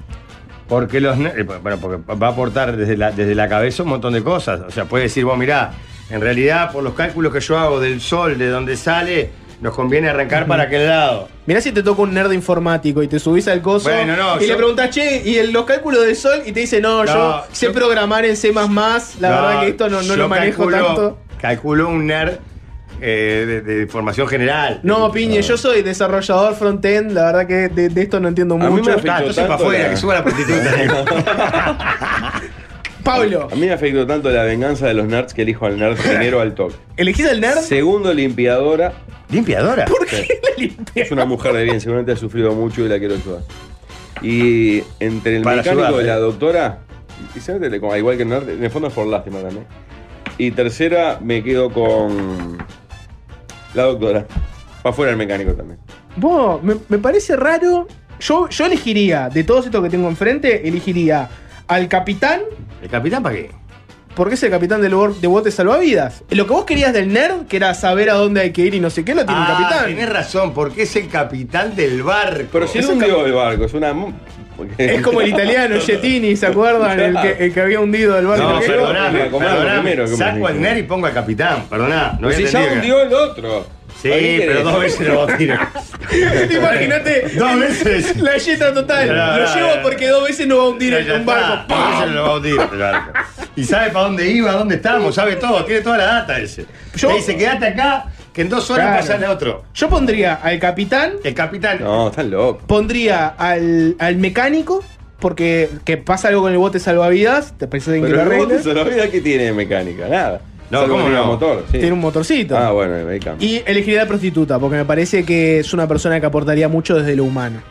S7: Porque los ner- eh, bueno, porque va a aportar desde la, desde la cabeza un montón de cosas. O sea, puede decir, vos mirá, en realidad por los cálculos que yo hago del sol, de donde sale, nos conviene arrancar para aquel lado.
S6: Mirá si te toca un nerd informático y te subís al coso
S7: Bueno, no,
S6: y le
S7: yo-
S6: preguntás, che, y el- los cálculos del sol y te dice, no,
S7: No,
S6: yo sé programar en C++, la verdad que esto no, no
S7: yo
S6: lo manejo
S7: calculo-
S6: tanto.
S7: Calculo un nerd eh, de, de formación general.
S6: No, piñe, yo soy desarrollador frontend, la verdad que de, de esto no entiendo
S7: mí me
S6: mucho.
S7: afectó Ah, entonces tanto pa' afuera, la- que suba la
S6: Pablo.
S5: A mí me afectó tanto la venganza de los nerds que elijo al nerd primero al toque.
S6: ¿Elegís al nerd?
S5: Segundo, limpiadora.
S7: ¿Limpiadora?
S5: ¿Por qué Es una mujer de bien, seguramente ha sufrido mucho y la quiero ayudar. Y entre el
S7: Para
S5: mecánico
S7: ayudarla.
S5: y la doctora, y seguramente le- como- igual que el nerd, en el fondo es por lástima también. Y tercera, me quedo con la doctora. Para afuera el mecánico también.
S6: Vos, me, me parece raro. Yo, yo elegiría, de todos estos que tengo enfrente, elegiría al capitán.
S7: ¿El capitán para qué?
S6: Porque es el capitán del bor- de bote salvavidas. Lo que vos querías del nerd, que era saber a dónde hay que ir y no sé qué, lo tiene
S7: Ah,
S6: el capitán.
S7: Tenés razón, porque es el capitán del barco.
S5: Pero si
S6: Es
S5: no
S6: el
S5: hundió el barco, es una. mu-
S6: Es como el italiano Gettini, ¿se acuerdan? El que, el que había hundido el barco.
S7: No,
S6: Que-
S7: perdoname,
S5: la comamos
S7: perdoname.
S5: primero, que me
S7: Saco
S5: dijiste.
S7: al nerd y pongo al capitán, perdoná. No
S5: Pero si
S7: había
S5: ya
S7: entendido que-
S5: hundió el otro. ¿Para qué
S7: Sí, pero
S5: querés?
S7: dos veces lo tiro.
S6: Imagínate.
S7: Dos veces.
S6: La yeta total.
S7: Pará,
S6: lo
S7: pará,
S6: llevo
S7: pará.
S6: porque dos veces no va a hundir
S7: Ya está,
S6: un barco.
S7: dos
S6: ¡Pam!
S7: veces lo va a hundir el barco. Y sabe para dónde iba, dónde estamos, sabe todo, tiene toda la data ese.
S6: Yo-
S7: Me dice, quédate acá, que en dos horas
S6: Claro.
S7: pasa el otro.
S6: Yo pondría al capitán.
S7: El capitán.
S5: No, están locos.
S6: Pondría al, al mecánico. Porque que pasa algo con el bote salvavidas. Te pensé en que
S5: Pero
S6: lo
S5: el bote
S6: arregles.
S5: salvavidas que tiene de mecánica, nada.
S7: No,
S5: Salvo
S7: ¿cómo
S5: que tenga
S7: no?
S5: motor. sí.
S6: Tiene un motorcito.
S5: Ah, bueno, ahí cambia.
S6: Y elegiría la prostituta. Porque me parece que es una persona que aportaría mucho desde lo humano.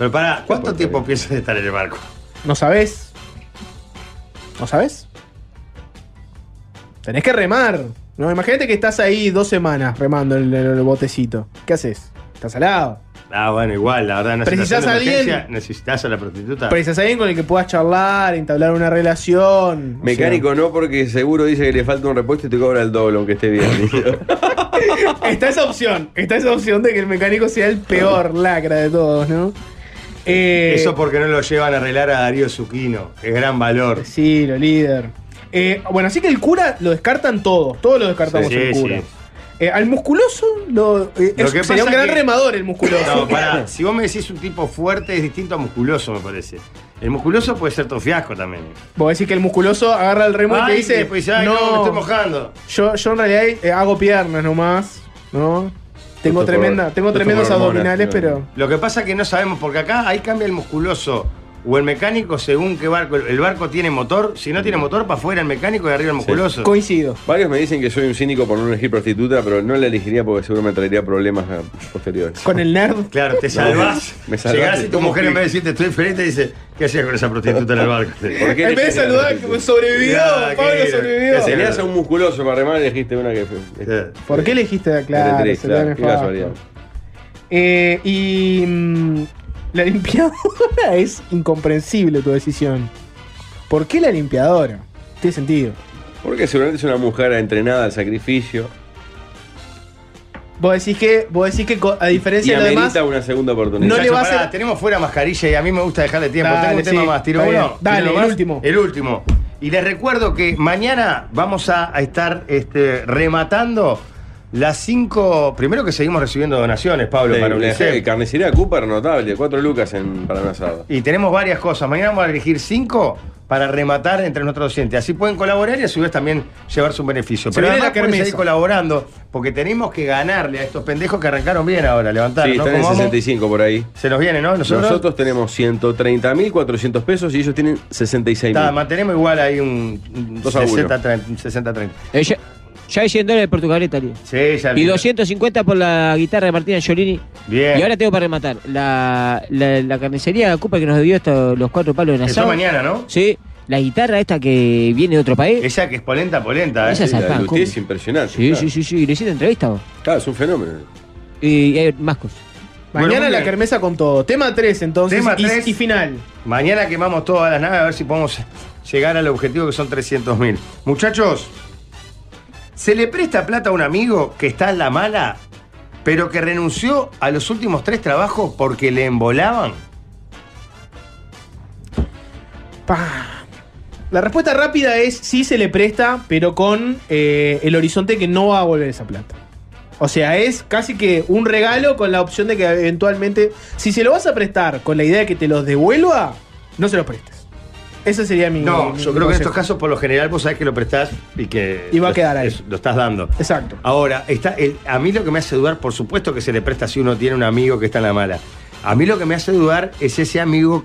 S7: Pero pará, ¿cuánto tiempo piensas de estar en el barco?
S6: ¿No sabes? ¿No sabes? Tenés que remar. No, imagínate que estás ahí dos semanas remando en el, en el botecito. ¿Qué haces? ¿Estás al lado?
S7: Ah, bueno, igual, la verdad, en una
S6: ¿Precisás
S7: situación de
S6: a alguien?
S7: emergencia, ¿Necesitas a la
S5: Ah.
S7: prostituta?
S6: Precisas a alguien con el que puedas charlar, entablar una relación. O
S5: Mecánico no, porque seguro dice que le falta un repuesto y te cobra el doble, aunque esté bien.
S6: sea, está esa opción. Está esa opción de que el mecánico sea el peor lacra de todos, ¿no? Eh,
S7: Eso porque no lo llevan a arreglar a Darío Zucchino. Es gran valor.
S6: Sí, lo líder. Eh, bueno, así que el cura lo descartan todos. Todos lo descartamos
S7: Sí,
S6: el
S7: sí.
S6: cura. Eh, al musculoso lo, eh,
S7: Lo
S6: es-
S7: que
S6: sería
S7: pasa
S6: un gran
S7: que-
S6: remador el musculoso.
S7: No, pará. Si vos me decís un tipo fuerte, es distinto a musculoso, me parece. El musculoso puede ser todo fiasco también.
S6: Vos decís que el musculoso agarra el remo y te
S7: Ay,
S6: dice.
S7: después dice, "Ay, no, me estoy mojando".
S6: Yo, yo en realidad eh, hago piernas nomás, ¿no? Tengo
S7: Esto por-
S6: tremenda, tengo
S7: esto
S6: tremendos
S7: por hormonas,
S6: abdominales,
S7: claro.
S6: pero.
S7: Lo que pasa es que no sabemos, porque acá ahí cambia el musculoso o el mecánico según qué barco. El barco tiene motor. Si no tiene motor, para afuera el mecánico y arriba el musculoso.
S6: Coincido.
S5: Varios me dicen que soy un cínico por no elegir prostituta, pero no la elegiría porque seguro me traería problemas eh, posteriores.
S6: Con el nerd.
S7: Claro, te
S5: No,
S7: salvás.
S5: me salvaste.
S7: Llegás y tu
S5: ¿Cómo
S7: mujer en
S5: fui?
S7: vez de decirte estoy feliz, te dice, ¿qué hacías con esa prostituta en el barco? Este,
S5: ¿Por qué
S6: En vez de saludar, que sobrevivió,
S7: Ya, qué
S6: Pablo
S7: bien.
S6: sobrevivió.
S7: Ya sé.
S5: Tenías a un musculoso para remar y elegiste una que.
S7: este,
S6: ¿Por qué elegiste a
S5: Era
S6: Claro?
S5: tres,
S6: se le dan
S5: claro,
S6: el
S5: qué
S6: fajo.
S5: casualidad.
S6: Eh, y. mm, la limpiadora es incomprensible tu decisión. ¿Por qué la limpiadora? Tiene sentido.
S5: Porque seguramente es una mujer entrenada al sacrificio
S6: Vos decís que, vos decís que co- a
S5: y
S6: diferencia de lo demás.
S5: amerita una segunda oportunidad.
S6: No le va a
S7: Pará,
S6: hacer-
S7: Tenemos fuera mascarilla y a mí me gusta dejarle tiempo.
S6: Dale,
S7: Tengo un tema
S6: sí,
S7: más. Tiro
S6: está bien.
S7: uno.
S6: Dale,
S7: ¿Tiro
S6: el
S7: más?
S6: último.
S7: El último. Y les recuerdo que mañana vamos a, a estar este, rematando Las cinco. Primero que seguimos recibiendo donaciones, Pablo, para UNICEF.
S5: el carnicería Cooper, notable, cuatro lucas en, para un asado.
S7: Y tenemos varias cosas. Mañana vamos a elegir cinco para rematar entre nuestros docentes. Así pueden colaborar y a su vez también llevarse un beneficio.
S6: Se
S7: Pero
S6: viene la
S7: además pueden
S6: kermesa.
S7: seguir colaborando porque tenemos que ganarle a estos pendejos que arrancaron bien ahora. Levantar,
S5: sí,
S7: ¿no?
S5: están en
S7: Como vamos,
S5: 65 por ahí.
S7: Se nos viene, ¿no? Nosotros,
S5: Nosotros tenemos 130.400 pesos y ellos tienen 66.000.
S7: Está, mantenemos igual ahí un
S5: Dos a uno.
S7: 60-30.
S9: Eh, ya, ya hay 100 dólares por tu careta, tío.
S7: Sí, ya
S9: Y
S7: vi.
S9: 250 por la guitarra de Martina Giolini.
S7: Bien.
S9: Y ahora tengo para rematar. La, la, la carnicería Cupa que nos debió esto- los cuatro palos de
S7: Eso
S9: asado.
S7: mañana, ¿no?
S9: Sí. La guitarra esta que viene de otro país.
S7: Esa que es polenta, polenta. ¿eh?
S9: Esa es
S5: Sí, la de
S9: alfán,
S5: Luthier
S9: ¿cómo?
S5: es impresionante.
S9: Sí,
S5: claro.
S9: sí, sí, sí. Le hiciste entrevista vos.
S5: Claro, es un fenómeno.
S9: Y, y hay más cosas.
S6: Mañana
S7: muy
S6: la
S7: bien.
S6: kermesa con todo. Tema 3, entonces.
S7: Tema
S6: y,
S7: tres.
S6: y final.
S7: Mañana quemamos todas las naves a ver si podemos llegar al objetivo que son 300.000. Muchachos, ¿se le presta plata a un amigo que está en la mala, pero que renunció a los últimos tres trabajos porque le embolaban?
S6: La respuesta rápida es sí se le presta, pero con eh, el horizonte que no va a volver esa plata. O sea, es casi que un regalo con la opción de que eventualmente, si se lo vas a prestar con la idea de que te los devuelva, no se los prestes. Esa sería mi...
S7: No,
S6: mi- mi
S7: yo creo que en
S6: consejo.
S7: estos casos, por lo general, vos sabés que lo prestás y que.
S6: Y va a
S7: lo-
S6: quedar ahí.
S7: es- Lo estás dando.
S6: Exacto.
S7: Ahora, está el- a mí lo que me hace dudar, por supuesto que se le presta si uno tiene un amigo que está en la mala. A mí lo que me hace dudar es ese amigo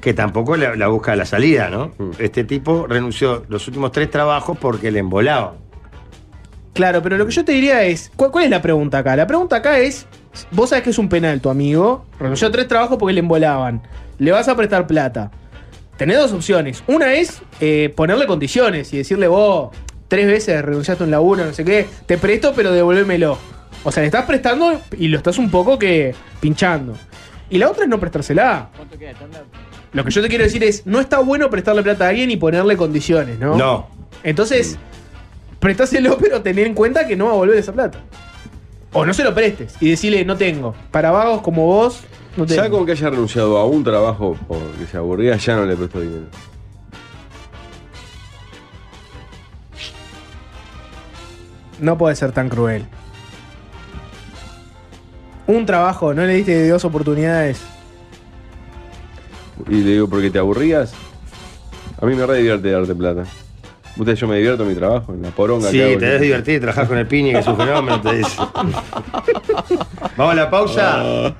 S7: que tampoco la, la busca la salida, ¿no?
S5: Mm.
S7: Este tipo renunció los últimos tres trabajos porque le embolaba.
S6: Claro, pero lo que yo te diría es, ¿cuál, cuál es la pregunta acá? La pregunta acá es, vos sabés que es un penal tu amigo, renunció a tres trabajos porque le embolaban, le vas a prestar plata. Tenés dos opciones. Una es eh, ponerle condiciones y decirle vos, tres veces renunciaste a un laburo, no sé qué, te presto pero devuélvemelo. O sea, le estás prestando y lo estás un poco que pinchando. Y la otra es no prestársela. Lo que yo te quiero decir es, no está bueno prestarle plata a alguien y ponerle condiciones, ¿no?
S7: No.
S6: Entonces, prestáselo, pero tener en cuenta que no va a volver esa plata. O no se lo prestes y decirle, no tengo. Para vagos como vos, no
S5: Ya
S6: tengo.
S5: con que haya renunciado a un trabajo porque se aburría, ya no le prestó dinero.
S6: No puede ser tan cruel. Un trabajo, no le diste dos oportunidades.
S5: Y le digo, ¿por qué te aburrías? A mí me re divierte darte plata. Usted, yo me divierto en mi trabajo, en la poronga
S7: Sí,
S5: que hago.
S7: te debes divertir, trabajás con el piñe, que es un fenómeno, te dice. Vamos a la pausa.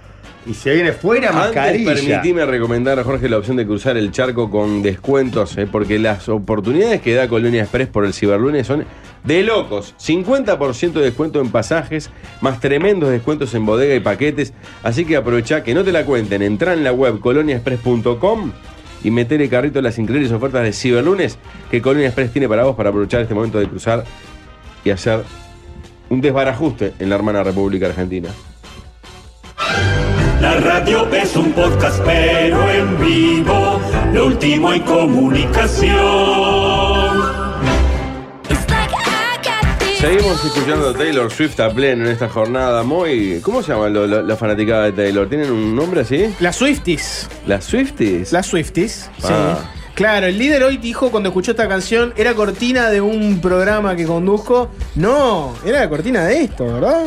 S7: Y se viene fuera
S5: Ah. Antes
S7: mascarilla.
S5: permitime recomendar a Jorge la opción de cruzar el charco con descuentos, eh, porque las oportunidades que da Colonia Express por el ciberlunes son de locos. 50% de descuento en pasajes, más tremendos descuentos en bodega y paquetes. Así que aprovecha que no te la cuenten. Entrá en la web coloniaexpress.com y meter el carrito en las increíbles ofertas de ciberlunes que Colonia Express tiene para vos para aprovechar este momento de cruzar y hacer un desbarajuste en la hermana República Argentina.
S12: La radio es un podcast pero en vivo, lo último en comunicación.
S5: Seguimos escuchando a Taylor Swift a pleno en esta jornada muy... ¿Cómo se llama lo- lo- la fanaticada de Taylor? ¿Tienen un nombre así?
S6: Las Swifties.
S5: ¿Las Swifties?
S6: Las Swifties.
S5: Ah.
S6: Sí. Claro, el líder hoy dijo cuando escuchó esta canción, era cortina de un programa que conduzco. No, era la cortina de esto, ¿verdad?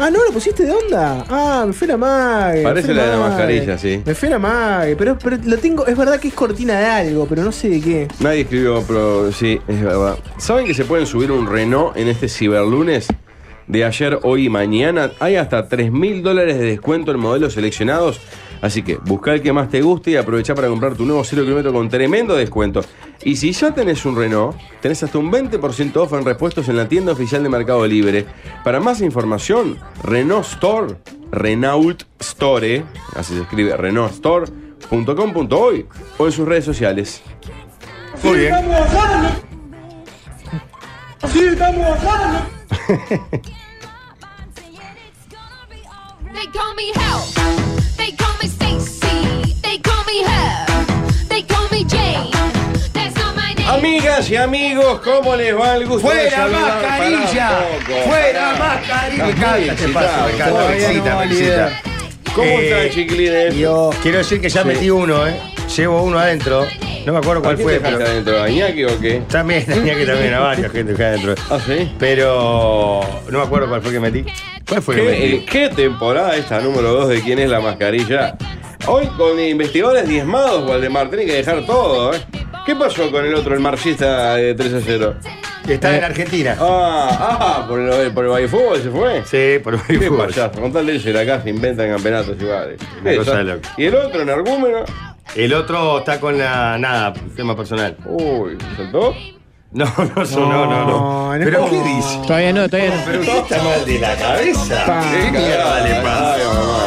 S6: Ah, no, lo pusiste de onda. Ah, me fue la mague. me
S5: Parece
S6: fue
S5: la de la
S6: mague.
S5: mascarilla, sí.
S6: Me fue la mague, pero, pero lo tengo, es verdad que es cortina de algo, pero no sé de qué.
S5: Nadie escribió, pero sí, es verdad. ¿Saben que se pueden subir un Renault en este ciberlunes? De ayer, hoy y mañana hay hasta 3 mil dólares de descuento en modelos seleccionados. Así que busca el que más te guste y aprovecha para comprar tu nuevo 0 kilómetro con tremendo descuento. Y si ya tenés un Renault, tenés hasta un 20% off en repuestos en la tienda oficial de Mercado Libre. Para más información, Renault Store, Renault Store, así se escribe, Renault Store.com.hoy o en sus redes sociales.
S7: Muy bien.
S11: estamos bajando. Sí, estamos bajando.
S14: They call me help. They call me Stacy. They call me her. They call me Jane. That's not my name.
S5: Amigas y amigos, ¿cómo les va el gusto?
S14: ¡Fuera
S5: de saludar?
S14: mascarilla!
S5: Pará un poco,
S14: ¡Fuera
S5: pará.
S14: mascarilla!
S5: Me encanta este paso, me encanta, me excita, me excita. ¿Cómo están, chiquilines?
S7: Eh, Yo quiero decir que ya
S5: este? Sí.
S7: metí uno, ¿eh? Llevo uno adentro. No me acuerdo
S5: ¿A
S7: cuál
S5: quién
S7: fue.
S5: dejaste adentro? ¿A Iñaki o qué?
S7: También, a Iñaki también, a varios que dejé adentro. Ah, sí. Pero no me acuerdo cuál fue que metí. ¿Cuál fue que
S5: ¿Qué,
S7: metí?
S5: eh, qué temporada esta número 2 de quién es la mascarilla? Hoy con investigadores diezmados, Waldemar, tiene que dejar todo, ¿eh? ¿Qué pasó con el otro, el marxista de 3 a 0?
S7: Está
S5: Eh.
S7: en Argentina.
S5: Ah, ah, por el, por el Bayfútbol se fue.
S7: Sí, por el
S5: Bayfútbol. payaso, con tal de ser acá se inventan campeonatos iguales.
S7: Una cosa
S5: Esa.
S7: de loco.
S5: ¿Y el otro en Argúmeno?
S7: El otro está con la nada, tema personal.
S5: Uy, ¿saltó?
S7: No, no, sonó, no, no. Pero ¿qué dice?
S15: Todavía no, todavía no.
S7: Pero usted está mal de la cabeza. ¿Qué mierda le pasa?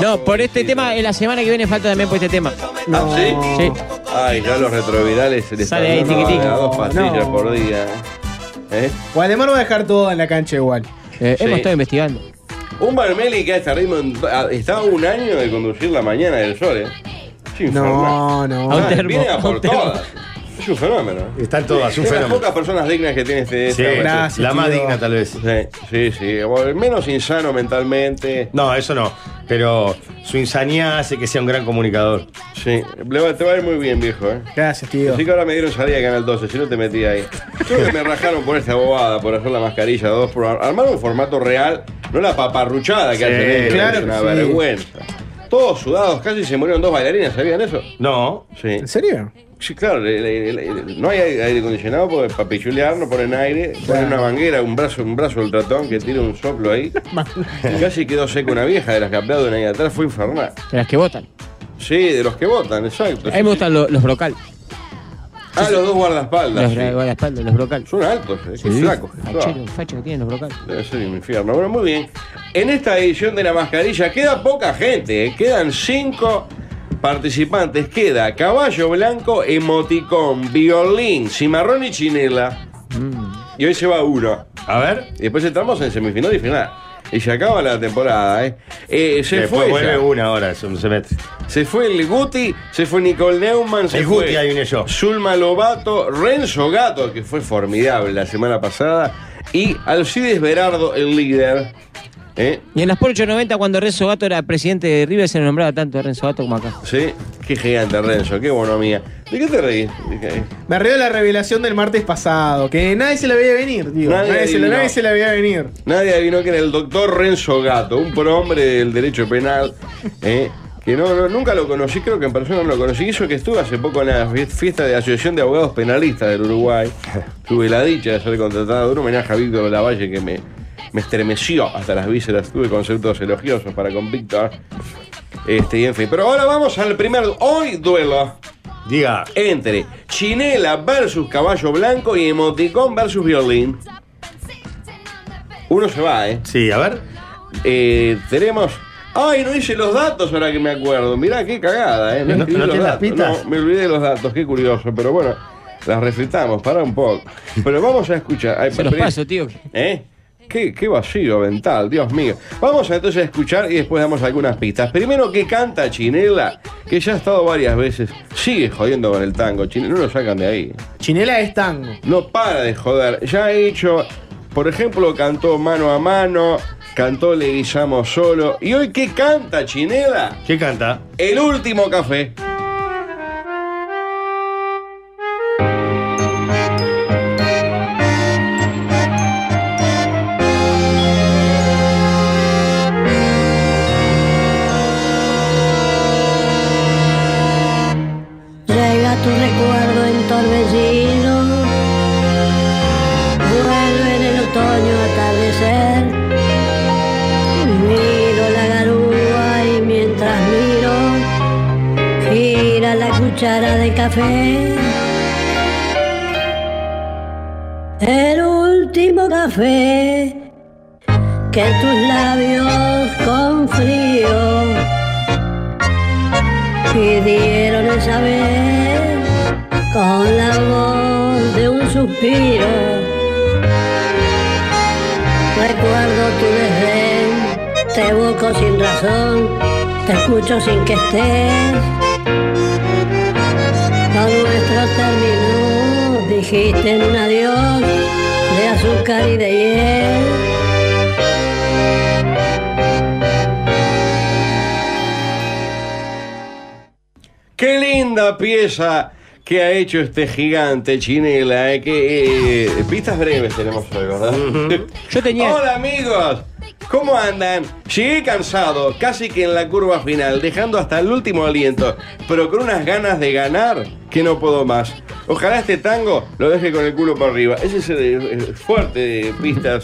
S9: No, por este tema, en la semana que viene falta también por este tema.
S5: ¿Ah, sí? Ay, ya los retrovirales se les
S9: Sale
S5: están
S9: ahí,
S5: dando
S9: tiquitín.
S5: a dos pastillas
S9: No.
S5: por día. ¿Eh?
S6: Guademar va a dejar todo en la cancha igual.
S5: hemos estado
S9: Eh, investigando.
S5: Un Barmeli que a este ritmo en- a- está a un año de conducir la mañana del sol, ¿eh? Es infernal.
S6: No, no.
S5: Ah, Viene a por todas. Es un fenómeno.
S7: Están todas, un
S5: de
S7: fenómeno.
S5: las pocas personas dignas que tiene este.
S7: Sí,
S5: esta noche.
S7: Gracias, la más tío. digna, tal vez.
S5: Sí, sí, sí. O el menos insano mentalmente.
S7: No, eso no. Pero su insanía hace que sea un gran comunicador.
S5: Sí, le va- te va a ir muy bien, viejo, ¿eh?
S6: Gracias, tío.
S5: Así que ahora me dieron salida a Canal 12, si no te metí ahí. Creo que me rajaron por esta bobada, por hacer la mascarilla dos, por ar- armar un formato real, no la paparruchada que
S7: Sí,
S5: hacen ellos,
S7: claro
S5: es una
S7: que sí.
S5: vergüenza. Todos sudados, casi se murieron dos bailarinas, ¿sabían eso?
S7: No.
S5: Sí. ¿En
S6: serio?
S5: Sí, claro, le- le- le- no hay aire aire acondicionado porque para pichulear no ponen aire, ponen una manguera, un brazo, un brazo del ratón que tira un soplo ahí. Y casi quedó seca una vieja de las que aplauden ahí atrás, fue infernal.
S9: De las que votan.
S5: Sí, de los que votan, exacto.
S9: A mí me gustan lo- los brocal.
S5: Ah, los dos guardaespaldas.
S9: Los
S5: sí.
S9: guardaespaldas, los brocal.
S5: Son altos, eh, qué flacos. que son.
S9: Fachero, facho que tienen los brocal.
S5: Debe ser un infierno. Bueno, muy bien. En esta edición de la mascarilla queda poca gente. eh. Quedan cinco participantes. Queda caballo blanco, emoticón, violín, cimarrón y chinela. Y hoy se va uno.
S7: A ver.
S5: Y después entramos en semifinal y final. Y se acaba la temporada, ¿eh? Eh, se
S7: Después
S5: fue.
S7: vuelve
S5: ya.
S7: una ahora, se se mete.
S5: Se fue el Guti, se fue Nicole Neumann, se
S7: El
S5: fue
S7: Guti adiviné yo.
S5: Zulma Lobato, Renzo Gato, que fue formidable la semana pasada, y Alcides Berardo, el líder. ¿Eh?
S9: Y en las por 890, cuando Renzo Gato era presidente de River, se lo nombraba tanto a Renzo Gato como acá.
S5: Sí, qué gigante Renzo, qué bonomía. ¿De qué te reís?
S6: Me río de la revelación del martes pasado, que nadie se la veía venir, tío.
S5: Nadie
S6: Nadie, se, la,
S5: adivinó.
S6: nadie se la veía venir.
S5: Nadie adivinó que era el doctor Renzo Gato, un prohombre del derecho penal, ¿eh? que no, no- nunca lo conocí, creo que en persona no lo conocí. Y Eso que estuve hace poco en la fie- fiesta de la Asociación de Abogados Penalistas del Uruguay. Tuve la dicha de ser contratado, un homenaje a Víctor Lavalle que me, me estremeció hasta las vísceras. Tuve conceptos elogiosos para con Víctor. Este, y en fin. Pero ahora vamos al primer. Hoy duelo.
S7: Diga.
S5: Entre Chinela versus Caballo Blanco y Emoticón versus Violín. Uno se va, ¿eh?
S7: Sí, a ver.
S5: tenemos. Ay, no hice los datos ahora que me acuerdo. Mirá qué cagada, ¿eh?
S7: ¿No- no
S5: escribí los
S7: tiene las
S5: datos.
S7: pistas?
S5: No, me olvidé de los datos, qué curioso. Pero bueno, las refritamos, para un poco. Pero vamos a escuchar. Ay,
S9: Se los
S5: pero-
S9: paso, tío.
S5: ¿Eh? Qué, qué vacío mental, Dios mío. Vamos entonces a escuchar y después damos algunas pistas. Primero, que canta Chinela, que ya ha estado varias veces. Sigue jodiendo con el tango, Chinela. No lo sacan de ahí.
S6: Chinela es tango.
S5: No para de joder. Ya ha hecho, por ejemplo, cantó Mano a Mano, cantó Le Guisamos Solo. ¿Y hoy qué canta Chinela?
S7: ¿Qué canta?
S5: El último café.
S11: Llega tu recuerdo en torbellino, vuelve en el otoño atardecer. Miro la garúa y mientras miro, gira la cuchara de café. El último café que tus labios con frío pidieron esa vez con la voz de un suspiro. Recuerdo tu desdén, te busco sin razón, te escucho sin que estés. Lo nuestro terminó, dijiste en un adiós de azúcar y de hiel.
S5: Qué linda pieza. ¿Qué ha hecho este gigante chinela? eh? ¿Qué, eh, pistas breves tenemos hoy, ¿verdad?
S9: Yo tenía.
S5: Hola amigos, ¿cómo andan? Llegué cansado, casi que en la curva final, dejando hasta el último aliento, pero con unas ganas de ganar que no puedo más. Ojalá este tango lo deje con el culo para arriba. Ese es el, el fuerte de pistas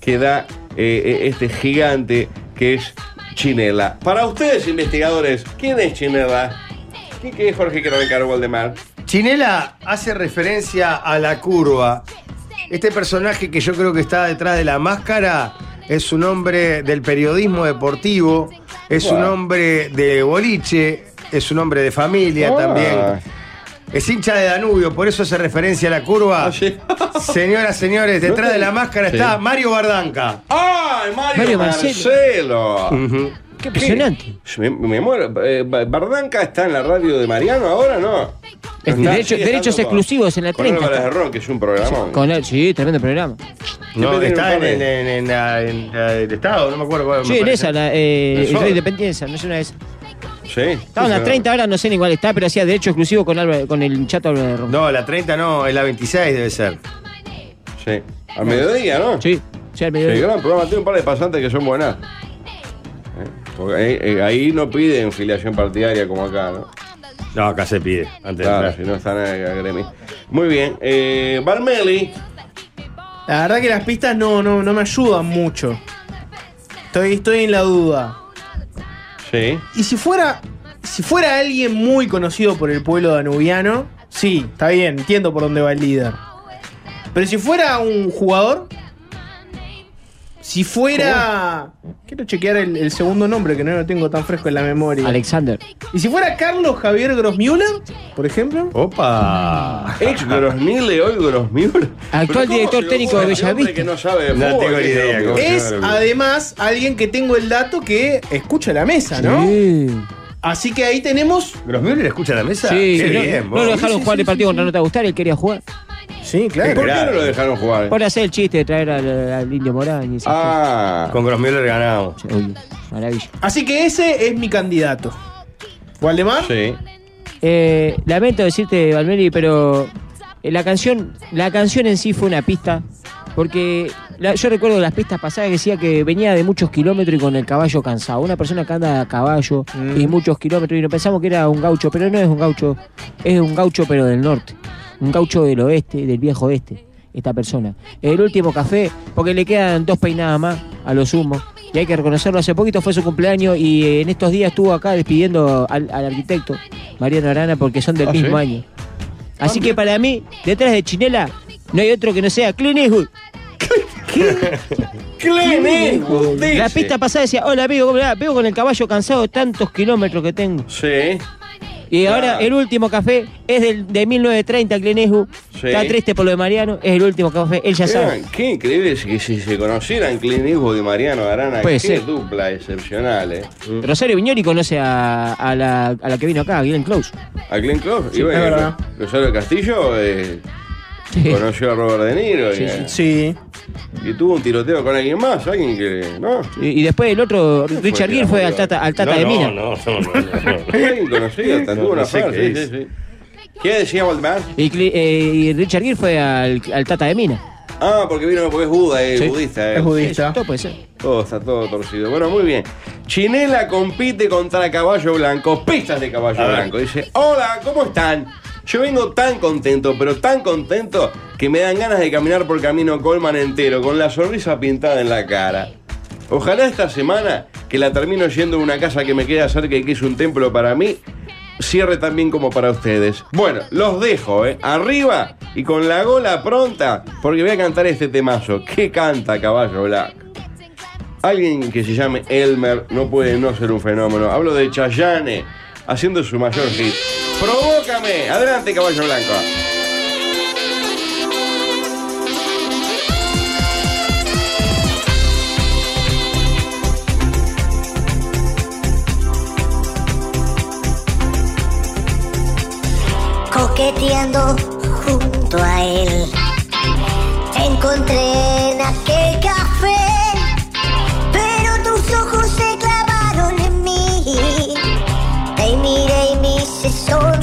S5: que da eh, eh, este gigante que es Chinela. Para ustedes, investigadores, ¿quién es Chinela? ¿Qué, qué es Jorge Carol Waldemar?
S7: Chinela hace referencia a la curva. Este personaje que yo creo que está detrás de la máscara es un hombre del periodismo deportivo, es un hombre de boliche, es un hombre de familia
S5: Ah.
S7: también. Es hincha de Danubio, por eso hace referencia a la curva.
S5: Ah,
S7: Señoras, señores, detrás de la máscara
S5: Sí.
S7: está Mario Bardanca.
S5: ¡Ay, Mario,
S7: Mario
S5: Marcelo!
S7: Marcelo.
S9: Qué impresionante.
S5: Me, me muero. Eh, Ba- ¿Bardanca está en la radio de Mariano ahora no?
S9: Es
S5: Está-
S9: Este, derecho- derechos
S5: sigue estando con-
S9: exclusivos en la
S5: con
S9: 30.
S5: Álvarez de Rock, que es un programa.
S9: Con él, sí, tremendo programa.
S7: No,
S5: Siempre
S7: está en,
S5: tiene un
S7: en, en- en- en- en el Estado, no me acuerdo. cuál, me
S9: Sí, en
S7: parece.
S9: esa, la, eh,
S7: En
S9: el
S7: Sol.
S9: Rey de Independencia, no es una de esas.
S5: Sí.
S9: Estaba en la
S7: Sí,
S9: 30 ahora, no sé ni cuál está, pero hacía derecho exclusivo con, Álvarez- con el chato Álvarez de Rock.
S7: No, la 30 no, es la 26 debe ser.
S5: Sí. Al mediodía, ¿no?
S9: Sí, sí, al mediodía.
S5: El gran programa tiene un par de pasantes que son buenas. Eh, Porque ahí, eh, ahí no piden filiación partidaria como acá, ¿no?
S7: No, acá se pide. Antes
S5: claro, si no están eh, agremi. Muy bien. Eh, Barmeli.
S6: La verdad que las pistas no, no, no me ayudan mucho. Estoy, estoy en la duda.
S5: Sí.
S6: Y si fuera, si fuera alguien muy conocido por el pueblo danubiano, sí, está bien, entiendo por dónde va el líder. Pero si fuera un jugador, si fuera. Quiero chequear el, el segundo nombre que no lo tengo tan fresco en la memoria.
S9: Alexander.
S6: Y si fuera Carlos Javier Grossmüller, por ejemplo.
S7: Opa.
S5: Ex Grosmile, hoy Grosmüller.
S6: Actual director técnico de Bellavista.
S5: Que no sabe de
S7: No
S5: fútbol,
S7: tengo ni
S5: que
S7: idea
S5: no-
S7: cómo se
S6: Es además alguien que tengo el dato que escucha la mesa, ¿no? Así que ahí tenemos.
S7: ¿Grossmüller escucha la mesa?
S9: Sí,
S7: Qué
S9: no,
S7: bien,
S9: no
S7: vos.
S9: lo dejaron
S7: Sí,
S9: jugar
S7: sí,
S9: el partido contra Nota Gustar, él quería jugar.
S6: Sí,
S7: claro.
S5: ¿Por qué no lo dejaron jugar?
S9: Por hacer el chiste de traer al, al Indio Morán y esas
S5: Ah.
S7: Con Grossmüller ganamos.
S9: cosas. Maravilla.
S6: Así que ese es mi candidato. ¿Waldemar?
S5: Sí.
S9: Eh, lamento decirte, Valmeri, pero eh, la canción, la canción en sí fue una pista. Porque la- yo recuerdo las pistas pasadas que decía que venía de muchos kilómetros y con el caballo cansado. Una persona que anda a caballo y muchos kilómetros. Y no pensamos que era un gaucho, pero no es un gaucho. Es un gaucho, pero del norte. Un gaucho del oeste, del viejo oeste. Esta persona. El último café, porque le quedan dos peinadas más a lo sumo. Y hay que reconocerlo. Hace poquito fue su cumpleaños y eh, en estos días estuvo acá despidiendo al, al arquitecto Mariano Arana porque son del
S5: Ah,
S9: mismo
S5: ¿sí?
S9: año. Así que para mí, detrás de Chinela, no hay otro que no sea Clint Eastwood.
S5: Clint Eastwood,
S9: La
S5: dice.
S9: pista pasada decía, hola amigo, ¿cómo le va? Veo con el caballo cansado de tantos kilómetros que tengo.
S5: Sí.
S9: Y
S5: Claro.
S9: ahora el último café es del, de 1930, Clint Eastwood.
S5: Sí.
S9: Está triste por lo de Mariano, es el último café, él ya
S5: Mirá,
S9: sabe.
S5: Qué increíble es que si se conocieran Clint Eastwood y Mariano Arana,
S9: Puede
S5: qué
S9: ser.
S5: dupla excepcional, ¿eh?
S9: Rosario Viñori conoce a, a la, a la que vino acá, a Glenn Close.
S5: A Clint Close
S9: Sí,
S5: y
S9: es
S5: bueno,
S9: verdad.
S5: Rosario Castillo eh, conoció a Robert De Niro y, eh,
S6: Sí.
S5: y tuvo un tiroteo con alguien más, alguien que, ¿no?
S9: Y, y después el otro, Richard
S5: que
S9: Gere, fue al
S5: enamoró?
S9: Tata, al tata
S5: No,
S9: de
S5: no,
S9: Mina.
S7: No, no, no.
S5: Alguien conocido, hasta tuvo
S7: No,
S5: una
S7: no sé
S5: frase,
S7: qué
S5: sí,
S7: es.
S5: sí, sí. ¿Qué decía Waldemar?
S9: Y, Cli- eh, y Richard Gere fue al, al Tata de Mina.
S5: Ah, porque vino, porque es Buda, es
S9: Sí.
S5: budista. eh.
S9: Sí, todo puede ser.
S5: Todo está todo torcido. Bueno, muy bien. Chinela compite contra Caballo Blanco. Pistas de Caballo
S7: A ver.
S5: Blanco. Dice, hola, ¿cómo están? Yo vengo tan contento, pero tan contento, que me dan ganas de caminar por camino Colman entero, con la sonrisa pintada en la cara. Ojalá esta semana, que la termino yendo a una casa que me queda cerca y que es un templo para mí, cierre también como para ustedes. Bueno, los dejo, ¿eh? Arriba y con la gola pronta, porque voy a cantar este temazo. ¿Qué canta Caballo Blanco? Alguien que se llame Elmer no puede no ser un fenómeno. Hablo de Chayanne haciendo su mayor hit. ¡Provócame! Adelante, caballo blanco.
S15: coqueteando junto a él. Te encontré en aquel café, pero tus ojos se clavaron en mí. Te miré y me hice sonreír.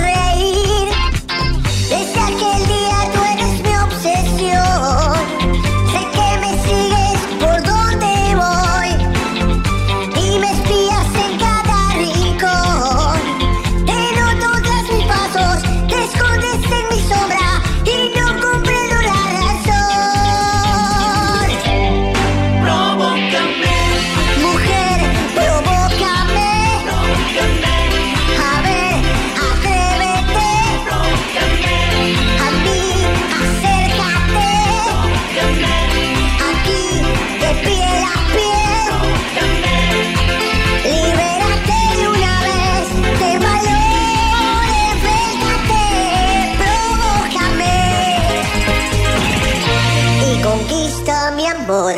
S15: tambor.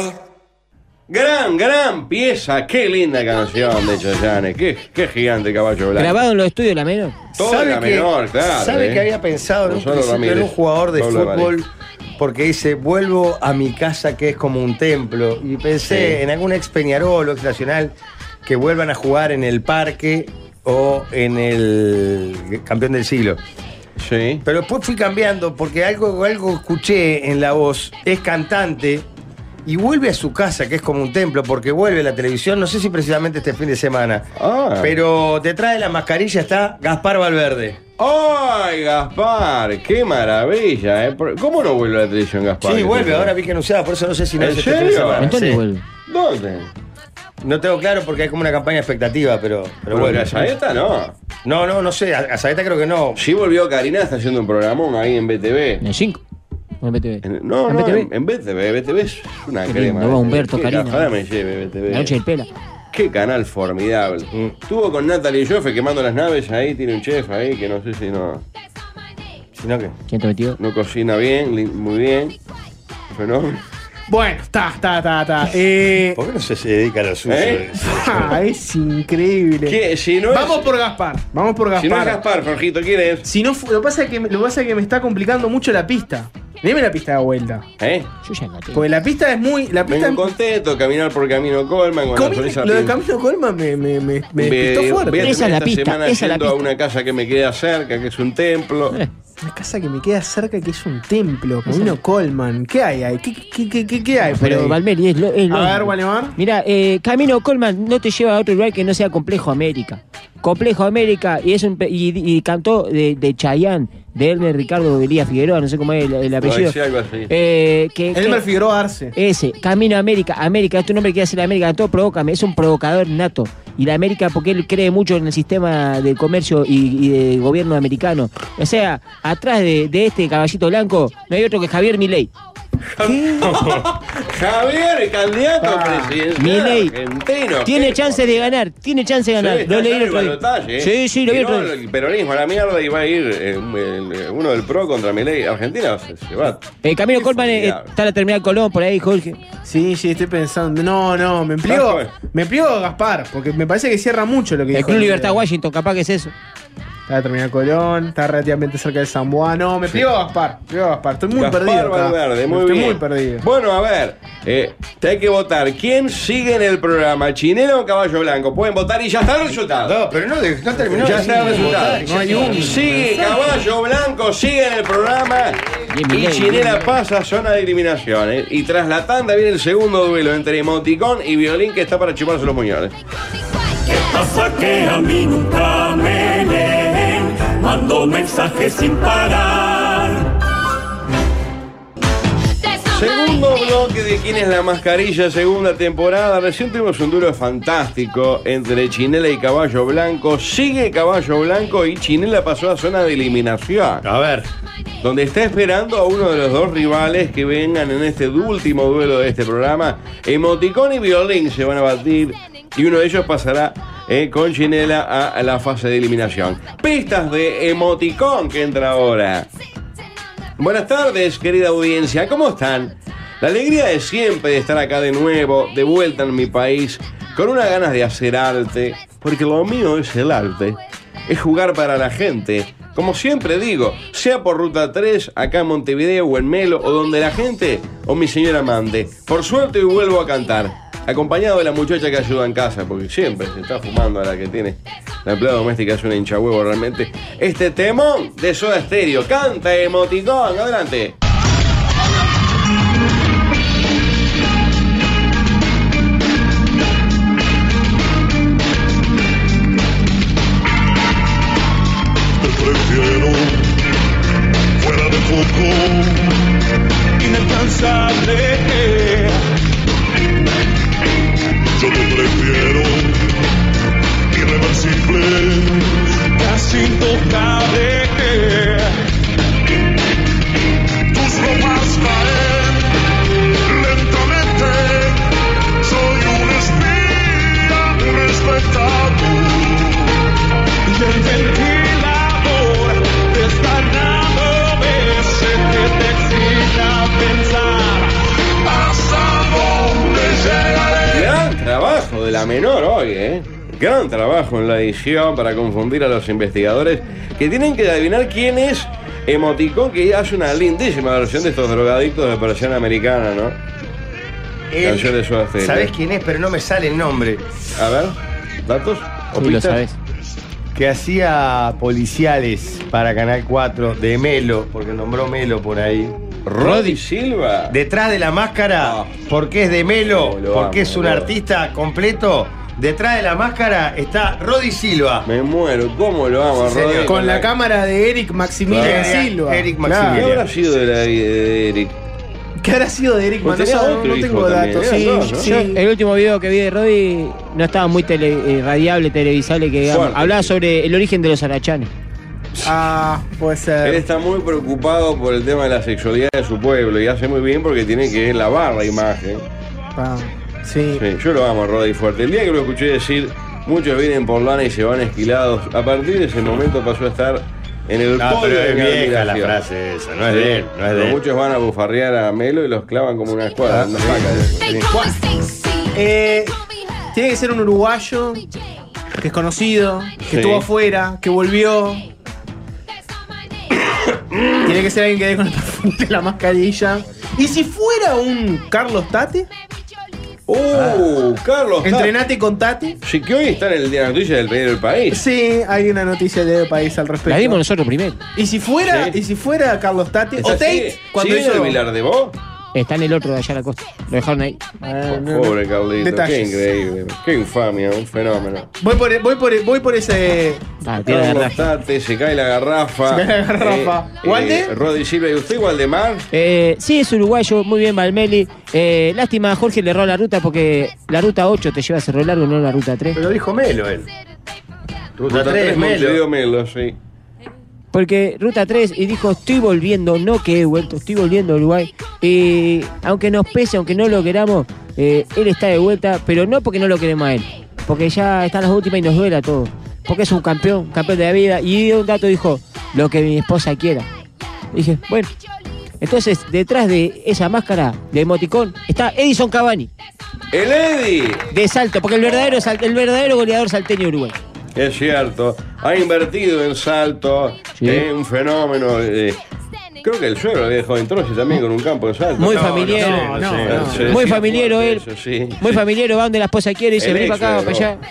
S5: Gran, gran pieza, qué linda canción de Chayanne, qué, qué gigante caballo blanco.
S9: Grabado en los estudios la menor.
S5: Todo la menor, claro.
S7: ¿Sabe
S5: eh?
S7: que había pensado en un,
S5: Gonzalo
S7: principio en
S5: Ramírez,
S7: un jugador de
S5: Pablo
S7: fútbol? Porque dice, vuelvo a mi casa que es como un templo. Y pensé
S5: Sí.
S7: en algún ex Peñarol o ex Nacional que vuelvan a jugar en el parque o en el campeón del siglo.
S5: Sí.
S7: Pero después fui cambiando porque algo, algo escuché en la voz, es cantante y vuelve a su casa, que es como un templo, porque vuelve a la televisión, no sé si precisamente este fin de semana.
S5: Ah.
S7: Pero detrás de la mascarilla está Gaspar Valverde.
S5: ¡Ay, Gaspar! ¡Qué maravilla! eh! Por- ¿Cómo no vuelve la televisión, Gaspar?
S7: sí, vuelve, ahora vi que anunciaba, por eso no sé si no
S5: ¿En
S7: es este fin de
S5: serio?
S7: semana.
S5: ¿Entonces
S7: sí.
S5: vuelve? ¿Dónde?
S7: No tengo claro porque hay como una campaña expectativa, pero, pero
S5: Pero
S7: bueno.
S5: bueno, Saeta no.
S7: No, no, no sé. A Saeta creo que no.
S5: Sí volvió Karina, está haciendo un programón ahí en BTV.
S9: En 5. En BTV.
S5: No,
S9: ¿En
S5: no,
S9: BTV?
S5: en, en BTV. BTV es una
S9: Qué lindo,
S5: crema.
S9: va
S5: BTV.
S9: Humberto,
S5: Qué
S9: Karina.
S5: cajada me lleve BTV.
S9: La noche del pela.
S5: Qué canal formidable. Estuvo con Natalie Joffe quemando las naves ahí, tiene un chef ahí que no sé si no.
S7: ¿Sino qué?
S9: ¿Quién te metió?
S5: No cocina bien, li- muy bien. Fenómeno.
S6: Bueno, está, está, está, está. Eh,
S7: ¿Por qué no se, se dedica a lo suyo?
S5: ¿Eh?
S6: ah, es increíble.
S5: ¿Qué? Si no es-
S6: Vamos por Gaspar. Vamos por Gaspar.
S5: Si no es Gaspar, Jorgito, ¿quién es?
S6: Si no fu- lo que pasa es que me- lo que pasa es que me está complicando mucho la pista. Deme la pista de vuelta.
S5: ¿Eh?
S9: Yo ya engaté.
S6: Porque la pista es muy. La pista
S5: Vengo contento, caminar por Camino Colman con la
S6: Comí-
S5: sonrisa
S6: lo de
S5: pin-
S6: Camino Colma me, me, me, me
S5: Ve-
S6: despistó
S5: voy a
S6: fuerte.
S5: terminar esta semana yendo a una casa que me queda cerca, que es un templo.
S9: Eh,
S6: Una casa que me queda cerca que es un templo. Camino Colman. ¿Qué hay ahí? ¿Qué, qué, qué, qué, qué hay? por
S9: Pero
S6: ahí?
S9: Valmeri es lo.
S6: A ver, Gualemar.
S9: Mira, Camino Colman no te lleva a otro lugar que no sea Complejo América. Complejo América y es un pe- y, y cantó de, de Chayanne, de Elmer Ricardo Elías Figueroa, no sé cómo es el, el apellido.
S5: decía algo así.
S9: Eh, que,
S6: Elmer
S9: que-
S6: Figueroa Arce.
S9: Ese, Camino a América, América, es tu nombre que hace la América, todo provócame, es un provocador nato. Y la América, porque él cree mucho en el sistema de comercio y, y de gobierno americano. O sea, atrás de, de este caballito blanco, no hay otro que Javier Milei.
S5: Javier, el candidato presidencial
S9: Ah, Milei.
S5: argentino.
S9: Tiene
S5: ¿qué?
S9: chances de ganar, tiene chances de ganar.
S5: Sí,
S9: lo
S5: está
S9: leí
S5: en
S9: el
S5: el
S9: otro
S5: balotaje,
S9: día.
S5: ¿eh?
S9: Sí, sí, lo vi el
S5: Tiró
S9: otro día.
S5: El peronismo a la mierda y va a ir eh, un- el- uno del PRO contra Milei. Argentina se, se va.
S9: Eh, Camilo Colman eh, está la terminal Colón por ahí, Jorge. Eh,
S6: Sí, sí, estoy pensando. No, no, me empleo. Me empleo a Gaspar, porque me parece que cierra mucho lo que
S9: El
S6: dijo.
S9: Club Libertad Washington, capaz que es eso.
S6: Está terminado Colón, está relativamente cerca de San Juan. No, me empleo a Gaspar. Me empleo a Gaspar. Estoy muy
S5: Gaspar
S6: perdido. acá.
S5: Valverde, muy
S6: estoy
S5: bien.
S6: muy perdido.
S5: Bueno, a ver, eh, te hay que votar. ¿Quién sigue en el programa? ¿Chinelo o Caballo Blanco? Pueden votar y ya está el resultado.
S7: No, pero no, no terminó.
S5: Ya está el
S7: Sí,
S5: resultado.
S7: votar, ya está.
S5: Sigue Caballo Blanco, sigue en el programa. Y
S7: Milei,
S5: Chinela
S7: bien.
S5: pasa a zona de eliminación. eh. Y tras la tanda viene el segundo duelo entre emoticón y violín que está para chuparse los muñones.
S12: Pasa que a mí nunca me leen, mando mensajes sin parar.
S5: Segundo bloque de quién es la mascarilla, segunda temporada. Recién tuvimos un duelo fantástico entre Chinela y Caballo Blanco. Sigue Caballo Blanco y Chinela pasó a zona de eliminación.
S7: A ver.
S5: Donde está esperando a uno de los dos rivales que vengan en este último duelo de este programa. Emoticón y Violín se van a batir y uno de ellos pasará eh, con Chinela a, a la fase de eliminación. Pistas de Emoticón que entra ahora. Buenas tardes, querida audiencia, ¿cómo están? La alegría de siempre de estar acá de nuevo, de vuelta en mi país, con unas ganas de hacer arte, porque lo mío es el arte, es jugar para la gente. Como siempre digo, sea por Ruta 3, acá en Montevideo o en Melo, o donde la gente o mi señora mande. Por suerte hoy vuelvo a cantar, acompañado de la muchacha que ayuda en casa, porque siempre se está fumando a la que tiene. La empleada doméstica es una hincha huevo realmente. Este temón de Soda Stereo, canta emoticón, adelante.
S12: Prefiero fuera de foco, inalcanzable. Yo lo prefiero irreversible, casi intocable. Tus ropas caen lentamente, soy un espía respetado. Y el ventilador desganado me hace que te exija pensar. Pasado
S5: la menor hoy, ¿eh? Gran trabajo en la edición para confundir a los investigadores que tienen que adivinar quién es Emoticón, que hace una lindísima versión de estos drogadictos de versión americana, ¿no?
S7: Eh,
S5: Canción de Soda Stereo.
S7: ¿Sabés quién es? Pero no me sale el nombre.
S5: A ver, ¿datos?
S7: ¿O pistas? Que hacía policiales para Canal 4 de Melo, porque nombró Melo por ahí.
S5: Roddy Silva.
S7: Detrás de la máscara, porque es de Melo,
S5: No, lo
S7: porque
S5: amo,
S7: es un
S5: lo amo.
S7: artista completo. Detrás de la máscara está Roddy Silva.
S5: Me muero, ¿cómo lo amo, Roddy?
S6: Con la cámara de Eric Maximilian
S7: Claro.
S6: Silva.
S7: Eric
S5: Claro. ¿Qué habrá sido de la vida de Eric?
S7: Eh.
S6: ¿Qué habrá sido de Eric
S5: Pues
S6: Manoel?
S5: tenía
S6: No,
S5: otro
S6: no
S5: hijo
S6: tengo
S5: también,
S6: datos.
S5: eran
S6: Sí,
S5: dos, ¿no?
S6: sí.
S9: Yo, el último video que vi de Roddy no estaba muy tele- eh, radiable, televisable, que digamos.
S5: Fuerte,
S9: hablaba sobre el origen de los arachanes.
S6: Ah, puede
S5: Él
S6: ser.
S5: está muy preocupado por el tema de la sexualidad de su pueblo y hace muy bien porque tiene que lavar la imagen.
S6: Ah, sí.
S5: Sí, yo lo amo, Roddy Fuerte. El día que lo escuché decir, muchos vienen por lana y se van esquilados, a partir de ese momento pasó a estar en el
S7: No,
S5: podio
S7: pero es
S5: mi
S7: vieja la
S5: admiración.
S7: frase esa, no es de él, no es de
S5: Pero
S7: él. Ah.
S5: Muchos van a bufarrear a Melo y los clavan como una escuadra. una vaca.
S6: Eh, tiene que ser un uruguayo que es conocido, que
S5: Sí.
S6: estuvo afuera, que volvió. tiene que ser alguien que dé con el perfume de la mascarilla. Y si fuera un Carlos Tate, Ah.
S5: ¡Uh! Carlos.
S6: entrenate con Tate.
S5: Sí, que hoy está en el día de noticias del Diario del País.
S6: Sí, hay una noticia de país al respecto.
S9: La dimos nosotros primero.
S6: Y si fuera, y si fuera Carlos Tate o
S5: ¿Está
S6: Tate,
S5: así?
S6: cuando
S5: ¿Sigue en
S6: hizo
S5: el Vilar de vos?
S9: Está en el otro de allá a la costa. Lo dejaron ahí.
S5: Ah, Pobre Carlito,
S6: Detalles.
S5: qué increíble. Qué infamia, un fenómeno.
S6: Voy por, voy por, voy por ese.
S9: Ah,
S5: Carlos Tate, se cae la garrafa.
S6: Se cae la garrafa.
S5: Eh,
S6: ¿Walde?
S5: eh, Roddy Silva, ¿y usted Waldemar?
S9: Eh, sí, es uruguayo, muy bien Valmeli. Eh, lástima, Jorge le erró la ruta porque la ruta 8 te lleva a Cerro Largo, no la ruta 3.
S7: Pero dijo Melo él.
S5: Ruta
S7: tres,
S5: tres,
S7: Melo.
S5: Montevideo Melo, sí.
S9: Porque ruta 3 y dijo, estoy volviendo, no que he vuelto, estoy volviendo a Uruguay. Y aunque nos pese, aunque no lo queramos, eh, él está de vuelta, pero no porque no lo queremos a él. Porque ya están las últimas y nos duela todo. Porque es un campeón, campeón de la vida. Y dio un dato, dijo, lo que mi esposa quiera. Dije, bueno. Entonces, detrás de esa máscara de emoticón está Edison Cavani.
S5: El Eddy.
S9: De salto, porque el verdadero, sal- el verdadero goleador salteño de Uruguay.
S5: Es cierto, ha invertido en salto, eh, un fenómeno. eh, creo que el suegro le dejó en Troyes también con un campo de salto.
S9: Muy familiar. No, no, no. Muy familiar él.
S5: Eso, sí.
S9: Muy familiar, va donde la esposa quiere y dice,
S5: El
S9: vení
S5: ex
S9: para acá, para
S5: Federer.
S9: allá.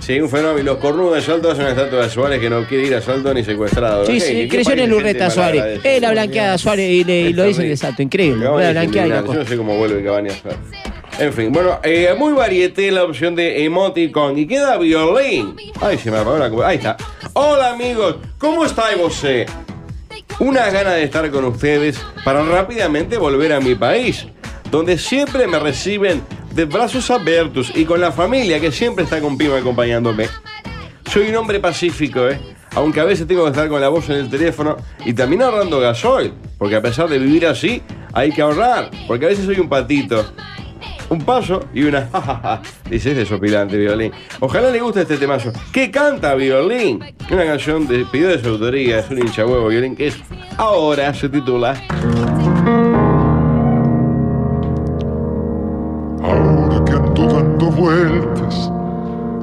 S5: Sí, un fenómeno. Y los cornudos de salto hacen una estatua de Suárez que no quiere ir a salto ni secuestrado.
S9: Sí,
S5: ¿Qué-
S9: sí,
S5: qué
S9: creyó en
S5: país
S9: el
S5: de gente
S9: Urreta
S5: de palabra
S9: Suárez.
S5: es?
S9: Él la blanqueada a Suárez y, le- y lo dicen de salto, increíble.
S5: Cavani
S9: La
S5: es
S9: blanqueada y la
S5: indignante. Yo no
S9: cosa.
S5: sé cómo vuelve Cavani a hacer. En fin, bueno, eh, muy varieté la opción de emoticon. Y queda violín. Ay, se me apagó la cu- Ahí está. Hola amigos, ¿cómo estáis vos? Una gana de estar con ustedes para rápidamente volver a mi país, donde siempre me reciben de brazos abiertos y con la familia que siempre está con Pima acompañándome. Soy un hombre pacífico, ¿eh? Aunque a veces tengo que estar con la voz en el teléfono y también ahorrando gasoil, porque a pesar de vivir así, hay que ahorrar, porque a veces soy un patito. Un paso y una jajaja. Dice, es desopilante violín. Ojalá le guste este temazo. ¿Qué canta violín? Una canción de pidió de su autoría, es un hincha huevo violín, que es ahora se titula.
S16: Ahora que ando dando vueltas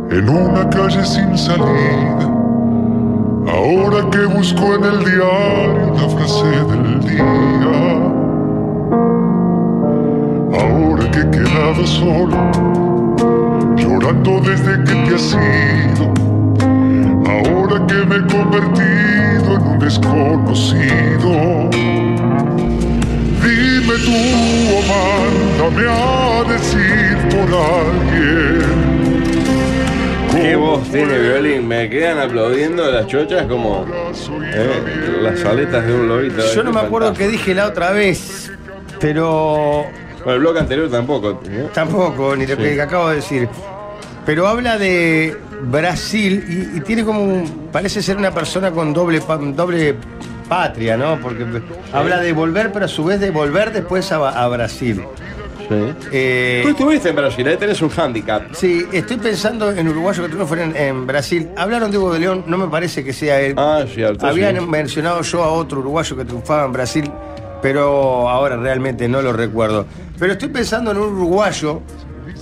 S16: en una calle sin salida. Ahora que busco en el diario la frase del día. Ahora que he quedado solo, llorando desde que te has ido. Ahora que me he convertido en un desconocido. Dime tú o mándame a decir por alguien.
S5: ¿Qué voz tiene violín? Me quedan aplaudiendo las chochas como eh, las aletas de un lobito. eh,
S7: Yo no me acuerdo qué dije la otra vez, pero.
S5: el blog anterior tampoco. ¿eh?
S7: Tampoco, ni lo
S5: Sí.
S7: que acabo de decir. Pero habla de Brasil y, y tiene como. un- parece ser una persona con doble, pa- doble patria, ¿no? Porque habla de volver, pero a su vez de volver después a, a Brasil. Eh,
S5: Tú estuviste en Brasil, ahí tenés un handicap.
S7: Sí, estoy pensando en uruguayo que tú no fueron en Brasil. Hablaron de Hugo de León, no me parece que sea él.
S5: Ah, cierto.
S7: Habían
S5: sí.
S7: mencionado yo a otro uruguayo que triunfaba en Brasil, pero ahora realmente no lo recuerdo. Pero estoy pensando en un uruguayo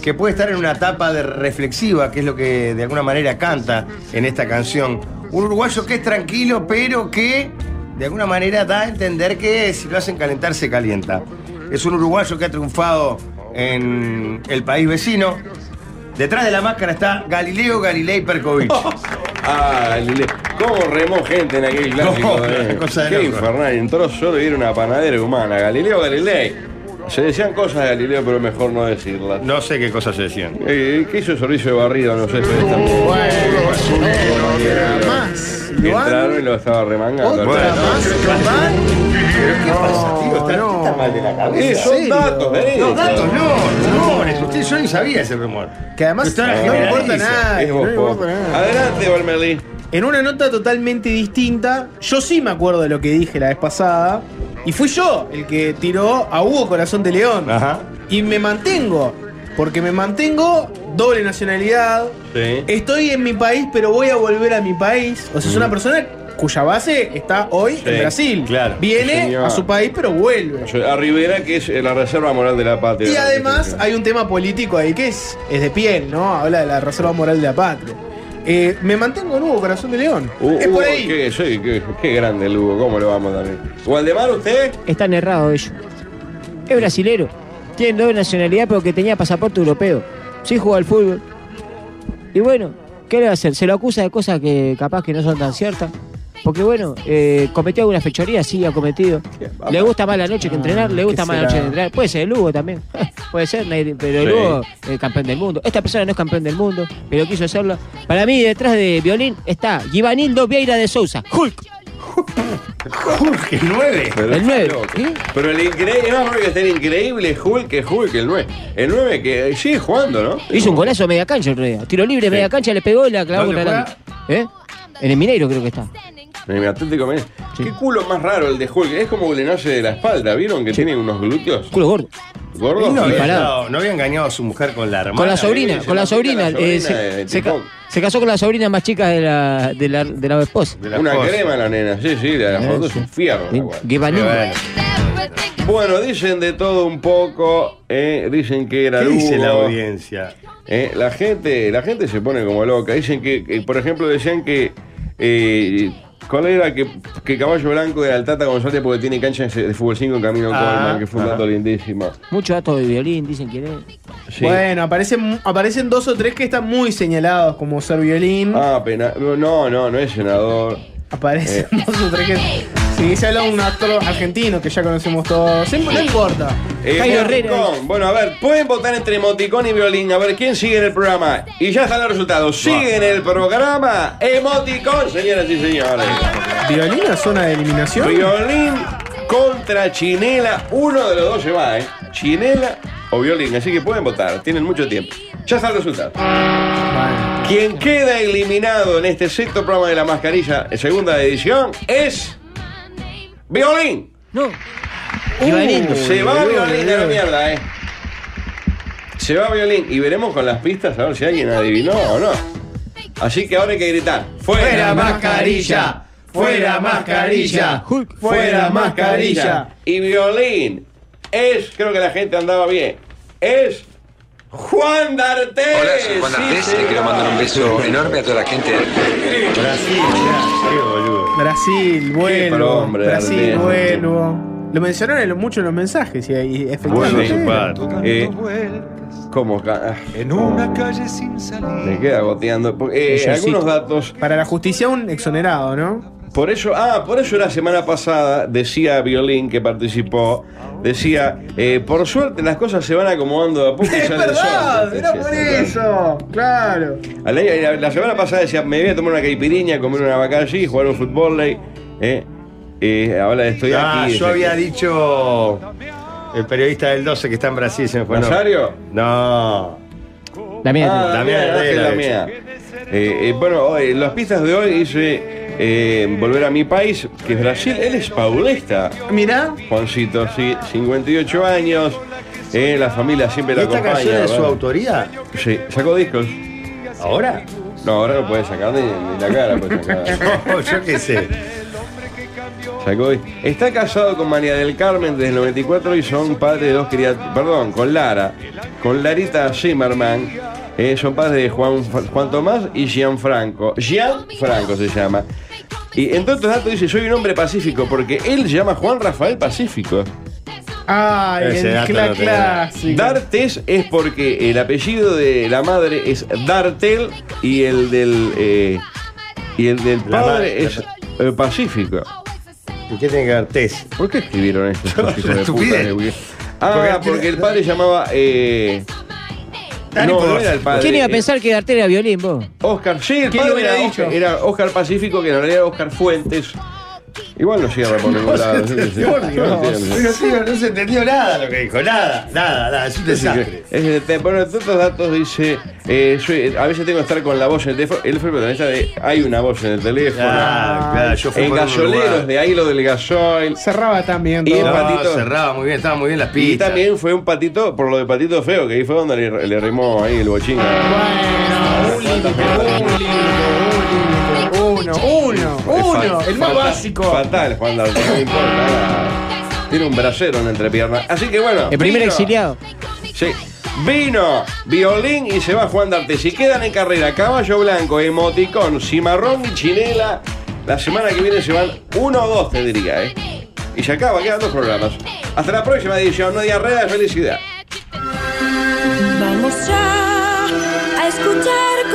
S7: que puede estar en una etapa de reflexiva, que es lo que de alguna manera canta en esta canción. Un uruguayo que es tranquilo, pero que de alguna manera da a entender que si lo hacen calentar, se calienta. Es un uruguayo que ha triunfado en el país vecino. Detrás de la máscara está Galileo Galilei Perkovich.
S5: Ah, Galileo. ¿Cómo remó gente en aquel clásico?
S7: No,
S5: eh?
S7: una cosa de
S5: Qué
S7: loco.
S5: infernal. Entró solo y era una panadera humana. Galileo Galilei. Se decían cosas de Galileo, pero mejor no decirlas. Eh,
S7: No sé qué cosas se decían.
S5: ¿Qué hizo Sorrillo de Barrido? No sé. pero tampoco.
S6: más.
S5: Y Entraron y lo estaba remangando.
S7: Está mal de la cabeza.
S5: Eh, son
S7: ¿En serio?
S5: datos, vení.
S7: No, datos, no, rumores. Usted yo ni sabía ese rumor.
S6: Que además
S7: Usted
S6: no
S7: ahora
S6: le importa
S7: generaliza.
S6: nada.
S7: Es
S6: no le
S7: vos,
S6: importa
S7: po.
S6: nada.
S5: Adelante, Valmerlí.
S6: En una nota totalmente distinta, yo sí me acuerdo de lo que dije la vez pasada. Y fui yo el que tiró a Hugo Corazón de León.
S7: Ah.
S6: Y me mantengo. Porque me mantengo doble nacionalidad.
S5: Sí.
S6: Estoy en mi país, pero voy a volver a mi país. O sea, es una persona cuya base está hoy en Brasil.
S5: Claro.
S6: Viene
S5: Señor.
S6: a su país, pero vuelve.
S5: A Rivera, que es eh, la reserva moral de la patria.
S6: Y además hay un tema político ahí que es, es de piel, ¿no? Habla de la reserva moral de la patria. Eh, me mantengo en Hugo Corazón de León.
S5: Hu-
S6: es por
S5: Hugo,
S6: ahí.
S5: Uh, Qué, sí, qué- qué grande el Hugo, cómo lo vamos también. Waldemar, usted.
S9: Están errados ellos. Es brasilero. Tiene doble nacionalidad porque tenía pasaporte europeo. Sí jugó al fútbol. Y bueno, ¿qué le va a hacer? Se lo acusa de cosas que capaz que no son tan ciertas. Porque bueno, eh, cometió alguna fechoría, sí, ha cometido. Le gusta más la noche que entrenar, le gusta
S6: Ah, ¿qué
S9: más la
S6: será?
S9: noche que entrenar. Puede ser el Hugo también. Puede ser, nadie- pero el
S6: Sí.
S9: Hugo, eh, campeón del mundo. Esta persona no es campeón del mundo, pero quiso hacerlo. Para mí, detrás de violín está Givanildo Vieira de Sousa. Hulk.
S7: Hulk, el 9.
S9: El 9.
S5: Pero el increíble, es más probable que esté el increíble Hulk que Hulk, el 9. El 9 que eh, sigue jugando, ¿no?
S9: Hizo un golazo de media cancha el otro día. Tiro libre, media cancha, le pegó y la clavó
S5: ¿Dónde
S9: contra la ¿Eh? En el Mineiro creo que está.
S5: En mi Atlético Mineiro. Qué culo más raro el de Hulk. Es como que le nace de la espalda, ¿vieron? Que tiene unos glúteos.
S9: Culo gordo.
S5: ¿Gordo?
S7: Él no,
S5: Sí.
S7: había dado- no había engañado a su mujer con la hermana.
S9: Con la sobrina,
S7: ¿viste?
S9: con la sobrina.
S7: sobrina
S9: eh,
S7: de
S9: se, se ca-
S7: Tipón.
S9: se casó con la sobrina más chica de la, de la, de la esposa. ¿Eh?
S5: Una crema la nena, sí, sí, la foto es un fierro. la guarda.
S9: Guevanín.
S5: Bueno. Bueno, dicen de todo un poco, eh, dicen que era
S7: ¿Qué dice
S5: Lugo.
S7: la audiencia?
S5: Eh, la gente, la gente se pone como loca. Dicen que, que, por ejemplo, decían que eh, ¿cuál era que, que Caballo Blanco era el Tata González porque tiene cancha de de fútbol 5 en Camino
S9: Ah,
S5: Colman, que fue un
S9: ajá.
S5: dato lindísimo.
S9: Mucho dato de violín, dicen quién es.
S5: Sí.
S6: Bueno, aparecen, aparecen dos o tres que están muy señalados como ser violín.
S5: Ah, pena. No, no, no es senador. Eh.
S6: Aparecen dos o tres que. Sí, se habla de un actor argentino que ya conocemos todos. Siempre- no importa.
S5: Eh, emoticón. Bueno, a ver, pueden votar entre emoticón y violín. A ver, ¿quién sigue en el programa? Y ya están los resultados. Sigue en el programa emoticón, señoras y señores.
S6: ¿Violín a zona de eliminación?
S5: Violín contra Chinela. Uno de los dos se va, ¿eh? Chinela o violín. Así que pueden votar. Tienen mucho tiempo. Ya está el resultado. Quien queda eliminado en este sexto programa de la mascarilla, eh, segunda edición, es. Violín.
S9: No.
S5: Uh, se va violín a la mierda, eh. Se va violín y veremos con las pistas a ver si alguien adivinó o no. Así que ahora hay que gritar.
S7: ¡Fuera mascarilla! ¡Fuera mascarilla!
S5: ¡Fuera mascarilla! Y violín es, creo que la gente andaba bien, es Juan D'Artes.
S17: Hola, soy Juan
S5: Sí,
S17: Artés y le
S5: señor.
S17: quiero mandar un beso enorme a toda la gente.
S7: Brasil, ya, qué boludo.
S6: Brasil, vuelvo.
S5: pro hombre,
S6: Brasil,
S5: Argentina.
S6: vuelvo. Lo mencionaron en lo- mucho en los mensajes y, y efectivamente.
S5: Eh, ¿Cómo? En una calle sin salida. Me queda goteando. Porque, eh,
S6: Ella sí.
S5: algunos datos.
S6: Para la justicia, un exonerado, ¿no?
S5: Por eso, ah, por eso la semana pasada decía Violín que participó, decía, eh, por suerte las cosas se van acomodando de a poco y sale el sol.
S6: era por eso. Claro.
S5: A La, la- la semana pasada decía, me voy a tomar una caipiriña, comer una vaca allí, jugar un fútbol, ley, eh, eh, ahora estoy
S7: Ah,
S5: aquí.
S7: yo
S5: decía.
S7: había dicho. El periodista del 12 que está en Brasil se me fue.
S5: ¿Nazario?
S7: No.
S9: Damián.
S5: Ah,
S7: Damián
S5: Damián,
S7: Herrera,
S5: Ángel Damián. Eh, eh, bueno, hoy, las pistas de hoy dice eh, volver a mi país, que es Brasil. Él es paulista.
S6: Mirá.
S5: Juancito, sí, 58 años. Eh, la familia siempre la
S7: ¿Y esta
S5: acompaña.
S7: canción es de su
S5: ¿verdad?
S7: autoría?
S5: Sí, sacó discos.
S7: ¿Ahora?
S5: pues, No, ahora no puede sacar ni, ni la cara. puede sacar.
S7: No, yo qué sé.
S5: Jacobi. Está casado con María del Carmen desde el 94 y son padres de dos criaturas. Perdón, con Lara. Con Larita Zimmerman. Eh, son padres de Juan, Juan Tomás y Gianfranco. Gianfranco se llama. Y entre otros datos dice, soy un hombre pacífico porque él se llama Juan Rafael Pacífico.
S6: Ay, el cla- clásico.
S5: Dartes es porque el apellido de la madre es Dartel y el del eh, y el del
S7: La
S5: padre
S7: madre,
S5: es eh, Pacífico. ¿Y qué tiene que ver Tes? ¿Por qué escribieron esto?
S7: Una
S5: hijos de puta
S7: estupidez.
S5: de Wikipedia? ah, porque el padre llamaba eh, no, no
S7: pues.
S5: era el padre.
S9: ¿Quién iba a
S5: eh,
S9: pensar que Darte era violín, vos?
S5: Oscar, sí, el padre era, Oscar, era Oscar Pacífico, que en realidad era Oscar Fuentes. Igual no llega por ningún lado. yo qué sé. No entiendo.
S7: No, tío, no se entendió nada lo que dijo, nada, nada, nada, es un desastre.
S5: Es, este, bueno, entre otros datos dice, eh, soy- a veces tengo que estar con la voz en el teléfono. Él fue protagonista de Hay una voz en el teléfono.
S7: Claro, Ah, claro, yo fui
S5: en
S7: por un
S5: Gasoleros,
S7: lugar.
S5: de ahí lo del gasoil.
S6: Cerraba también.
S5: Y el
S7: No,
S5: patito.
S7: cerraba muy bien, estaba muy bien las
S5: Y
S7: pistas.
S5: también fue un patito, por lo de patito feo, que ahí fue donde le, le rimó ahí el bochín.
S6: Uno, uno, uno. El más básico.
S5: Fatal, Juan Dalton, no importa. Tiene un brasero en la entrepierna. Así que bueno.
S9: El primer
S5: vino.
S9: exiliado.
S5: Sí. Vino, violín y se va Juan Darte. Si quedan en carrera, caballo blanco, emoticón, cimarrón y chinela. La semana que viene se van uno o dos, te diría, ¿eh? Y se acaba, quedan dos programas. Hasta la próxima edición, no diarrea de felicidad.
S18: Vamos ya a escuchar